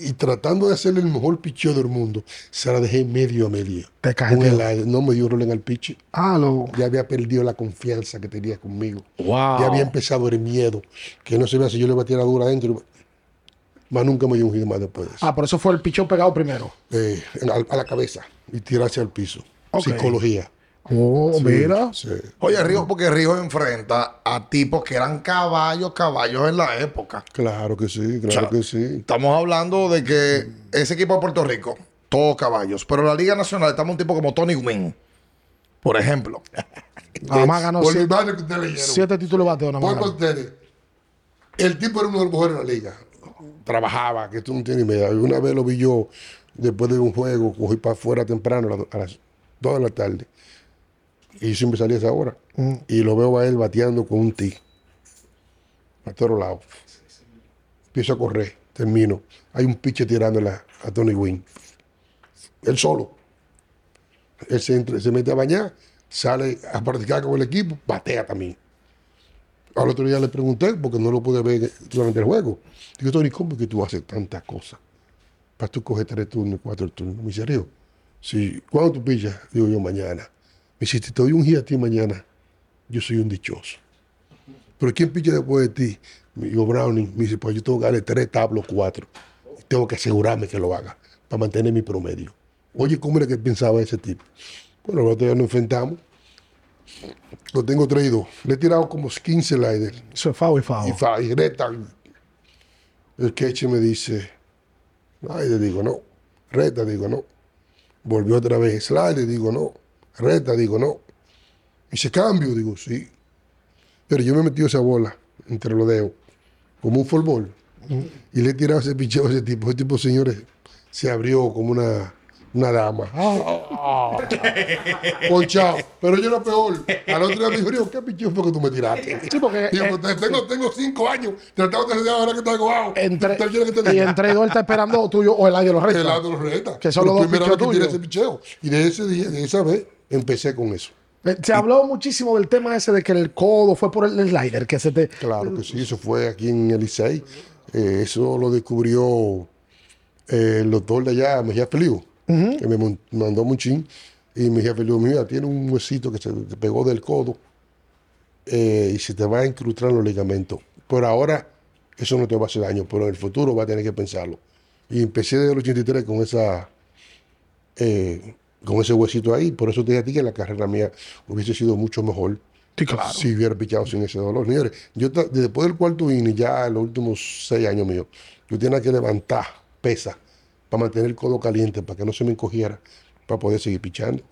Speaker 2: Y tratando de hacerle el mejor picheo del mundo, se la dejé medio a medio.
Speaker 1: Te
Speaker 2: Con
Speaker 1: cajeteó.
Speaker 2: el aire, No me dio rol en el piche.
Speaker 1: Ah, lo.
Speaker 2: Ya había perdido la confianza que tenía conmigo.
Speaker 3: Wow.
Speaker 2: Ya había empezado el miedo. Que no se vea si yo le batía la dura adentro. Más nunca me dio un hit más después de eso.
Speaker 1: Ah, por eso fue el pichón pegado primero.
Speaker 2: Eh, en- al- a, la cabeza y tirarse al piso.
Speaker 1: Ok.
Speaker 2: Psicología.
Speaker 1: Oh, mira.
Speaker 2: Sí.
Speaker 3: Oye, Ríos, porque Ríos enfrenta a tipos que eran caballos, caballos en la época.
Speaker 2: Claro que sí, claro
Speaker 3: sea,
Speaker 2: que sí.
Speaker 3: Estamos hablando de que ese equipo de Puerto Rico, todos caballos. Pero en la Liga Nacional estamos un tipo como Tony Wynn, por ejemplo.
Speaker 1: Nada más ganó
Speaker 2: Por el
Speaker 1: siete,
Speaker 2: daño que ustedes leyeron.
Speaker 1: siete títulos de bateo. Nada más
Speaker 2: Voy con
Speaker 1: ganó.
Speaker 2: ustedes. El tipo era uno de los mejores de la liga. Trabajaba, que tú no tienes idea. Una vez lo vi yo, después de un juego, cogí para afuera temprano, a las- a las 2 de la tarde. Y siempre salía a esa hora. Y lo veo a él bateando con un tee. A todos lados. Empiezo a correr, termino. Hay un piche tirándola a Tony Wynn. Él solo. Él se, entra- se mete a bañar, sale a practicar con el equipo, batea también. Al otro día le pregunté, porque no lo pude ver durante el juego. Digo, Tony, ¿cómo es que tú haces tantas cosas? Para tú coger tres turnos, cuatro turnos. Me dice, Río, si, ¿cuándo tú pillas? Digo yo, mañana. Me dice, si te doy un hit a ti mañana, yo soy un dichoso. Pero ¿quién pilla después de ti? Me digo, Browning. Me dice, pues yo tengo que darle tres tablos, cuatro. Tengo que asegurarme que lo haga para mantener mi promedio. Oye, ¿cómo era que pensaba ese tipo? Bueno, el otro día nos enfrentamos. Lo tengo traído. Le he tirado como 15 sliders
Speaker 1: Eso es FAO y FAO.
Speaker 2: y, fa- y reta. El queche me dice, ay, le digo no. Reta, digo no. Volvió otra vez slide, le digo no. Reta, digo no. Y se cambio, digo sí. Pero yo me he metido esa bola entre los dedos, como un fútbol. Y le he tirado ese picheo a ese tipo. Ese tipo, señores, se abrió como una, una dama.
Speaker 1: Ah.
Speaker 2: Conchao. Pero yo era peor. Al otro día me dijo, "Río, ¿qué picheo fue que tú me tiraste?
Speaker 1: Sí, porque
Speaker 2: Digo,
Speaker 1: eh,
Speaker 2: pues, tengo, tengo cinco años tratando de hacer ahora que está aguado.
Speaker 1: entre,
Speaker 2: Usted quiere que te
Speaker 1: y entre dos él está esperando o tuyo o el aire de los
Speaker 2: el lado
Speaker 1: restos.
Speaker 2: de los reta.
Speaker 1: Que son los
Speaker 2: La
Speaker 1: dos
Speaker 2: primera vez que
Speaker 1: picheos
Speaker 2: tiré
Speaker 1: tuyos.
Speaker 2: ese picheo. Y de ese día, de esa vez, empecé con eso.
Speaker 1: Eh, Se habló muchísimo del tema ese de que el codo fue por el slider, que se te.
Speaker 2: Claro que sí, eso fue aquí en el Licey. Eh, eso lo descubrió eh, el doctor de allá, Mejía Feliu, que me mon- mandó Muchín. Y Mejía Feliu, mira, tiene un huesito que se te pegó del codo eh, y se te va a incrustar en los ligamentos. Por ahora, eso no te va a hacer daño, pero en el futuro va a tener que pensarlo. Y empecé desde el 83 con esa... eh, con ese huesito ahí, por eso te dije a ti que la carrera mía hubiese sido mucho mejor
Speaker 1: Sí, claro.
Speaker 2: si hubiera pichado sin ese dolor. Señores, yo ta- después del cuarto inning, ya en los últimos seis años míos, yo tenía que levantar pesa para mantener el codo caliente, para que no se me encogiera, para poder seguir pichando.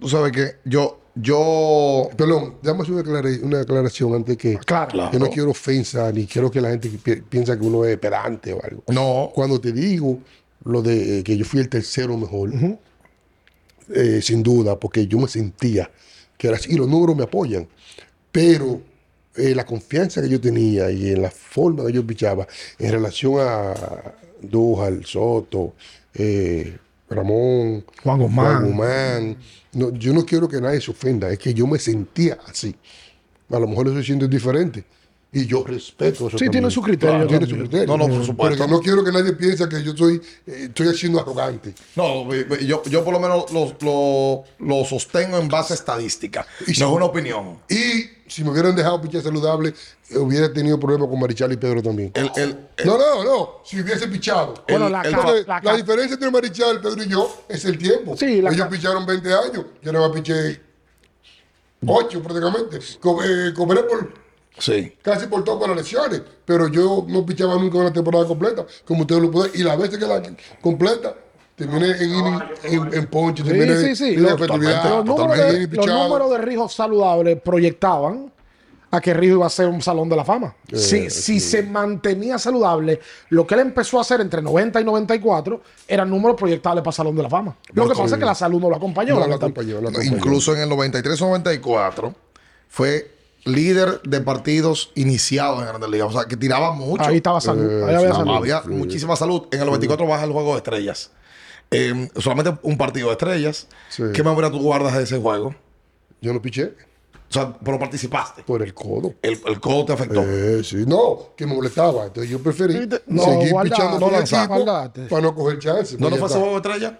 Speaker 3: Tú sabes que yo, yo,
Speaker 2: Perdón, dame una, aclara- una aclaración antes que...
Speaker 1: Claro.
Speaker 2: Yo no quiero ofensa, ni quiero que la gente pi- piensa que uno es pedante o algo.
Speaker 3: no,
Speaker 2: Cuando te digo lo de eh, que yo fui el tercero mejor, eh, sin duda, porque yo me sentía que era así, y los números me apoyan, pero eh, la confianza que yo tenía y en la forma que yo pichaba en relación a Dujal, Soto, eh, Ramón,
Speaker 1: Juan Guzmán.
Speaker 2: Guzmán, no, yo no quiero que nadie se ofenda, es que yo me sentía así. A lo mejor eso siento diferente. Y yo respeto eso.
Speaker 1: Sí, tiene
Speaker 2: también.
Speaker 1: su criterio
Speaker 2: Claro, tiene su
Speaker 1: también.
Speaker 2: criterio.
Speaker 3: No, no, por
Speaker 2: Porque
Speaker 3: supuesto.
Speaker 2: no quiero que nadie piense que yo soy, eh, estoy siendo arrogante.
Speaker 3: No, yo, yo por lo menos lo, lo- lo sostengo en base a estadística. no es una opinión.
Speaker 2: Y si me hubieran dejado pichar saludable, eh, hubiera tenido problemas con Marichal y Pedro también.
Speaker 3: El- el- el-
Speaker 2: no, no, no. Si hubiese pichado.
Speaker 1: Bueno,
Speaker 3: el-
Speaker 1: la,
Speaker 3: el-
Speaker 1: ca-
Speaker 2: Entonces,
Speaker 1: la
Speaker 2: la,
Speaker 1: ca-
Speaker 2: diferencia entre Marichal, Pedro y yo es el tiempo.
Speaker 1: Sí, la
Speaker 2: Ellos
Speaker 1: ca-
Speaker 2: picharon 20 años. Yo no me piché 8 prácticamente. Co- eh, cobré por,
Speaker 3: sí.
Speaker 2: casi por todas las lesiones. Pero yo no pichaba nunca una temporada completa, como ustedes lo pueden. Y las veces que la completa, terminé en, inning, en, en ponche, terminé
Speaker 1: sí, sí.
Speaker 2: en
Speaker 1: Los-
Speaker 2: efectividad.
Speaker 1: Los números,
Speaker 2: terminé en
Speaker 1: de,
Speaker 2: inning
Speaker 1: los
Speaker 2: pichado.
Speaker 1: números de Rijo saludables proyectaban a que Rijo iba a ser un salón de la fama.
Speaker 2: Eh,
Speaker 1: si, si se mantenía saludable, lo que él empezó a hacer entre 90 y 94 eran números proyectables para salón de la fama. Lo que pasa es que la salud no lo acompañó.
Speaker 2: No, la
Speaker 1: lamentablemente.
Speaker 2: acompañó, la acompañó.
Speaker 3: Incluso en el 93 o 94 fue líder de partidos iniciados en Grandes Ligas. O sea, que tiraba mucho.
Speaker 1: Ahí estaba salud.
Speaker 2: Eh,
Speaker 1: ahí había
Speaker 2: sí,
Speaker 1: salud.
Speaker 2: no,
Speaker 3: Había muchísima salud. En el 94 baja el juego de estrellas. Eh, solamente un partido de estrellas.
Speaker 2: Sí.
Speaker 3: ¿Qué memoria tú guardas de ese juego?
Speaker 2: Yo no piché
Speaker 3: O sea, pero participaste.
Speaker 2: por el codo.
Speaker 3: El, el codo te afectó.
Speaker 2: Eh, sí, no, que me molestaba. Entonces yo preferí
Speaker 1: No,
Speaker 2: seguir
Speaker 1: guarda,
Speaker 2: pichando
Speaker 1: no
Speaker 2: por el
Speaker 1: lanzar,
Speaker 2: equipo
Speaker 1: guardate.
Speaker 2: para no coger chance.
Speaker 3: ¿No,
Speaker 2: pues
Speaker 3: no
Speaker 2: ya
Speaker 3: fue ese
Speaker 2: está.
Speaker 3: juego de estrellas?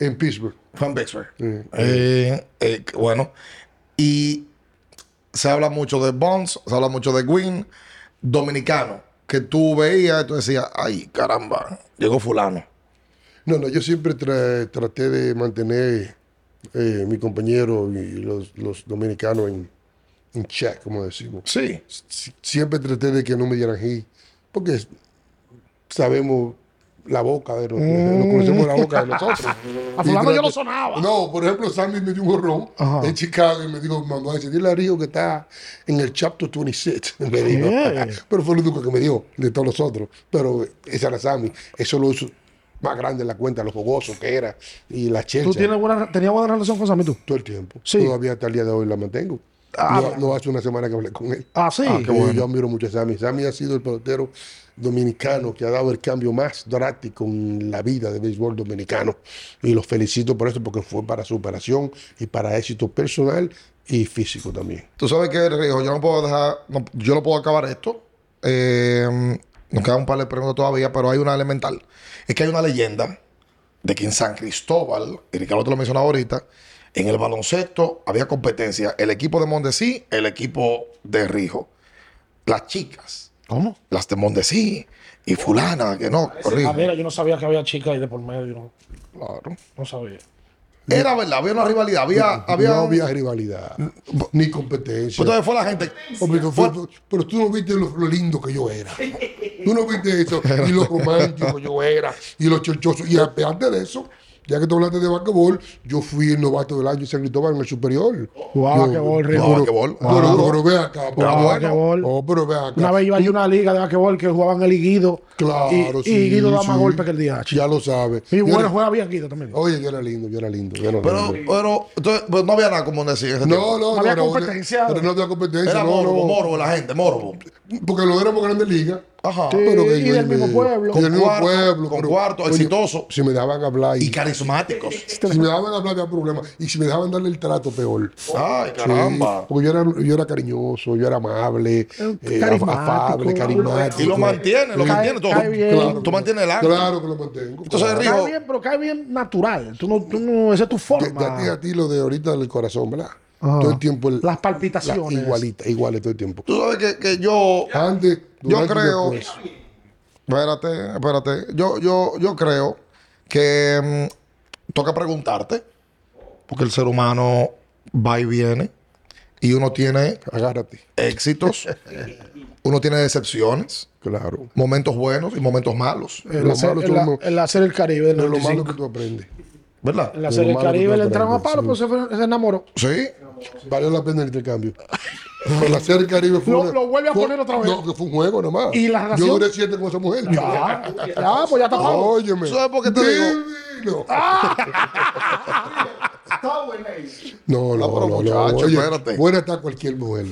Speaker 2: En Pittsburgh.
Speaker 3: Juan Bixler. Eh, eh, bueno, y se habla mucho de Bonds, se habla mucho de Gwynn, dominicano, que tú veías y tú decías, ay, caramba, llegó fulano.
Speaker 2: No, no, yo siempre tra- traté de mantener eh, mi compañero y los, los dominicanos en, en check, como decimos.
Speaker 3: Sí.
Speaker 2: Si- Siempre traté de que no me dieran hit, porque es- sabemos la boca de los, nos conocemos la boca de nosotros.
Speaker 1: A fulano
Speaker 2: Y
Speaker 1: yo
Speaker 2: traté-
Speaker 1: lo sonaba.
Speaker 2: No, por ejemplo, Sammy me dio un gorrón
Speaker 1: Ajá.
Speaker 2: en Chicago y me dijo, mamá, dice, dile a Río que está en el chapter 26. Me dijo.
Speaker 1: ¿Qué?
Speaker 2: Pero fue lo único que me dio de todos los otros. Pero esa era Sammy. Eso lo hizo más grande en la cuenta, lo jugoso que era. Y la chelcha.
Speaker 1: ¿Tú tienes buena, tenías buena relación con Sammy, tú?
Speaker 2: Todo el tiempo.
Speaker 1: Sí.
Speaker 2: Todavía hasta el día de hoy la mantengo. no, no hace una semana que hablé con él.
Speaker 1: Ah, sí.
Speaker 2: Eh, Yo admiro mucho a Sammy. Sammy ha sido el pelotero dominicano que ha dado el cambio más drástico en la vida del béisbol dominicano. Y los felicito por eso porque fue para superación y para éxito personal y físico también.
Speaker 3: Tú sabes que, Rijo, yo no puedo dejar, no- yo no puedo acabar esto. Eh, nos quedan un par de preguntas todavía, pero hay una elemental. Es que hay una leyenda de que en San Cristóbal, y Ricardo te lo mencionaba ahorita, en el baloncesto había competencia. El equipo de Mondesí, el equipo de Rijo. Las chicas,
Speaker 1: ¿Cómo?
Speaker 3: las de Mondesí y fulana, que no, Rijo.
Speaker 1: Ah, mira, yo no sabía que había chicas ahí de por medio. No,
Speaker 3: Claro.
Speaker 1: no sabía.
Speaker 3: Era verdad, había una rivalidad, había... había, Pues,
Speaker 2: no había rivalidad ni competencia.
Speaker 3: Entonces fue la gente...
Speaker 2: Hombre,
Speaker 3: pues,
Speaker 2: que fue- pero tú no viste lo, lo lindo que yo era. Tú no viste eso. Y lo romántico yo era. Y lo chochoso. Y aparte de eso, ya que tú hablaste de basquetbol, yo fui el novato del año en San Cristóbal en el superior.
Speaker 1: Jugaba
Speaker 2: Yo-
Speaker 1: basquetbol, Rijo.
Speaker 3: Jugaba
Speaker 2: pero-
Speaker 3: basquetbol.
Speaker 2: Pero, pero, ve acá. pero
Speaker 1: Jugaba
Speaker 2: bueno.
Speaker 1: basquetbol.
Speaker 2: Oh, pero ve acá.
Speaker 1: Una vez yo a una liga de basquetbol que jugaban el y Guido.
Speaker 2: Claro,
Speaker 1: y, y Guido da más
Speaker 2: sí.
Speaker 1: golpe que el DH.
Speaker 2: Ya lo sabes.
Speaker 1: Y
Speaker 2: Yo
Speaker 1: bueno,
Speaker 2: era-
Speaker 1: juega bien Guido también.
Speaker 2: Oye, yo era lindo, yo era lindo. yo era
Speaker 3: Pero,
Speaker 2: lindo.
Speaker 3: pero, entonces, pues, no había nada como decir. en ese tiempo.
Speaker 2: No, no, no.
Speaker 1: había
Speaker 2: era una-
Speaker 1: competencia.
Speaker 2: Pero no había competencia.
Speaker 3: Era
Speaker 2: no,
Speaker 3: morbo,
Speaker 2: no.
Speaker 3: morbo la gente, morbo.
Speaker 2: Porque lo éramos grandes ligas. Ah,
Speaker 3: Ajá.
Speaker 1: Sí.
Speaker 2: Pero que
Speaker 1: y
Speaker 2: yo-
Speaker 1: del mismo
Speaker 2: yo-
Speaker 1: pueblo.
Speaker 2: y del mismo
Speaker 3: Con cuarto,
Speaker 2: pueblo,
Speaker 3: con
Speaker 2: pero,
Speaker 3: cuarto, exitoso.
Speaker 2: Si me daban hablar y,
Speaker 3: Y carismáticos.
Speaker 2: Este, si me daban hablar había problema y si me dejaban darle el trato peor. Ah,
Speaker 3: Ay,
Speaker 2: Sí,
Speaker 3: caramba.
Speaker 2: porque yo era, yo era cariñoso, yo era amable, eh,
Speaker 1: carismático.
Speaker 2: afable, carismático.
Speaker 3: Y lo mantiene, lo
Speaker 1: Cae-
Speaker 3: mantiene todo.
Speaker 1: cae bien.
Speaker 3: Tú mantienes el ángulo.
Speaker 2: Claro que lo mantengo.
Speaker 3: Entonces,
Speaker 2: claro.
Speaker 3: Rijo,
Speaker 1: Cae bien, pero cae bien natural. Tú no, tú no- esa es tu forma.
Speaker 2: De- de a ti a ti lo de ahorita del corazón, ¿verdad?
Speaker 1: Ajá.
Speaker 2: Todo el tiempo el-
Speaker 1: Ah. Las
Speaker 2: la-
Speaker 1: palpitaciones.
Speaker 2: igualita, iguales todo el tiempo.
Speaker 3: Tú sabes que, que yo.
Speaker 2: Antes,
Speaker 3: Yo
Speaker 2: durante y
Speaker 3: creo.
Speaker 2: después.
Speaker 3: Espérate, espérate. Yo, yo, yo creo que mm, toca preguntarte. Porque el ser humano va y viene. Y uno tiene
Speaker 2: agárrate,
Speaker 3: éxitos. uno tiene decepciones.
Speaker 2: claro.
Speaker 3: Momentos buenos y momentos malos.
Speaker 1: En la,
Speaker 2: Lo malo
Speaker 1: serie- en
Speaker 2: tú
Speaker 1: la-
Speaker 2: no-
Speaker 1: en la serie del Caribe del
Speaker 2: De lo malo
Speaker 1: 95.
Speaker 2: que tú aprendes.
Speaker 3: ¿Verdad?
Speaker 1: En la
Speaker 2: de lo
Speaker 1: serie del
Speaker 2: malo que
Speaker 1: Caribe
Speaker 2: tú
Speaker 1: le entraron a
Speaker 2: aprendes,
Speaker 1: palo,
Speaker 2: sí.
Speaker 1: pero se, fue- se enamoró.
Speaker 3: Sí.
Speaker 2: Vale la pena el intercambio. Pero la serie del Caribe fue
Speaker 1: Lo-
Speaker 2: una-
Speaker 1: lo vuelve a
Speaker 2: fue-
Speaker 1: poner otra vez.
Speaker 2: No, que fue un juego nomás.
Speaker 1: ¿Y la relación?
Speaker 2: Yo duré siete con esa mujer.
Speaker 1: Ya, ya, pues ya está pago.
Speaker 2: Óyeme.
Speaker 3: ¿Sabes por qué te digo?
Speaker 2: Divino.
Speaker 1: Ah.
Speaker 2: No, no, no,
Speaker 3: pero
Speaker 2: no,
Speaker 3: muchacho,
Speaker 2: oye,
Speaker 3: espérate.
Speaker 2: Buena está cualquier mujer.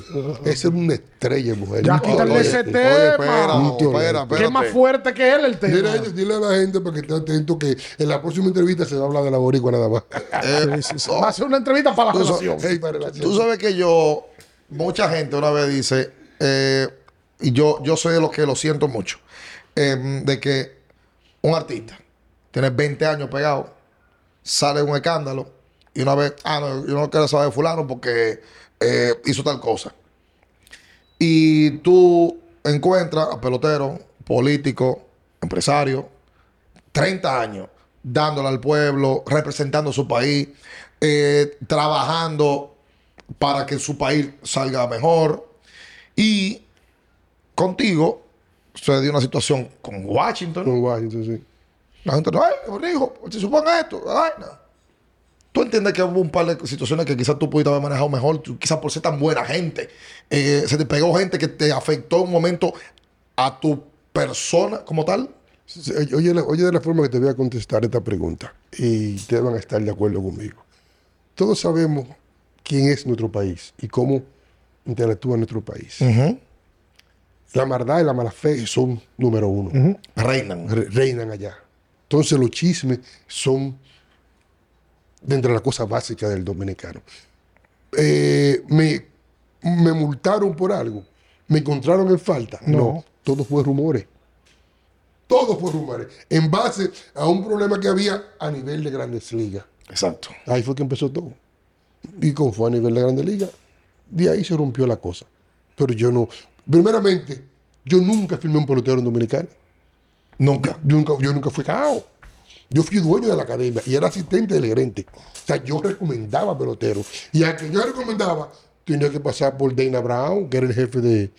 Speaker 2: Esa es una estrella, mujer.
Speaker 1: Ya,
Speaker 2: No,
Speaker 1: quítale
Speaker 2: oye,
Speaker 1: ese
Speaker 2: oye,
Speaker 1: tema.
Speaker 3: espera,
Speaker 2: Un tío
Speaker 3: espera,
Speaker 2: lento.
Speaker 1: Que es más
Speaker 3: espérate.
Speaker 1: fuerte que él el
Speaker 2: Dile a,
Speaker 1: tema.
Speaker 2: ellos, dile a la gente para que esté atento que en la próxima entrevista se va a hablar de la boricua nada más.
Speaker 1: Sí, sí, sí. Va a ser una entrevista para la
Speaker 3: Tú
Speaker 1: relación.
Speaker 2: Ey, para relación.
Speaker 3: Tú sabes que yo, mucha gente una vez dice, eh, y yo, yo soy de los que lo siento mucho, em, de que un artista tiene 20 años pegado, sale un escándalo y una vez, ah, no, yo no quiero saber de fulano porque eh, hizo tal cosa. Y tú encuentras a pelotero, político, empresario, 30 años dándole al pueblo, representando su país, eh, trabajando para que su país salga mejor. Y contigo se dio una situación con Washington.
Speaker 2: Con Washington, sí.
Speaker 3: La gente, ay, hijo, se suponga esto, la vaina. Tú entiendes que hubo un par de situaciones que quizás tú pudiste haber manejado mejor, tú, quizás por ser tan buena gente. eh, se te pegó gente que te afectó en un momento a tu persona como tal.
Speaker 2: Sí, Oye, la- oye de la forma que te voy a contestar esta pregunta y ustedes van a estar de acuerdo conmigo. Todos sabemos quién es nuestro país y cómo interactúa nuestro país. La maldad y la mala fe son número uno,
Speaker 3: Reinan.
Speaker 2: re- reinan allá. Entonces los chismes son dentro de las cosas básicas del dominicano. Eh, me, me multaron por algo, me encontraron en falta. No, todo fue rumores. Todo fue rumores. En base a un problema que había a nivel de grandes ligas.
Speaker 3: Exacto.
Speaker 2: Ahí fue que empezó todo. Y como fue a nivel de Grande Liga, de ahí se rompió la cosa. Pero yo no. Primeramente, yo nunca firmé un pelotero en Dominicana.
Speaker 3: Nunca.
Speaker 2: Yo nunca, yo nunca fui cao. Yo fui dueño de la academia y era asistente del gerente. O sea, yo recomendaba peloteros. Y a que yo recomendaba, tenía que pasar por Dana Brown, que era el jefe de,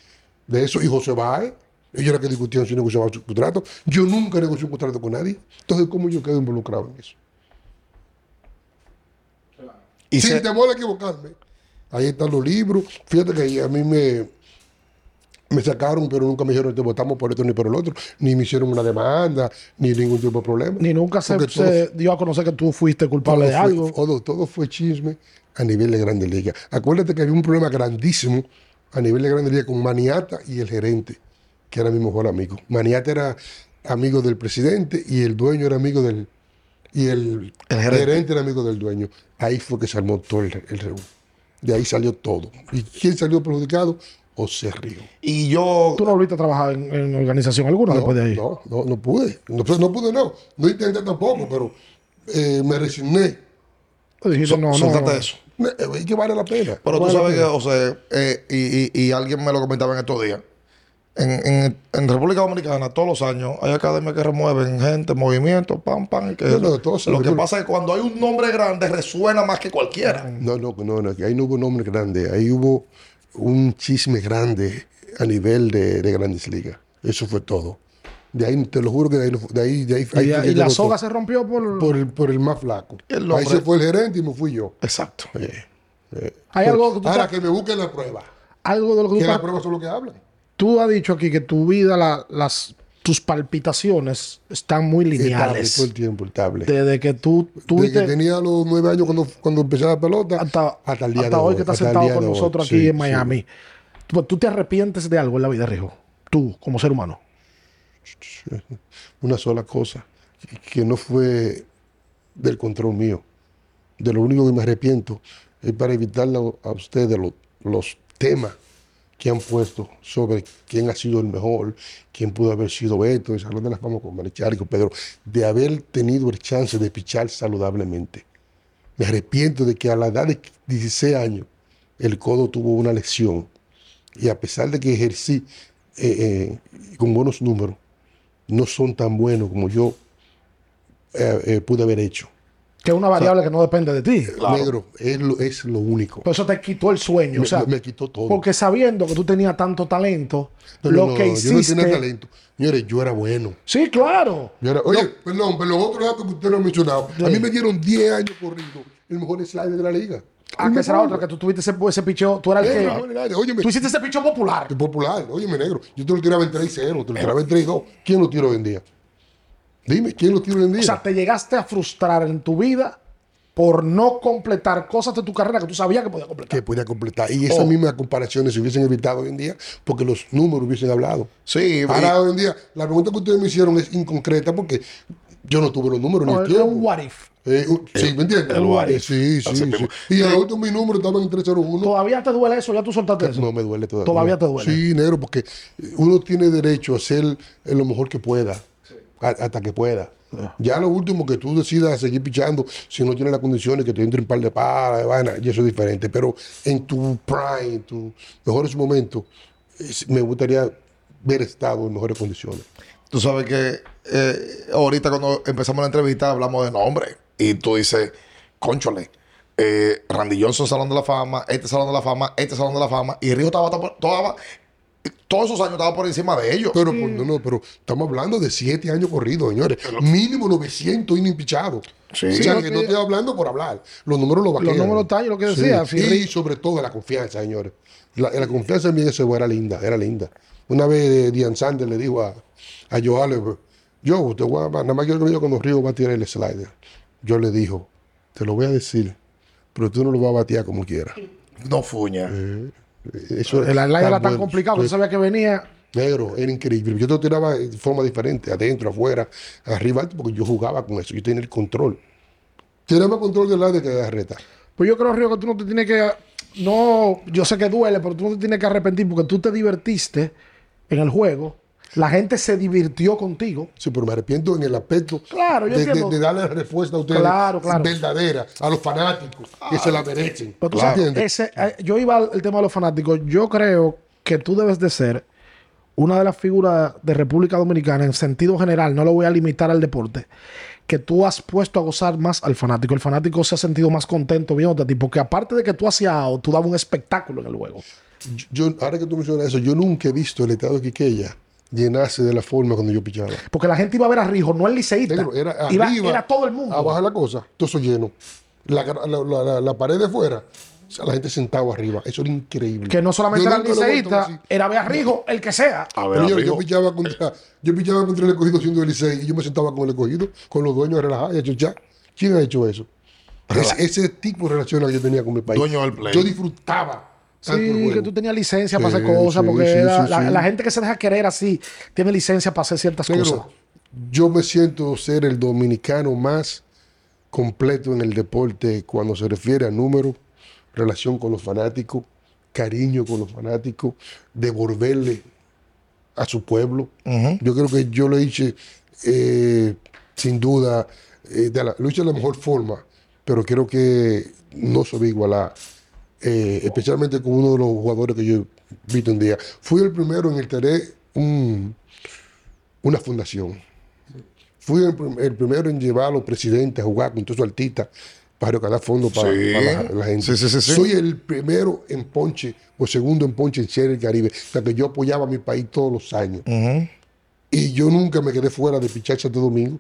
Speaker 2: de eso, y José Baez. Ellos eran que discutían si negociaba su contrato. Yo nunca negocié un contrato con nadie. Entonces, ¿cómo yo quedo involucrado en eso?
Speaker 3: Y
Speaker 2: Sin
Speaker 3: se-
Speaker 2: temor a equivocarme. Ahí están los libros. Fíjate que ahí a mí me, me sacaron, pero nunca me dijeron te votamos por esto ni por el otro. Ni me hicieron una demanda, ni ningún tipo de problema.
Speaker 1: Ni nunca se,
Speaker 2: Porque
Speaker 1: se dio a conocer que tú fuiste culpable
Speaker 2: todo
Speaker 1: de
Speaker 2: fue-
Speaker 1: algo.
Speaker 2: Todo, todo fue chisme a nivel de Grande Liga. Acuérdate que había un problema grandísimo a nivel de Grande Liga con Maniata y el gerente, que era mi mejor amigo. Maniata era amigo del presidente y el dueño era amigo del... Y el,
Speaker 3: El gerente.
Speaker 2: era amigo del dueño. Ahí fue que se armó todo el, el reú. De ahí salió todo. ¿Y quién salió perjudicado? José Río.
Speaker 3: Y yo.
Speaker 1: Tú no volviste a trabajar en, en organización alguna después de ahí.
Speaker 2: No, no, no pude. No, pues, no pude, no. No intenté tampoco, pero eh, me resigné.
Speaker 1: Tú dijiste,
Speaker 3: so-
Speaker 1: no, no,
Speaker 3: soltate
Speaker 1: no.
Speaker 3: eso.
Speaker 2: Me- eh, que vale la pena.
Speaker 3: Pero tú
Speaker 2: Vale la
Speaker 3: sabes que,
Speaker 2: pena.
Speaker 3: o sea, eh, y, y- y alguien me lo comentaba en estos días. En, en- en República Dominicana, todos los años, hay academias que remueven gente, movimientos, pam, pam. y que-
Speaker 2: No, no, todos
Speaker 3: lo
Speaker 2: sabemos.
Speaker 3: que pasa es que cuando hay un nombre grande, resuena más que cualquiera.
Speaker 2: No, no, no, no, que ahí no hubo nombre grande, ahí hubo un chisme grande a nivel de, de grandes ligas. Eso fue todo. De ahí, te lo juro que de ahí, no fu- de ahí, de ahí-
Speaker 1: Y,
Speaker 2: ahí fue
Speaker 1: de-
Speaker 2: que
Speaker 1: y la
Speaker 2: llegó
Speaker 1: soga
Speaker 2: todo.
Speaker 1: se rompió por...
Speaker 2: por el, por el más flaco.
Speaker 3: El
Speaker 2: ahí
Speaker 3: hombre-
Speaker 2: se fue el gerente y me fui yo.
Speaker 3: Exacto.
Speaker 2: Eh, eh.
Speaker 1: Hay
Speaker 2: Pero
Speaker 1: algo que tú
Speaker 2: Ahora
Speaker 1: sa-
Speaker 2: que me busquen la prueba.
Speaker 1: algo de lo que
Speaker 2: Que
Speaker 1: tú,
Speaker 2: las
Speaker 1: pa-
Speaker 2: pruebas son lo que hablan.
Speaker 1: tú has dicho aquí, que tu vida, la- las, tus palpitaciones están muy
Speaker 2: Estable, todo
Speaker 1: lineales.
Speaker 2: el tiempo, estable.
Speaker 1: Desde que tú
Speaker 2: Desde que
Speaker 1: tuviste
Speaker 2: tenía los nueve años cuando, cuando empecé la pelota
Speaker 1: hasta,
Speaker 2: el día
Speaker 1: hasta
Speaker 2: de
Speaker 1: hoy que estás
Speaker 2: hasta el
Speaker 1: sentado
Speaker 2: día
Speaker 1: con
Speaker 2: de hoy.
Speaker 1: nosotros
Speaker 2: Sí,
Speaker 1: aquí en
Speaker 2: sí.
Speaker 1: Miami. Tú, tú te arrepientes de algo en la vida, Rijo. Tú, como ser humano.
Speaker 2: una sola cosa, que no fue del control mío. De lo único que me arrepiento es para evitarle a a ustedes lo- los temas que han puesto sobre quién ha sido el mejor, quién pudo haber sido Beto, el Salón de las Fama con Marichal y con Pedro, de haber tenido el chance de pichar saludablemente. Me arrepiento de que a la edad de 16 años el codo tuvo una lesión y a pesar de que ejercí eh, eh, con buenos números, no son tan buenos como yo eh, eh, pude haber hecho.
Speaker 1: Que es una variable que no depende de ti.
Speaker 2: Negro es lo, es lo único.
Speaker 1: Por eso te quitó el sueño.
Speaker 2: Me,
Speaker 1: o sea,
Speaker 2: me- me quitó todo.
Speaker 1: porque sabiendo que tú tenías tanto talento,
Speaker 2: No, no,
Speaker 1: lo
Speaker 2: no,
Speaker 1: que
Speaker 2: no, Yo
Speaker 1: hiciste.
Speaker 2: no tenía talento. Señores, yo era bueno.
Speaker 1: sí, claro.
Speaker 2: Yo era- oye, perdón, pero los otros datos que usted no ha mencionado, a mí me dieron 10 años corrido el mejor slider de la liga.
Speaker 1: Ah, que será otra, que tú tuviste ese, ese picheo. Tú eras el
Speaker 2: Eh,
Speaker 1: que.
Speaker 2: mejor slider. Óyeme,
Speaker 1: Tú hiciste ese picheo popular.
Speaker 2: el popular, óyeme, negro. Yo te lo tiraba en 3-0, te lo tiraba en 3-2. ¿Quién lo tiro hoy en día? Dime, ¿quién lo tiro hoy en día?
Speaker 1: O sea, te llegaste a frustrar en tu vida por no completar cosas de tu carrera que tú sabías que podías completar.
Speaker 2: que podía completar. Y esas mismas comparaciones se hubiesen evitado hoy en día porque los números hubiesen hablado.
Speaker 3: Sí, y-
Speaker 2: Ahora hoy en día, la pregunta que ustedes me hicieron es inconcreta porque Yo no tuve los números ni
Speaker 1: No,
Speaker 2: el
Speaker 1: es un
Speaker 2: tiempo.
Speaker 1: what if.
Speaker 2: Eh, u- sí, ¿me entiendes?
Speaker 4: el what
Speaker 2: Eh,
Speaker 4: if.
Speaker 2: Sí, sí,
Speaker 4: Así
Speaker 2: sí.
Speaker 4: mismo.
Speaker 2: Y al último mi número estaba en 301.
Speaker 1: ¿Todavía te duele eso? ¿Ya tú soltaste eso?
Speaker 2: No me duele todavía.
Speaker 1: Todavía te duele.
Speaker 2: Sí, negro, porque uno tiene derecho a hacer eh, lo mejor que pueda, a- hasta que pueda.
Speaker 1: Ah.
Speaker 2: Ya lo último que tú decidas seguir pichando, si no tienes las condiciones, que te entre un par de palas, de vaina, y eso es diferente. Pero en tu prime, en tus mejores momentos, es- me gustaría ver estado en mejores condiciones.
Speaker 3: Tú sabes que eh, ahorita cuando empezamos la entrevista hablamos de nombre y tú dices, conchole, eh, Randy Johnson Salón de la Fama, este Salón de la Fama, este Salón de la Fama y Río estaba, estaba- estaba- todos esos años estaba por encima de ellos.
Speaker 2: Pero por- no, no, pero estamos hablando de siete años corridos, señores. Mínimo 900 innings pichados.
Speaker 3: Sí.
Speaker 2: o
Speaker 3: Sí,
Speaker 2: sea,
Speaker 1: lo
Speaker 2: que
Speaker 1: que-
Speaker 2: no estoy hablando por hablar. Los números lo vaquean.
Speaker 1: números están, yo lo que decía, si
Speaker 2: Y
Speaker 1: Rick-
Speaker 2: sobre todo la confianza, señores. La, la confianza en mí eso era linda, era linda. Una vez eh, Diane Sanders le dijo a, a Joe Allen, yo, te voy a, nada más quiero que me diga cuando Río va a tirar el slider. Yo le dijo, te lo voy a decir, pero tú no lo vas a batear como quieras.
Speaker 3: No fuña.
Speaker 2: Eso
Speaker 1: El slider era tan
Speaker 2: bueno.
Speaker 1: complicado que no sabía que venía.
Speaker 2: Negro, era increíble. Yo te lo tiraba de forma diferente, adentro, afuera, arriba, alto, porque yo jugaba con eso. Yo tenía el control. Tenía más control del lado que de la reta.
Speaker 1: Pues yo creo, Río, que tú no te tienes que. No, yo sé que duele, pero tú no te tienes que arrepentir porque tú te divertiste en el juego. La gente se divirtió contigo.
Speaker 2: Sí, pero me arrepiento en el aspecto
Speaker 1: Claro, yo
Speaker 2: de, de-
Speaker 1: entiendo.
Speaker 2: de darle respuesta a ustedes
Speaker 1: Claro, claro.
Speaker 2: verdadera, a los fanáticos, que se la merecen.
Speaker 1: Pero Pues tú
Speaker 2: ¿Me
Speaker 1: sabes,
Speaker 2: entiendes?
Speaker 1: ese- eh, yo iba al al tema de los fanáticos. Yo creo que tú debes de ser una de las figuras de República Dominicana en sentido general, no lo voy a limitar al deporte, que tú has puesto a gozar más al fanático. El fanático se ha sentido más contento viéndote a ti, porque aparte de que tú hacías out, tú dabas un espectáculo en el juego.
Speaker 2: Yo, ahora que tú mencionas eso, yo nunca he visto el estado de Quiqueya llenarse de la forma cuando yo pichaba.
Speaker 1: Porque la gente iba a ver a Rijo, no el liceísta.
Speaker 2: Negro, era
Speaker 1: Iba-
Speaker 2: arriba,
Speaker 1: era todo el mundo.
Speaker 2: Abajo la cosa, todo eso lleno. La, gra- la, la- la- la pared de fuera, o sea, la gente sentado arriba. Eso era increíble.
Speaker 1: Que no solamente
Speaker 2: Yo
Speaker 1: era el
Speaker 2: nunca lo he vuelto Ah, a ver
Speaker 1: liceísta,
Speaker 2: así.
Speaker 1: era ver a Rijo, el que sea.
Speaker 4: A ver,
Speaker 2: Pero yo, yo
Speaker 4: amigo,
Speaker 2: pichaba contra, yo pichaba contra el escogido siendo el Licey y yo me sentaba con el escogido, con los dueños relajados y a chuchar. ¿Quién ha hecho eso? Ese, ese tipo de relación que yo tenía con mi país.
Speaker 3: Dueño del play.
Speaker 2: Yo disfrutaba.
Speaker 1: Sí,
Speaker 2: tanto el juego.
Speaker 1: que tú tenías licencia para
Speaker 2: Sí,
Speaker 1: hacer cosas,
Speaker 2: sí,
Speaker 1: porque
Speaker 2: sí,
Speaker 1: era-
Speaker 2: sí,
Speaker 1: la,
Speaker 2: sí.
Speaker 1: la gente que se deja querer así tiene licencia para hacer ciertas
Speaker 2: Negro,
Speaker 1: cosas.
Speaker 2: yo me siento ser el dominicano más completo en el deporte cuando se refiere a número, relación con los fanáticos, cariño con los fanáticos, devolverle a su pueblo. Yo creo que yo lo hice eh, sin duda, eh, de la, lo hice de la mejor forma, pero creo que no se ve igualar, eh, especialmente con uno de los jugadores que yo he visto un día. Fui el primero en el tener un- una fundación. Fui el, prim- el primero en llevar a los presidentes a jugar con todos sus artistas para recaudar fondos para,
Speaker 3: Sí.
Speaker 2: para la, la gente.
Speaker 3: Sí, sí, sí, sí.
Speaker 2: Soy el primero en ponche o segundo en ponche en Serie del Caribe, la que yo apoyaba a mi país todos los años. Y yo nunca me quedé fuera de pichar Santo Domingo,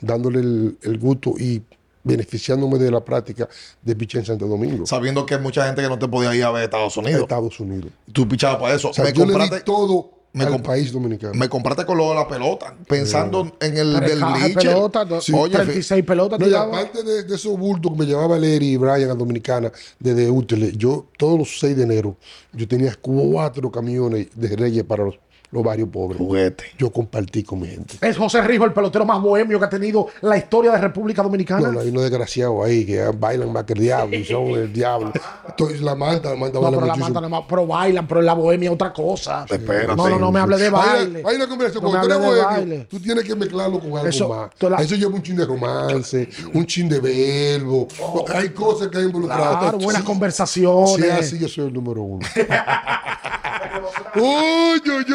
Speaker 2: dándole el, el gusto y beneficiándome de la práctica de pichar en Santo Domingo,
Speaker 3: Sabiendo que mucha gente que no te podía ir a ver a Estados
Speaker 2: a
Speaker 3: Unidos.
Speaker 2: Estados Unidos.
Speaker 3: Tú pichabas para eso.
Speaker 2: O sea,
Speaker 3: me,
Speaker 2: yo le di
Speaker 3: compraste,
Speaker 2: todo
Speaker 3: me
Speaker 2: al
Speaker 3: comp-
Speaker 2: país dominicano.
Speaker 3: me compraste con lo de la pelota. Pensando en el
Speaker 1: Tres
Speaker 3: del
Speaker 1: cajas de
Speaker 3: niche.
Speaker 1: pelotas, dos-
Speaker 3: Oye,
Speaker 1: 36 pelotas
Speaker 2: No, y
Speaker 1: tiradas.
Speaker 2: aparte de, de esos bultos que me llevaba Larry y Brian a Dominicana desde Útiles, yo todos los 6 de enero, yo tenía cuatro camiones de Reyes para los, los barrios pobres.
Speaker 3: juguete.
Speaker 2: Yo compartí con mi gente.
Speaker 1: Es José Rijo el pelotero más bohemio que ha tenido la historia de República Dominicana.
Speaker 2: No, no, hay unos desgraciados ahí que bailan más que el diablo y son el diablo. Entonces, la manta, la manta
Speaker 1: No,
Speaker 2: baila
Speaker 1: pero la
Speaker 2: muchísimo.
Speaker 1: manta nada más, pero bailan, pero la bohemia es otra cosa.
Speaker 3: Espérate.
Speaker 1: No, no, no me hable de
Speaker 2: Hay una-
Speaker 1: baile.
Speaker 2: Hay una conversación
Speaker 1: No me
Speaker 2: con tres
Speaker 1: hable de
Speaker 2: huevos.
Speaker 1: baile.
Speaker 2: Tú tienes que mezclarlo con algo
Speaker 1: Eso,
Speaker 2: más.
Speaker 1: tú la-
Speaker 2: Eso lleva un chin de romance, un chin de verbo. hay cosas que hay involucradas.
Speaker 1: Claro, buenas
Speaker 2: Sí, Si es
Speaker 1: conversaciones.
Speaker 2: así, yo soy el número uno. ¡Uy, uy,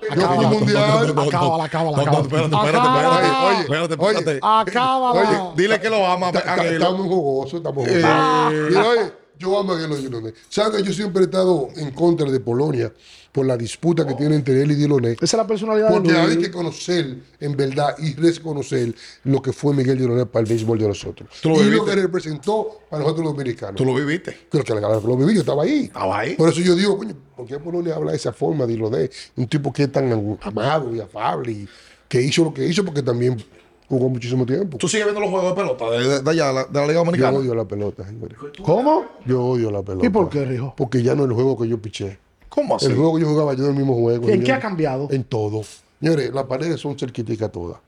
Speaker 2: Yo fui
Speaker 1: Acaba.
Speaker 2: mundial.
Speaker 1: no, Acábala, acábala,
Speaker 3: No, no,
Speaker 1: acábala.
Speaker 3: espérate, espérate, espérate.
Speaker 1: Acábala.
Speaker 3: Oye, espérate,
Speaker 2: Oye, ah,
Speaker 3: espérate.
Speaker 1: Acábala.
Speaker 2: Oye,
Speaker 3: Dile que lo ama,
Speaker 2: Ta- ta-
Speaker 3: Ángel. Eh.
Speaker 2: Estamos jugosos, estamos jugosos. Mira, oye, Yo amo a Guilón Yulone. ¿Sabes que yo siempre he estado en contra de Polonia por la disputa que tiene entre él y Diloné?
Speaker 1: Esa es la personalidad
Speaker 2: Porque
Speaker 1: de
Speaker 2: hay
Speaker 1: Luis.
Speaker 2: que conocer, en verdad, y reconocer lo que fue Miguel Diloné para el béisbol de nosotros.
Speaker 3: Tú lo
Speaker 2: y lo
Speaker 3: viviste.
Speaker 2: que representó para nosotros los dominicanos.
Speaker 3: Tú lo viviste.
Speaker 2: Creo que la ganaron los viví, yo estaba ahí.
Speaker 3: Estaba ahí.
Speaker 2: Por eso yo digo, coño, ¿por qué Polonia habla de esa forma de lo de un tipo que es tan amado y afable y que hizo lo que hizo porque también jugó muchísimo tiempo?
Speaker 3: Tú sigues viendo los juegos de pelota de, de- de allá, la- de la Liga
Speaker 2: Yo
Speaker 3: Dominicana.
Speaker 2: odio la pelota, señores.
Speaker 1: ¿Cómo?
Speaker 2: Yo odio la pelota.
Speaker 1: ¿Y por qué, Rijo?
Speaker 2: Porque ya no es el juego que yo piché.
Speaker 3: ¿Cómo así?
Speaker 2: El juego que yo jugaba yo en el mismo juego.
Speaker 1: ¿En qué
Speaker 2: señores.
Speaker 1: ha cambiado?
Speaker 2: En todo. Señores, las paredes son cerquiticas todas.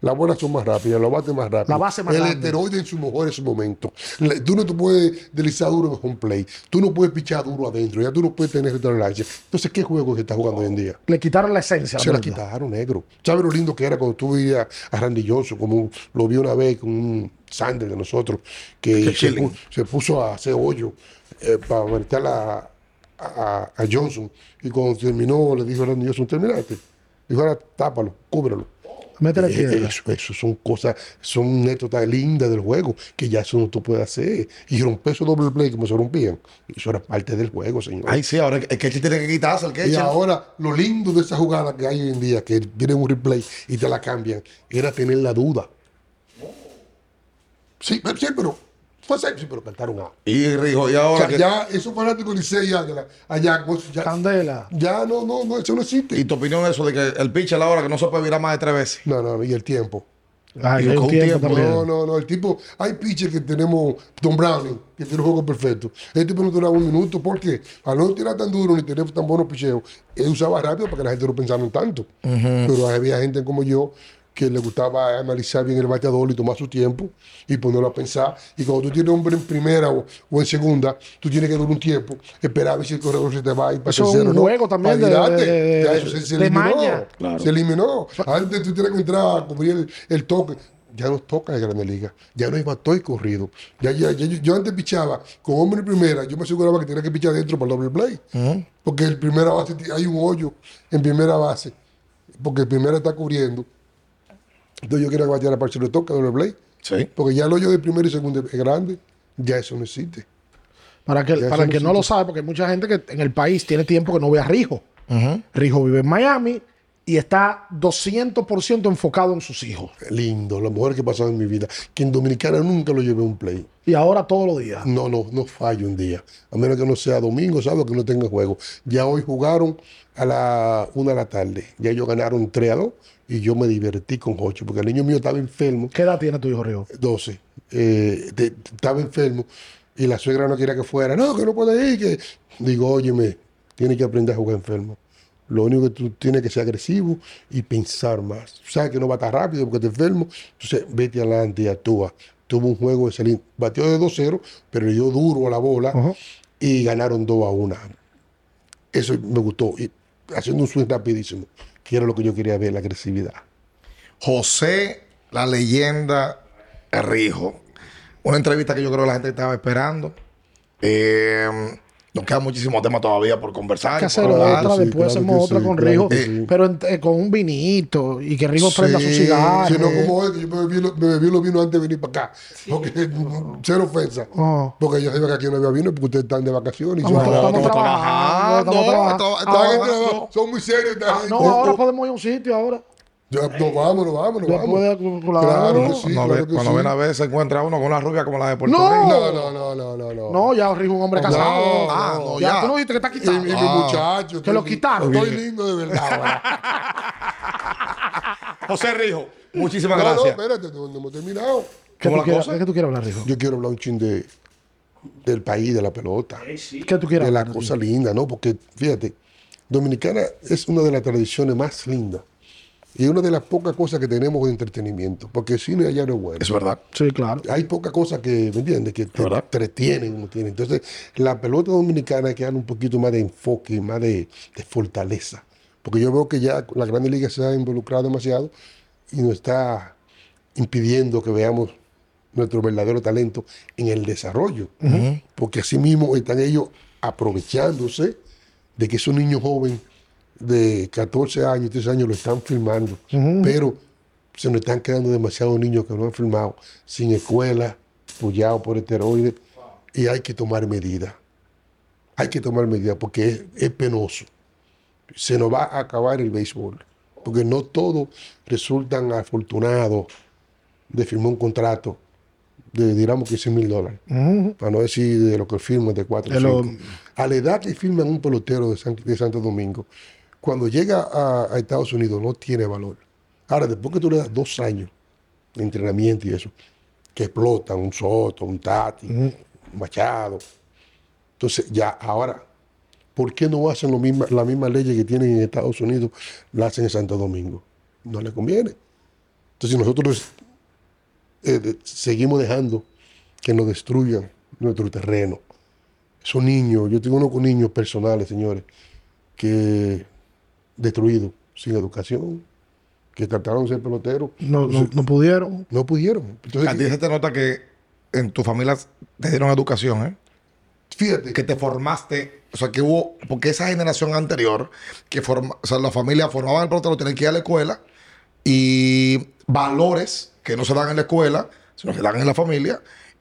Speaker 2: Las bolas son más rápidas, los bates más rápidos.
Speaker 1: La base más
Speaker 2: El
Speaker 1: grande.
Speaker 2: esteroide en su mejor en su momento. La- Tú no te puedes deslizar duro en home play. Tú no puedes pichar duro adentro. Ya tú no puedes tener retroalarse. Entonces, ¿qué juego se está jugando hoy en día?
Speaker 1: Le quitaron la esencia.
Speaker 2: Se la
Speaker 1: pelota.
Speaker 2: quitaron, negro. ¿Sabes lo lindo que era cuando tú veías a Randy Johnson, como lo vi una vez con un Sander de nosotros, que
Speaker 3: Qué
Speaker 2: se,
Speaker 3: chilling.
Speaker 2: pu- se puso a hacer hoyo eh, para marcar a, a- a Johnson. Y cuando terminó, le dijo a Randy Johnson, terminaste. Dijo, ahora tápalo, cúbrelo.
Speaker 1: Métele
Speaker 2: Eh,
Speaker 1: piedra.
Speaker 2: Eso, eso son cosas, son anécdotas lindas del juego, que ya eso no tú puedes hacer. Y romper esos doble play como se rompían. Eso era parte del juego, señor.
Speaker 3: Ay, sí, ahora el ketchup tiene que quitarse el
Speaker 2: Y
Speaker 3: ketchup.
Speaker 2: ahora, lo lindo de esa jugada que hay hoy en día, que viene un replay y te la cambian, era tener la duda. Sí, pero, sí, pero fue así, sí, pero cantaron A.
Speaker 3: Y Rijo, y
Speaker 2: O
Speaker 3: ahora.
Speaker 2: sea,
Speaker 3: que-
Speaker 2: ya esos fanáticos de Licey y Águila, allá, pues, ya,
Speaker 1: Candela.
Speaker 2: ya no, no, no, eso no
Speaker 3: ¿Y
Speaker 2: existe.
Speaker 3: tu opinión de eso de que el pitcher ahora que no se puede virar más de tres veces?
Speaker 2: No, no, y el tiempo.
Speaker 1: Ay,
Speaker 3: Y
Speaker 1: hay un
Speaker 3: con
Speaker 1: tiempo
Speaker 3: tiempo,
Speaker 1: también.
Speaker 2: No, no, no, el tipo, hay pitchers que tenemos, Tom Browning, que tiene un juego perfecto. El tipo no duraba un minuto porque al no tirar tan duro ni tener tan buenos picheos, él usaba rápido para que la gente no pensara en tanto. Pero había gente como yo que le gustaba analizar bien el bateador y tomar su tiempo y ponerlo a pensar. Y cuando tú tienes un hombre en primera o, o en segunda, tú tienes que durar un tiempo, esperar a ver si el corredor se te va y para
Speaker 1: Eso es
Speaker 2: tercero,
Speaker 1: un
Speaker 2: ¿no?
Speaker 1: juego también
Speaker 2: Para
Speaker 1: de- de-
Speaker 2: girarte.
Speaker 1: de-
Speaker 2: Ya
Speaker 1: de-
Speaker 2: eso se, se
Speaker 1: de
Speaker 2: eliminó.
Speaker 1: maña.
Speaker 2: Se eliminó. Antes tú tienes que entrar a cubrir el, el toque. Ya no toca en Grande Liga. Ya no hay batón y corrido. Ya, ya, ya- yo, yo antes pichaba con hombre en primera. Yo me aseguraba que tenía que pichar dentro para el doble play. Porque el primera base ti- hay un hoyo en primera base. Porque el primera está cubriendo. Entonces yo quería que batiera para el toque doble play.
Speaker 3: Sí.
Speaker 2: Porque ya el hoyo de primero y segundo es grande. Ya eso no existe.
Speaker 1: Para que,
Speaker 2: Ya
Speaker 1: para
Speaker 2: eso
Speaker 1: el que
Speaker 2: no
Speaker 1: no lo sabe, porque hay mucha gente que en el país tiene tiempo que no ve a Rijo. Rijo vive en Miami y está 200% enfocado en sus hijos.
Speaker 2: Lindo, la mujer que pasado en mi vida. Que en Dominicana nunca lo llevé a un play.
Speaker 1: Y ahora todos los días.
Speaker 2: No, no, no fallo un día. A menos que no sea domingo, sábado, que no tenga juego. Ya hoy jugaron a la una de la tarde. Ya ellos ganaron 3 a 2 y yo me divertí con ocho, porque el niño mío estaba enfermo,
Speaker 1: ¿Qué edad tiene tu hijo, Rijo?
Speaker 2: 12, eh, te- te- estaba enfermo y la suegra no quería que fuera. No, que no puede ir. Que... Digo, óyeme, tiene que aprender a jugar enfermo. Lo único que tú tienes que ser agresivo y pensar más. Sabes que no va tan rápido porque te enfermo. Entonces, vete adelante y actúa. Tuvo un juego excelente. Batió de 2-0, pero le dio duro a la bola
Speaker 1: Ujú.
Speaker 2: y ganaron 2 a 1. Eso me gustó. Y haciendo un swing rapidísimo, que era lo que yo quería ver, la agresividad.
Speaker 3: José, la leyenda Rijo. Una entrevista que yo creo que la gente estaba esperando. Eh, nos queda muchísimo tema todavía por conversar.
Speaker 1: Hay que
Speaker 3: y
Speaker 1: hacer
Speaker 3: por hablar.
Speaker 1: otra,
Speaker 2: sí,
Speaker 1: después
Speaker 2: claro
Speaker 1: hacemos
Speaker 2: que
Speaker 1: otra
Speaker 2: sí,
Speaker 1: con
Speaker 2: claro
Speaker 1: Rijo,
Speaker 2: que sí.
Speaker 1: pero en- eh, con un vinito y que Rijo prenda su
Speaker 2: Sí,
Speaker 1: cigarro.
Speaker 2: sí, no como es que yo me bebí, lo- me bebí los vinos antes de venir para acá. Porque, cero ofensa.
Speaker 1: Oh.
Speaker 2: Porque yo sabía que aquí no había vino porque ustedes están de vacaciones. y yo
Speaker 1: Vamos,
Speaker 2: trabajo.
Speaker 1: estamos trabajando, estamos trabajando.
Speaker 3: estamos
Speaker 2: Ah,
Speaker 3: trabajando.
Speaker 2: que trabajo. Son muy serios.
Speaker 1: Ah, no, ahora podemos ir a un sitio ahora.
Speaker 2: Yo, no, vámonos, vámonos.
Speaker 1: Después de-
Speaker 2: vámonos.
Speaker 1: claro.
Speaker 2: Claro que
Speaker 1: Cuando
Speaker 2: sí,
Speaker 3: Cuando
Speaker 2: claro
Speaker 3: ve-
Speaker 2: que
Speaker 3: cuando
Speaker 2: sí.
Speaker 3: ven a ver, se encuentra uno con una rubia como la de Puerto
Speaker 1: No.
Speaker 3: Rico.
Speaker 2: No, no, no, no, no. no.
Speaker 1: No, ya Rijo es un hombre casado.
Speaker 3: ah, no,
Speaker 1: ya,
Speaker 3: ya.
Speaker 1: tú no dijiste que está
Speaker 2: Y, y
Speaker 1: quitado.
Speaker 2: mi
Speaker 1: Ah.
Speaker 2: muchacho.
Speaker 1: Que lo
Speaker 2: estoy-
Speaker 1: quitaron.
Speaker 2: Estoy lindo de verdad. ahora.
Speaker 3: José Rijo, muchísimas
Speaker 2: No, no,
Speaker 3: gracias.
Speaker 2: espérate, no no hemos terminado.
Speaker 1: ¿Qué,
Speaker 3: ¿Cómo
Speaker 1: tú
Speaker 3: la
Speaker 1: quieres,
Speaker 3: cosa?
Speaker 1: ¿De qué tú quieres hablar, Rijo?
Speaker 2: Yo quiero hablar un chin de, del país, de la pelota.
Speaker 1: ¿Qué tú quieres
Speaker 2: de la
Speaker 1: hablar?
Speaker 2: cosa linda, ¿no? Porque, fíjate, Dominicana es una de las tradiciones más lindas y una de las pocas cosas que tenemos de entretenimiento, porque el cine allá no es bueno.
Speaker 3: Es verdad.
Speaker 1: Sí, claro.
Speaker 2: Hay pocas cosas que, ¿me entiendes? Que te
Speaker 3: ¿Verdad?
Speaker 2: entretienen, ¿me entiendes? Entonces, la pelota dominicana que dan un poquito más de enfoque, y más de, de fortaleza. Porque yo veo que ya la Grande Liga se ha involucrado demasiado y nos está impidiendo que veamos nuestro verdadero talento en el desarrollo. Porque así mismo están ellos aprovechándose de que esos niños jóvenes de 14 años, 13 años lo están filmando. Pero se nos están quedando demasiados niños que no han filmado, sin escuela, apoyados por esteroides. y hay que tomar medidas. Hay que tomar medidas porque es, es penoso. Se nos va a acabar el béisbol. Porque no todos resultan afortunados de firmar un contrato de, digamos, 15 mil dólares. Para no decir de lo que firman de 4 o
Speaker 1: De lo-
Speaker 2: 5. A la edad que firman un pelotero de, San- de Santo Domingo, cuando llega a, a Estados Unidos no tiene valor. Ahora, después que tú le das dos años de entrenamiento y eso, que explotan un Soto, un Tati, un Machado. Entonces, ya ahora, ¿por qué no hacen lo misma, las mismas leyes que tienen en Estados Unidos, las hacen en Santo Domingo? No les conviene. Entonces, nosotros eh, de- seguimos dejando que nos destruyan nuestro terreno. Esos niños, yo tengo uno con niños personales, señores, que destruidos, sin educación, que trataron de ser peloteros,
Speaker 1: No, no, no pudieron.
Speaker 2: no pudieron. Entonces,
Speaker 3: A ti se te nota que en tu familia te dieron educación, ¿eh?
Speaker 2: fíjate,
Speaker 3: que te formaste, o sea, que hubo, porque esa generación anterior, que forma, o sea, la familia formaban el pelotero, tenían que ir a la escuela, y valores que no se dan en la escuela, sino que se dan en la familia,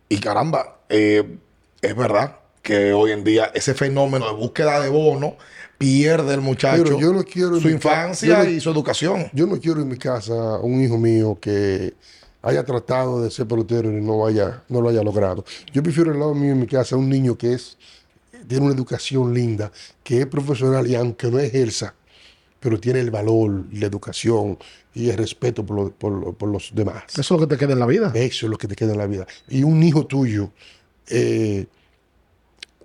Speaker 3: y caramba, eh, es verdad que hoy en día ese fenómeno de búsqueda de bono pierde el muchacho
Speaker 2: Pero yo no quiero
Speaker 3: su
Speaker 2: invitar-
Speaker 3: infancia
Speaker 2: yo no-
Speaker 3: y su educación.
Speaker 2: yo no quiero en mi casa a un hijo mío que haya tratado de ser pelotero y no, haya, no lo haya logrado. Yo prefiero al lado mío en mi casa un niño que es, tiene una educación linda, que es profesional y aunque no ejerza, pero tiene el valor, la educación y el respeto por, lo- por lo- por los demás.
Speaker 1: Eso es lo que te queda en la vida.
Speaker 2: Eso es lo que te queda en la vida. Y un hijo tuyo eh,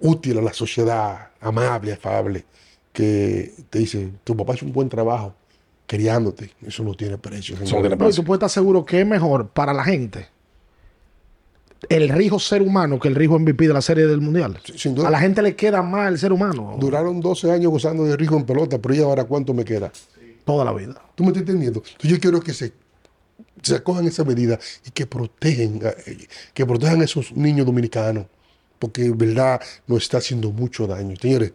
Speaker 2: útil a la sociedad, amable, afable, que te dice, tu papá hizo un buen trabajo criándote. Eso no tiene precio.
Speaker 3: Eso no
Speaker 2: señor.
Speaker 3: tiene
Speaker 1: No, y
Speaker 3: precio.
Speaker 1: tú puedes estar seguro que es mejor para la gente el rijo ser humano que el rijo MVP de la serie del mundial.
Speaker 2: Sin- sin duda.
Speaker 1: A la gente le queda mal el ser humano
Speaker 2: Duraron 12 años gozando de rico en pelota, pero ¿y ahora cuánto me queda?
Speaker 1: toda la vida.
Speaker 2: ¿Tú me estás entendiendo? Entonces yo quiero que se, se acojan esa medida y que protegen, a- eh, que protejan a esos niños dominicanos, porque en verdad nos está haciendo mucho daño. Señores,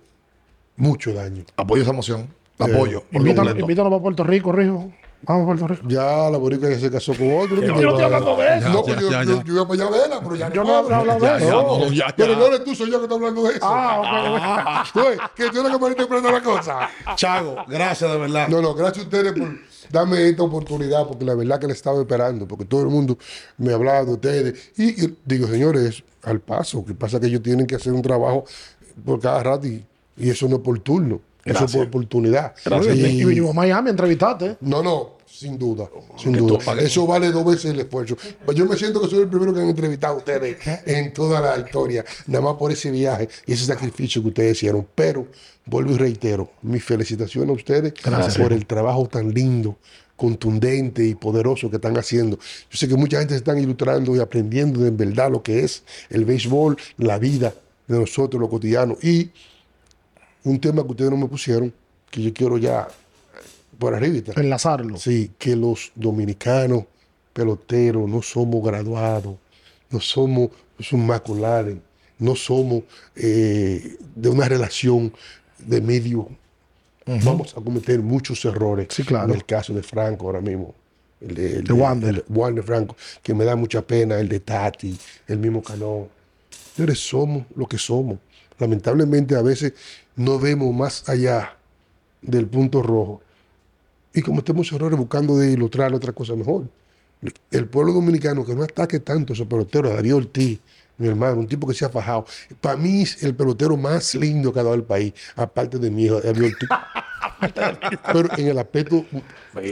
Speaker 2: mucho daño.
Speaker 3: Apoyo esa moción, la
Speaker 2: Eh,
Speaker 3: apoyo. por
Speaker 1: Invítanos,
Speaker 3: completo.
Speaker 1: invítanos para Puerto Rico, rijo. Vamos a Puerto Rico.
Speaker 2: Ya la boricua ya se casó con otro.
Speaker 1: Yo no estoy hablando de eso.
Speaker 2: No,
Speaker 4: Ya,
Speaker 2: pues yo,
Speaker 4: ya,
Speaker 2: yo-
Speaker 4: ya.
Speaker 2: yo iba para allá a verla, pero ya
Speaker 1: Yo no hablo- hablo de eso.
Speaker 4: no, ya, ya.
Speaker 2: Pero no eres tú, soy yo que estoy hablando de eso.
Speaker 1: Ah, ok.
Speaker 2: Tú ves, que tú eres que me interpretando la cosa.
Speaker 3: Chago, gracias de verdad.
Speaker 2: No, no, gracias a ustedes por darme esta oportunidad, porque la verdad que la estaba esperando, porque todo el mundo me hablaba de ustedes. Y, y digo, señores, al paso, que pasa que ellos tienen que hacer un trabajo por cada rato y, y eso no es por turno, eso es por oportunidad.
Speaker 3: Gracias.
Speaker 2: Y-
Speaker 1: Y vinimos a Miami, entrevistaste.
Speaker 2: no, no, sin duda, sin duda. Eso vale dos veces el esfuerzo. Pues Yo me siento que soy el primero que han entrevistado a ustedes en toda la historia, nada más por ese viaje y ese sacrificio que ustedes hicieron. Pero vuelvo y reitero, mis felicitaciones a ustedes por el trabajo tan lindo, contundente y poderoso que están haciendo. Yo sé que mucha gente se están ilustrando y aprendiendo de en verdad lo que es el béisbol, la vida de nosotros, lo cotidiano. Y un tema que ustedes no me pusieron, que yo quiero ya por arriba.
Speaker 1: Enlazarlo.
Speaker 2: Sí, que los dominicanos peloteros no somos graduados, no somos sumaculares, no somos eh, de una relación de medio. Vamos a cometer muchos errores.
Speaker 1: Sí, claro.
Speaker 2: En el caso de Franco ahora mismo. El de, el
Speaker 1: De Wander.
Speaker 2: el Wander Franco, que me da mucha pena, el de Tati, el mismo Cano. Señores, somos lo que somos. Lamentablemente a veces no vemos más allá del punto rojo y cometemos errores buscando de ilustrar otra cosa mejor. El pueblo dominicano que no ataque tanto a esos peloteros, a Darío Ortiz, mi hermano, un tipo que se ha fajado. Para mí es el pelotero más lindo que ha dado el país, aparte de mi hijo, Darío Ortiz. Pero en el aspecto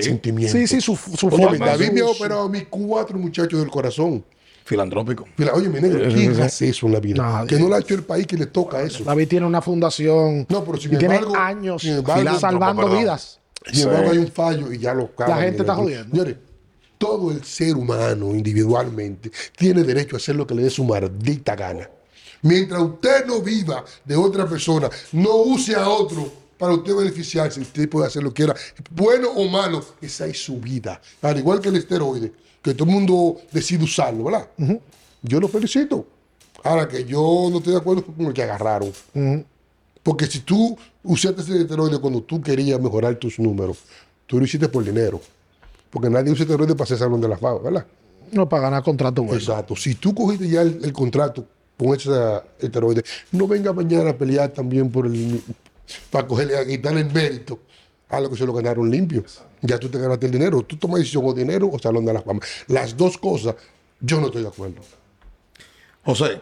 Speaker 2: sentimiento.
Speaker 1: Sí, sí, su, su
Speaker 2: Óyeme,
Speaker 1: forma.
Speaker 2: David
Speaker 1: su-
Speaker 2: me ha
Speaker 1: su-
Speaker 2: operado a mis cuatro muchachos del corazón.
Speaker 3: Filantrópico.
Speaker 2: Mira, oye, mi negro, ¿quién hace eso en la vida?
Speaker 1: Eh, Nadie.
Speaker 2: Que no lo ha hecho el país que le toca eso.
Speaker 1: David tiene una fundación
Speaker 2: No, pero sin
Speaker 1: y tiene
Speaker 2: embargo-
Speaker 1: años
Speaker 2: sin embargo-
Speaker 1: salvando
Speaker 3: Filántropo,
Speaker 1: vidas.
Speaker 2: Sin embargo, hay un fallo y ya lo cagan.
Speaker 1: La gente está
Speaker 2: Mira,
Speaker 1: jodiendo.
Speaker 2: Señores, todo el ser humano individualmente tiene derecho a hacer lo que le dé su maldita gana. Mientras usted no viva de otra persona, no use a otro para usted beneficiarse, usted puede hacer lo que quiera, bueno o malo, esa es su vida. Al igual que el esteroide, que todo el mundo decide usarlo, ¿verdad? Yo lo felicito. Ahora que yo no estoy de acuerdo con lo que agarraron. Porque si tú usaste ese esteroide cuando tú querías mejorar tus números, tú lo hiciste por dinero. Porque nadie usa esteroide para ser salón de la fama, ¿verdad?
Speaker 1: No, para ganar contrato bueno.
Speaker 2: Exacto. Si tú cogiste ya el, el contrato con esa esteroide. No venga mañana a pelear también por el para cogerle a quitarle el mérito a lo que se lo ganaron limpio. Ya tú te ganaste el dinero. Tú tomas decisión o dinero o salón de la fama. Las dos cosas, yo no estoy de acuerdo.
Speaker 3: José,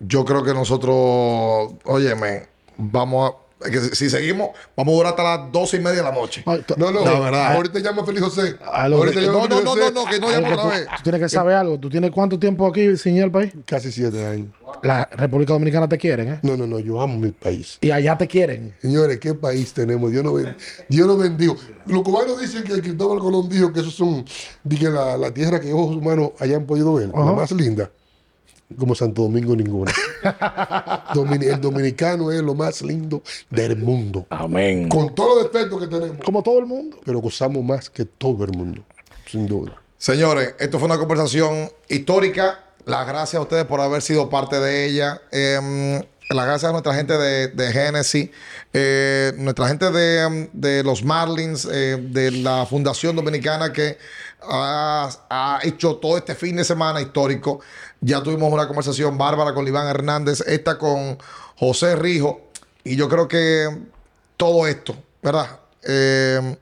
Speaker 3: yo creo que nosotros, óyeme, vamos a. es que si, si seguimos, vamos a durar hasta las doce y media de la noche.
Speaker 1: Ay, t-
Speaker 2: No, no,
Speaker 3: La verdad.
Speaker 2: ahorita llama Feliz José.
Speaker 1: A lo
Speaker 2: Ahorita
Speaker 1: que-
Speaker 2: llama
Speaker 3: No, no,
Speaker 2: Feliz
Speaker 3: no,
Speaker 2: José.
Speaker 3: no, no, que no
Speaker 1: Algo
Speaker 3: llamo
Speaker 1: que
Speaker 3: otra
Speaker 1: tú,
Speaker 3: vez.
Speaker 1: tú tienes que saber algo. ¿Tú tienes cuánto tiempo aquí sin ir al país?
Speaker 2: Casi siete años.
Speaker 1: La República Dominicana te quieren, ¿eh?
Speaker 2: No, no, no, yo amo mi país.
Speaker 1: Y allá te quieren.
Speaker 2: Señores, qué país tenemos. Dios lo, ben- Dios lo bendigo. Los cubanos dicen que Cristóbal Colón dijo que esos son dije, la, la tierra que ojos humanos hayan podido ver,
Speaker 1: Ajá.
Speaker 2: la más linda. Como Santo Domingo ninguna. Domini- el dominicano es lo más lindo del mundo.
Speaker 3: Amén.
Speaker 2: Con todos los defectos que tenemos,
Speaker 1: Como todo el mundo.
Speaker 2: pero gozamos más que todo el mundo, sin duda.
Speaker 3: Señores, esto fue una conversación histórica. Las gracias a ustedes por haber sido parte de ella. Em, las gracias a nuestra gente de, de Genesis, eh, nuestra gente de, em, de los Marlins, eh, de la Fundación Dominicana que ha, ha hecho todo este fin de semana histórico. Ya tuvimos una conversación bárbara con Iván Hernández, esta con José Rijo. Y yo creo que todo esto, ¿verdad? Eh,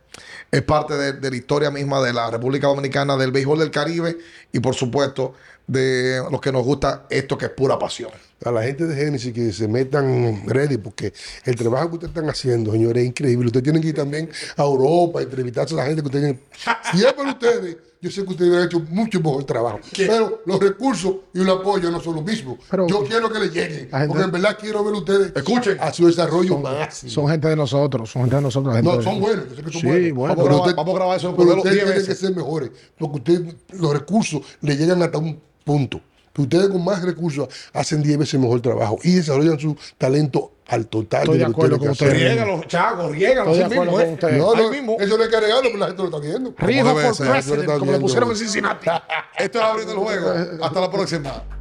Speaker 3: es parte de, de la historia misma de la República Dominicana, del béisbol del Caribe y por supuesto de los que nos gusta esto que es pura pasión.
Speaker 2: a la gente de Génesis que se metan ready, porque el trabajo que ustedes están haciendo, señores, es increíble. Ustedes tienen que ir también a Europa, entrevistarse a la gente que ustedes Si es para ustedes, yo sé que ustedes han hecho mucho mejor trabajo. Pero los recursos y el apoyo no son los mismos.
Speaker 1: Pero-
Speaker 2: yo quiero que les lleguen,
Speaker 1: La gente-
Speaker 2: porque en verdad quiero ver ustedes
Speaker 3: Escuchen.
Speaker 2: a su desarrollo máximo.
Speaker 1: Son gente de nosotros. Son gente de nosotros. la gente
Speaker 2: No,
Speaker 1: de-
Speaker 2: son buenos, yo sé que son
Speaker 1: Sí,
Speaker 2: buenos.
Speaker 1: bueno.
Speaker 2: Pero
Speaker 3: Vamos a grabar-
Speaker 2: usted-
Speaker 3: vamos a grabar eso
Speaker 2: Pero
Speaker 3: por lo menos
Speaker 2: ustedes
Speaker 3: 10
Speaker 2: tienen que
Speaker 3: veces.
Speaker 2: ser mejores, porque ustedes, los recursos le llegan hasta un punto. Ustedes con más recursos hacen 10 veces mejor trabajo y desarrollan su talento al total.
Speaker 1: Estoy de
Speaker 2: lo que
Speaker 1: acuerdo
Speaker 2: tienen que
Speaker 1: con
Speaker 2: hacer.
Speaker 1: ustedes.
Speaker 3: Riégalos, chagos, riégalos.
Speaker 1: Estoy de
Speaker 3: así
Speaker 1: acuerdo
Speaker 3: mismo,
Speaker 1: con
Speaker 3: ¿eh?
Speaker 1: ustedes.
Speaker 2: No,
Speaker 3: Ahí
Speaker 2: no,
Speaker 3: mismo.
Speaker 2: eso no hay que agregarlo, porque la gente lo está viendo.
Speaker 1: Rijo
Speaker 3: debe
Speaker 1: for
Speaker 3: ser,
Speaker 1: president,
Speaker 2: está
Speaker 1: como le
Speaker 2: viendo.
Speaker 1: pusieron en Cincinnati.
Speaker 3: Esto es abriendo el juego. Hasta la próxima.